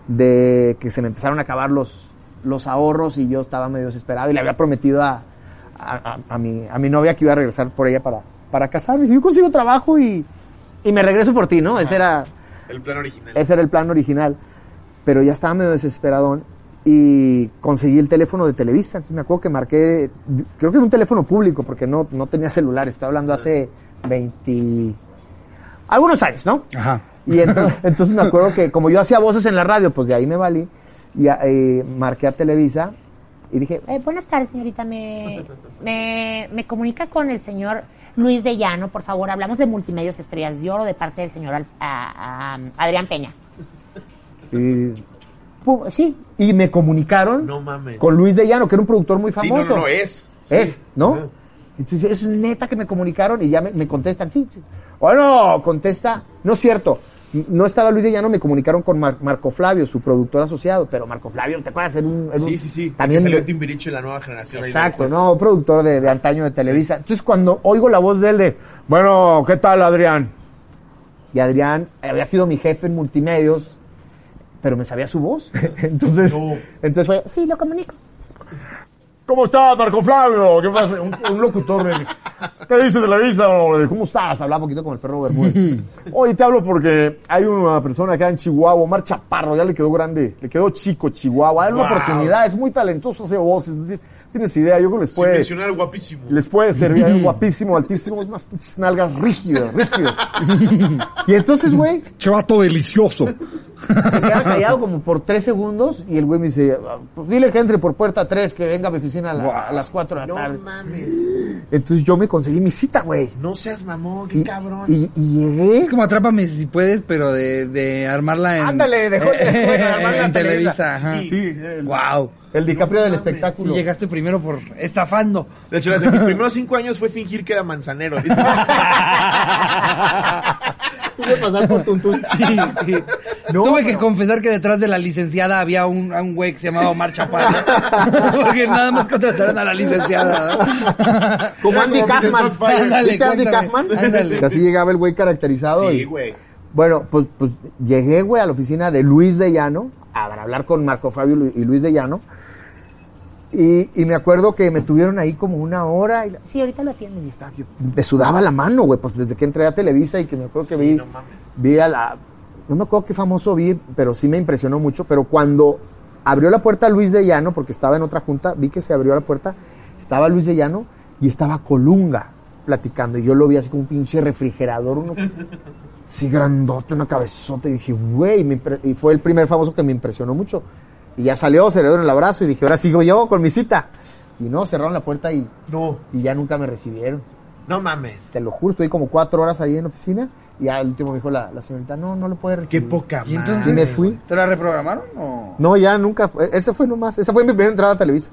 Speaker 3: de que se me empezaron a acabar los, los ahorros y yo estaba medio desesperado y le había prometido a, a, a- a mi, a mi novia que iba a regresar por ella para, para casarme. Dije, yo consigo trabajo y, y me regreso por ti, ¿no? Ese era,
Speaker 2: El plan original.
Speaker 3: ese era el plan original. Pero ya estaba medio desesperadón y conseguí el teléfono de Televisa. Entonces me acuerdo que marqué, creo que era un teléfono público porque no, no tenía celular, estoy hablando hace 20... Algunos años, ¿no?
Speaker 1: Ajá.
Speaker 3: Y entonces, entonces me acuerdo que como yo hacía voces en la radio, pues de ahí me valí. Y a- eh, marqué a Televisa y dije,
Speaker 8: Eh, buenas tardes, señorita. Me, me, me comunica con el señor Luis de Llano, por favor. Hablamos de Multimedios Estrellas de Oro de parte del señor Al- a- a- Adrián Peña.
Speaker 3: y, pum, sí. Y me comunicaron
Speaker 9: No mames.
Speaker 3: con Luis de Llano, que era un productor muy
Speaker 2: Sí, no,
Speaker 3: famoso.
Speaker 2: no, no, es.
Speaker 3: Es, ¿no?
Speaker 9: Ajá.
Speaker 3: Entonces, es neta que me comunicaron y ya me, me contestan, sí. sí. Bueno, contesta, no es cierto. No estaba Luis de Llano, me comunicaron con Mar- Marco Flavio, su productor asociado, pero Marco Flavio, ¿te acuerdas? Era un, era un-
Speaker 2: Sí, sí, sí.
Speaker 3: También
Speaker 2: También salió Timbiriche y la Pues, nueva generación. ahí
Speaker 3: Exacto,
Speaker 2: después.
Speaker 3: no, productor de, de antaño de Televisa. Entonces cuando oigo la voz de él de, bueno, ¿qué tal Adrián? Y Adrián había sido mi jefe en multimedios, pero me sabía su voz. Entonces,
Speaker 2: No.
Speaker 3: entonces fue,
Speaker 8: Sí, lo comunico.
Speaker 3: ¿Cómo estás, Marco Flavio? ¿Qué pasa? Un, un locutor. de- ¿Qué dice Televisa? ¿Cómo estás? Hablaba un poquito con el perro Bermúdez. Oye, te hablo porque hay una persona acá en Chihuahua, Omar Chaparro, ya le quedó grande, le quedó chico Chihuahua. Hay una
Speaker 2: Wow.
Speaker 3: oportunidad, es muy talentoso, hace voces. Tienes idea, yo creo que les
Speaker 2: Sin
Speaker 3: puede,
Speaker 2: mencionar al guapísimo.
Speaker 3: les puede servir. Hay un guapísimo, altísimo, unas pinches nalgas rígidas, rígidas. Y entonces, güey,
Speaker 1: Chato delicioso.
Speaker 3: se queda callado como por tres segundos y el güey me dice, "Ah, pues dile que entre por puerta tres, que venga a mi oficina a, la- a las cuatro de la tarde.
Speaker 9: No mames.
Speaker 3: Entonces yo me conseguí mi cita, güey.
Speaker 9: No seas mamón, qué
Speaker 3: Y,
Speaker 9: cabrón.
Speaker 3: y, y llegué.
Speaker 1: Es como Atrápame si puedes, pero de, de armarla en...
Speaker 3: Ándale, dejó dejó de armar la
Speaker 1: en Televisa. ajá.
Speaker 3: Sí, el,
Speaker 1: Wow.
Speaker 3: el DiCaprio del espectáculo.
Speaker 1: llegaste primero por estafando.
Speaker 2: De hecho, desde mis primeros cinco años fue fingir que era manzanero. dice.
Speaker 3: Pude pasar por tuntún. No,
Speaker 1: Tuve que
Speaker 3: pero-
Speaker 1: confesar que detrás de la licenciada había un, a un güey que se llamaba Omar Chaparro. Porque nada más contrataron a la licenciada.
Speaker 3: Como
Speaker 2: Era
Speaker 3: Andy
Speaker 2: como Mrs.
Speaker 3: Kaufman.
Speaker 2: Doubtfire.
Speaker 1: Ándale,
Speaker 3: ¿Viste a Andy
Speaker 1: cuéntame.
Speaker 3: Kaufman?
Speaker 1: Ándale.
Speaker 3: Que Así llegaba el güey caracterizado.
Speaker 2: Sí,
Speaker 3: y-
Speaker 2: güey.
Speaker 3: Bueno, pues, pues llegué, güey, a la oficina de Luis de Llano, a para hablar con Marco Fabio Lu- y Luis de Llano. Y, y me acuerdo que me tuvieron ahí como una hora y la-
Speaker 8: Sí, ahorita lo atienden. y está.
Speaker 3: me sudaba la mano, güey, pues desde que entré a Televisa y que me acuerdo que vi,
Speaker 2: no mames.
Speaker 3: vi a la, no me acuerdo qué famoso vi, pero sí me impresionó mucho, pero cuando abrió la puerta Luis de Llano, porque estaba en otra junta, vi que se abrió la puerta, estaba Luis de Llano y estaba Colunga platicando, y yo lo vi así como un pinche refrigerador, uno, así grandote, una cabezota, y dije, güey, me impre- y fue el primer famoso que me impresionó mucho, y ya salió, se le dieron el abrazo, y dije, ahora sigo yo con mi cita, y no, cerraron la puerta y,
Speaker 9: No,
Speaker 3: y ya nunca me recibieron.
Speaker 9: no mames.
Speaker 3: Te lo juro, estuve como cuatro horas ahí en la oficina y al último me dijo la, la señorita, no, no lo puede
Speaker 9: Qué
Speaker 3: recibir.
Speaker 9: poca
Speaker 1: Y
Speaker 9: madre.
Speaker 1: entonces...
Speaker 3: Y me fui.
Speaker 1: ¿Te la reprogramaron o...?
Speaker 3: No, ya nunca, fue- esa fue nomás, esa fue mi primera entrada a Televisa.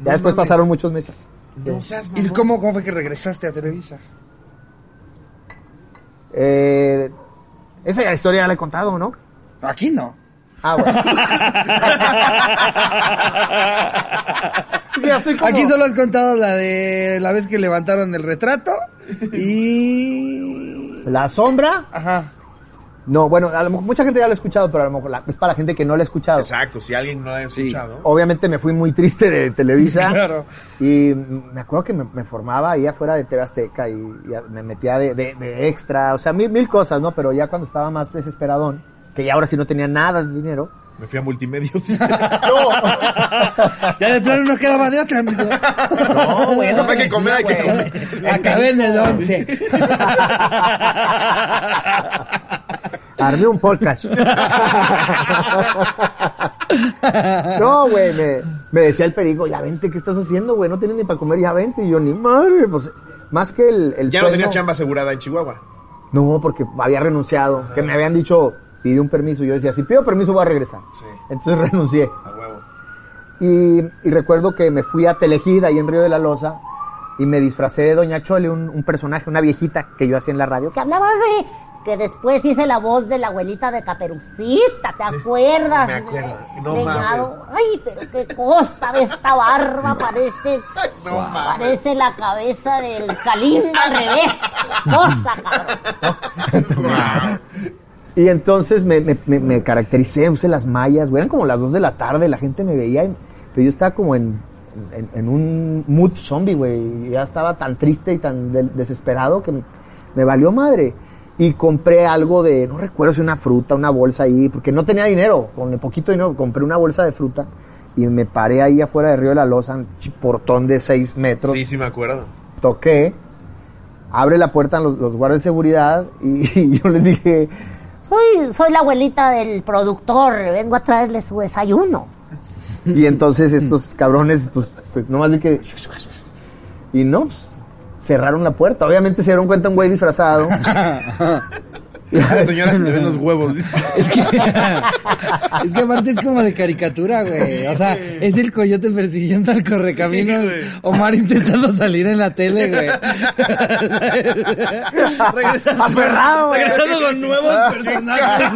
Speaker 3: Ya
Speaker 9: No
Speaker 3: después
Speaker 9: mames.
Speaker 3: pasaron muchos meses.
Speaker 9: No
Speaker 2: Ah,
Speaker 9: seas mamón.
Speaker 1: ¿Y cómo, cómo fue que regresaste a Televisa?
Speaker 3: Eh, esa ya historia ya la he contado, ¿no?
Speaker 1: Aquí no.
Speaker 3: Ah, bueno. ya estoy como...
Speaker 1: Aquí solo has contado la de la vez que levantaron el retrato y...
Speaker 3: La sombra.
Speaker 1: Ajá.
Speaker 3: No, bueno, a lo mejor mucha gente ya lo ha escuchado, pero a lo mejor la- es para la gente que no la ha escuchado.
Speaker 2: Exacto, si alguien no lo ha escuchado.
Speaker 3: Obviamente me fui muy triste de Televisa.
Speaker 1: Claro.
Speaker 3: Y me acuerdo que me, me formaba ahí afuera de TV Azteca y, y a- me metía de, de- de extra, o sea, mil, mil cosas, ¿no? Pero ya cuando estaba más desesperadón, que ya ahora sí no tenía nada de dinero,
Speaker 2: Me fui a multimedios.
Speaker 1: Ya de plano no quedaba de otra. amigo.
Speaker 2: No, güey, no hay que comer, hay que comer.
Speaker 1: Acabé en el 11.
Speaker 3: armé un podcast. no, güey, me, me decía el perico, ya vente, ¿qué estás haciendo, güey? No tienes ni para comer, ya vente. Y yo, ni madre, pues, más que el, el
Speaker 2: Ya no tenía
Speaker 3: sueldo-
Speaker 2: chamba asegurada en Chihuahua.
Speaker 3: No, porque había renunciado. Que me habían dicho, pide un permiso. Yo decía, si pido permiso voy a regresar.
Speaker 2: Sí.
Speaker 3: Entonces renuncié.
Speaker 2: A huevo.
Speaker 3: Y, y recuerdo que me fui a Telejida, ahí en Río de la Loza, y me disfracé de Doña Chole, un, un personaje, una viejita que yo hacía en la radio.
Speaker 6: Que hablabas de que después hice la voz de la abuelita de Caperucita, ¿te acuerdas?
Speaker 2: me acuerdo.
Speaker 6: De-
Speaker 2: No
Speaker 6: de
Speaker 2: mames.
Speaker 6: Ñado. Ay, pero qué cosa de esta barba, parece,
Speaker 2: No mames.
Speaker 6: parece la cabeza del Calimba al revés. Qué cosa, cabrón.
Speaker 3: Y entonces me, me- me- me caractericé, usé las mallas, güey, eran como las 2 de la tarde, la gente me veía, y- pero yo estaba como en, en- en un mood zombie, güey, ya estaba tan triste y tan de- desesperado que me, me valió madre. Y compré algo de, no recuerdo si una fruta, una bolsa ahí, porque no tenía dinero, con el poquito dinero compré una bolsa de fruta y me paré ahí afuera de Río de la Loza, un chi- portón de 6 metros
Speaker 2: Sí, sí me acuerdo.
Speaker 3: toqué, abre la puerta a los, los guardias de seguridad y, y yo les dije,
Speaker 8: Soy, soy la abuelita del productor, vengo a traerle su desayuno.
Speaker 3: Y entonces estos cabrones, pues, se- nomás vi que. Y no, pues, cerraron la puerta. Obviamente se dieron cuenta un güey disfrazado.
Speaker 2: La señora se le ven los huevos. dice.
Speaker 1: Es que, es que aparte es como de caricatura, güey. O sea, es el coyote persiguiendo al correcamino. Omar intentando salir en la tele, güey. regresando,
Speaker 3: Aferrado, güey.
Speaker 1: regresando con nuevos personajes.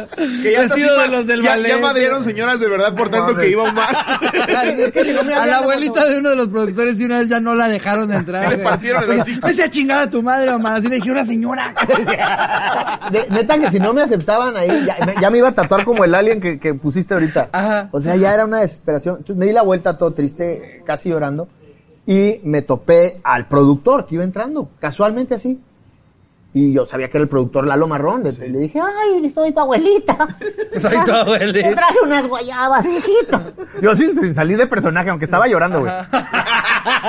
Speaker 1: ¿no?
Speaker 2: Que ya está
Speaker 1: Vestido
Speaker 2: así,
Speaker 1: de los del
Speaker 2: ya,
Speaker 1: ballet.
Speaker 2: ya madrieron señoras de verdad por tanto que iba Omar.
Speaker 1: a la abuelita de uno de los productores y una vez ya no la dejaron entrar.
Speaker 2: Sí, le
Speaker 1: güey.
Speaker 2: partieron el
Speaker 1: Oye,
Speaker 2: hocico.
Speaker 1: Vete a chingar a tu madre, Omar. Así le dije una señora.
Speaker 3: De- neta que si no me aceptaban ahí, ya me, ya me iba a tatuar como el alien que, que pusiste ahorita.
Speaker 1: Ajá.
Speaker 3: O sea, ya era una desesperación. Entonces me di la vuelta todo triste, casi llorando, y me topé al productor que iba entrando, casualmente así. Y yo sabía que era el productor Lalo Marrón. Le, le dije,
Speaker 8: Ay, soy tu abuelita.
Speaker 1: Soy tu abuelita.
Speaker 8: Te traje unas guayabas, hijito.
Speaker 3: yo sin, sin salir de personaje, aunque estaba llorando, güey.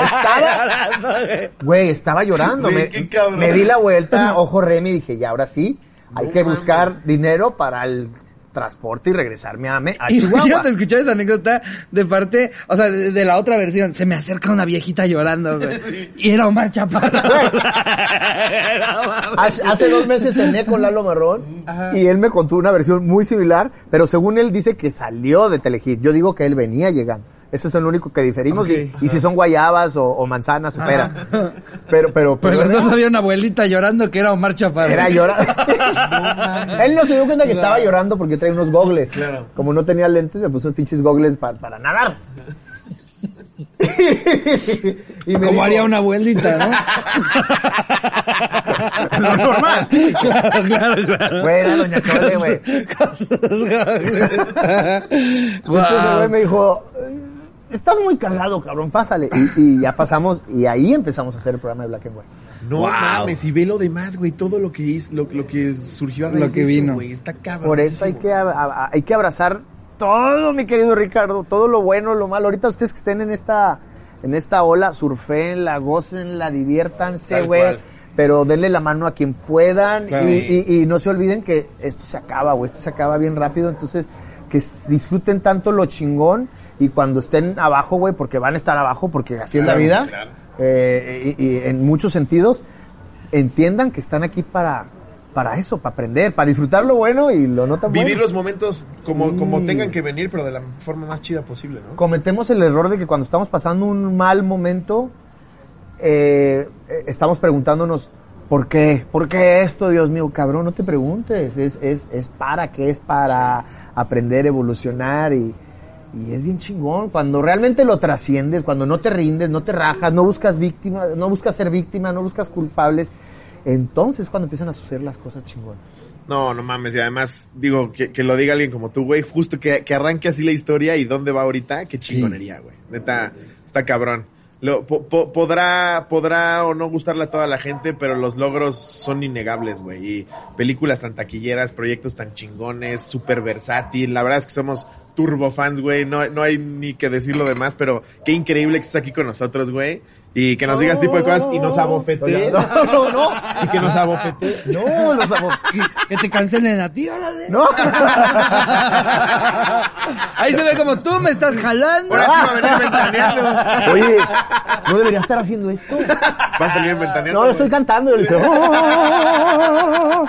Speaker 3: Güey, estaba llorando.
Speaker 2: Güey,
Speaker 3: me,
Speaker 2: qué cabrón.
Speaker 3: me di la vuelta, ojo Remy, y dije, ya ahora sí, hay que buscar dinero para el transporte y regresarme a, Me- a
Speaker 1: Y
Speaker 3: Chihuahua.
Speaker 1: fíjate, escuchar esa anécdota de parte, o sea, de, de la otra versión. Se me acerca una viejita llorando, güey. Y era Omar Chaparro.
Speaker 3: Hace, hace dos meses cené con Lalo Marrón y él me contó una versión muy similar, pero según él dice que salió de Telehit. Yo digo que él venía llegando. Ese es el único que diferimos y-
Speaker 1: Ok.
Speaker 3: y, si son guayabas o, o manzanas o peras. Pero, pero,
Speaker 1: Pero
Speaker 3: pero
Speaker 1: los dos
Speaker 3: era-
Speaker 1: había una abuelita llorando que era Omar Chaparro.
Speaker 3: era llorar. él no se dio cuenta que estaba llorando porque traía unos gogles.
Speaker 9: Claro.
Speaker 3: Como no tenía lentes, me puso unos pinches gogles pa- para nadar. Y me
Speaker 1: Como
Speaker 3: dijo-
Speaker 1: haría una abuelita, ¿no?
Speaker 3: Lo normal.
Speaker 1: Claro, claro, claro.
Speaker 3: Güey, era Doña Chole, güey. Entonces el güey
Speaker 1: Wow.
Speaker 3: me dijo, estás muy cargado, cabrón, pásale. Y, y ya pasamos, y ahí empezamos a hacer el programa de Black and White.
Speaker 2: No
Speaker 1: Wow.
Speaker 2: mames, y ve lo demás, güey, todo lo que hizo, lo, lo que surgió a
Speaker 1: Lo
Speaker 2: raíz
Speaker 1: que
Speaker 2: de
Speaker 1: vino.
Speaker 2: eso, güey, está cabrón.
Speaker 3: Por eso hay que, ab- ab- hay que abrazar todo, mi querido Ricardo, todo lo bueno, lo malo. Ahorita ustedes que estén en esta, en esta ola, surfenla, gócenla, diviértanse,
Speaker 2: Tal
Speaker 3: güey.
Speaker 2: cual.
Speaker 3: Pero denle la mano a quien puedan
Speaker 2: Claro.
Speaker 3: y, y- y no se olviden que esto se acaba, güey, esto se acaba bien rápido. Entonces, que s- disfruten tanto lo chingón y cuando estén abajo, güey, porque van a estar abajo, porque así es la
Speaker 2: Claro,
Speaker 3: vida,
Speaker 2: claro.
Speaker 3: eh, y, y en muchos sentidos, entiendan que están aquí para, para eso, para aprender, para disfrutar lo bueno y lo no tan bueno.
Speaker 2: Vivir los momentos como, como tengan que venir, pero de la forma más chida posible, ¿no?
Speaker 3: Cometemos el error de que cuando estamos pasando un mal momento, eh, eh, estamos preguntándonos, ¿por qué? ¿Por qué esto, Dios mío? Cabrón, no te preguntes. Es, es, es para qué, es para aprender, evolucionar y, y es bien chingón. Cuando realmente lo trasciendes, cuando no te rindes, no te rajas, no buscas víctima, no buscas ser víctima, no buscas culpables, entonces cuando empiezan a suceder las cosas chingón.
Speaker 2: No, no mames, y además, digo, que, que lo diga alguien como tú, güey, justo que, que arranque así la historia y dónde va ahorita, qué chingonería, güey. Neta, está cabrón. Lo, po- po- podrá, podrá o no gustarle a toda la gente, pero los logros son innegables, güey. Y películas tan taquilleras, proyectos tan chingones, súper versátil. La verdad es que somos turbo fans, güey. No, no hay ni que decir lo demás, pero qué increíble que estés aquí con nosotros, güey. Y que nos digas tipo de cosas y nos abofetees.
Speaker 3: No, no, no.
Speaker 2: Y que nos abofetees.
Speaker 3: No, los abo-
Speaker 1: Que te cancelen a ti, órale.
Speaker 3: No.
Speaker 1: Ahí se ve como tú me estás jalando.
Speaker 2: Ahora sí va a venir ventaneando.
Speaker 3: Oye, no debería estar haciendo esto.
Speaker 2: Va a salir ventaneando.
Speaker 3: No, lo estoy cantando. Yo le digo, "Oh".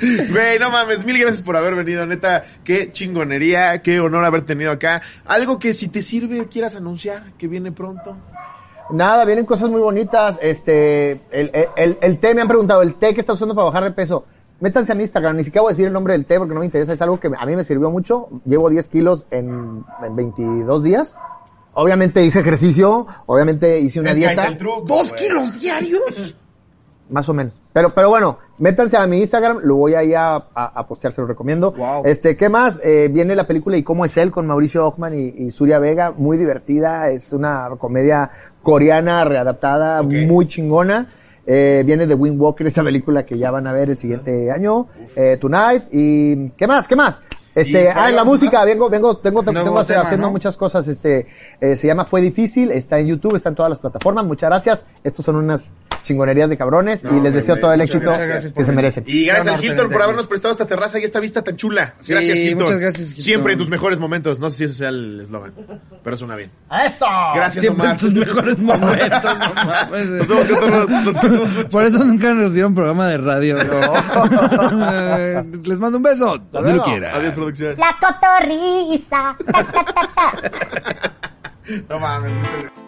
Speaker 2: Güey, no mames, mil gracias por haber venido, neta. Qué chingonería, qué honor haber tenido acá. Algo que si te sirve quieras anunciar, que viene pronto.
Speaker 3: Nada, vienen cosas muy bonitas. Este, el, el- el- el té, me han preguntado, el té que estás usando para bajar de peso. Métanse a mi Instagram, ni siquiera voy a decir el nombre del té porque no me interesa, es algo que a mí me sirvió mucho. Llevo 10 kilos en, en 22 días. Obviamente hice ejercicio, obviamente hice una
Speaker 2: Es que ahí
Speaker 3: dieta.
Speaker 2: está el truco,
Speaker 1: ¿Dos
Speaker 2: güey.
Speaker 1: kilos diarios?
Speaker 3: Más o menos. Pero, pero bueno, métanse a mi Instagram, lo voy ahí a, a, a postear, se lo recomiendo.
Speaker 1: Wow.
Speaker 3: Este, ¿qué más? Eh, viene la película ¿Y cómo es él? con Mauricio Ochman y, y Surya Vega, muy divertida, es una comedia coreana readaptada, muy chingona. Eh, viene de Wind Walker, esta película que ya van a ver el siguiente año, eh, Tonight, y ¿qué más? ¿Qué más?
Speaker 2: ¿Y
Speaker 3: Este,
Speaker 2: para
Speaker 3: ah, en la
Speaker 2: vamos a-
Speaker 3: música, vengo, vengo, tengo, tengo,
Speaker 1: Nuevo
Speaker 3: tengo hacer-
Speaker 1: tema,
Speaker 3: haciendo
Speaker 1: ¿no?
Speaker 3: muchas cosas, este, eh, se llama Fue Difícil, está en YouTube, está en todas las plataformas, muchas gracias, estos son unas chingonerías de cabrones
Speaker 2: No,
Speaker 3: y les
Speaker 2: hombre,
Speaker 3: deseo
Speaker 2: güey,
Speaker 3: todo el
Speaker 2: muchas
Speaker 3: éxito
Speaker 2: gracias por
Speaker 3: que se
Speaker 2: venir.
Speaker 3: merecen.
Speaker 2: Y gracias
Speaker 1: Un
Speaker 2: al
Speaker 1: honor
Speaker 2: Hilton
Speaker 1: tenerte
Speaker 2: por
Speaker 1: aquí.
Speaker 2: habernos prestado esta terraza y esta vista tan chula.
Speaker 1: Sí,
Speaker 2: Gracias, Hilton.
Speaker 1: muchas gracias, Hilton.
Speaker 2: Siempre en tus mejores momentos. No sé si ese sea el eslogan, pero suena bien.
Speaker 6: ¡Eso!
Speaker 2: Gracias,
Speaker 1: Siempre en
Speaker 2: Omar.
Speaker 1: tus mejores momentos, no mames.
Speaker 2: Nos vemos, cotorros. Los queremos mucho.
Speaker 1: Por eso nunca nos dieron programa de radio. Eh, Les mando un beso. Donde lo
Speaker 3: luego.
Speaker 1: quieran.
Speaker 2: Adiós, producción.
Speaker 8: La cotorriza. Ta, ta, ta, ta.
Speaker 2: No mames, muchas gracias.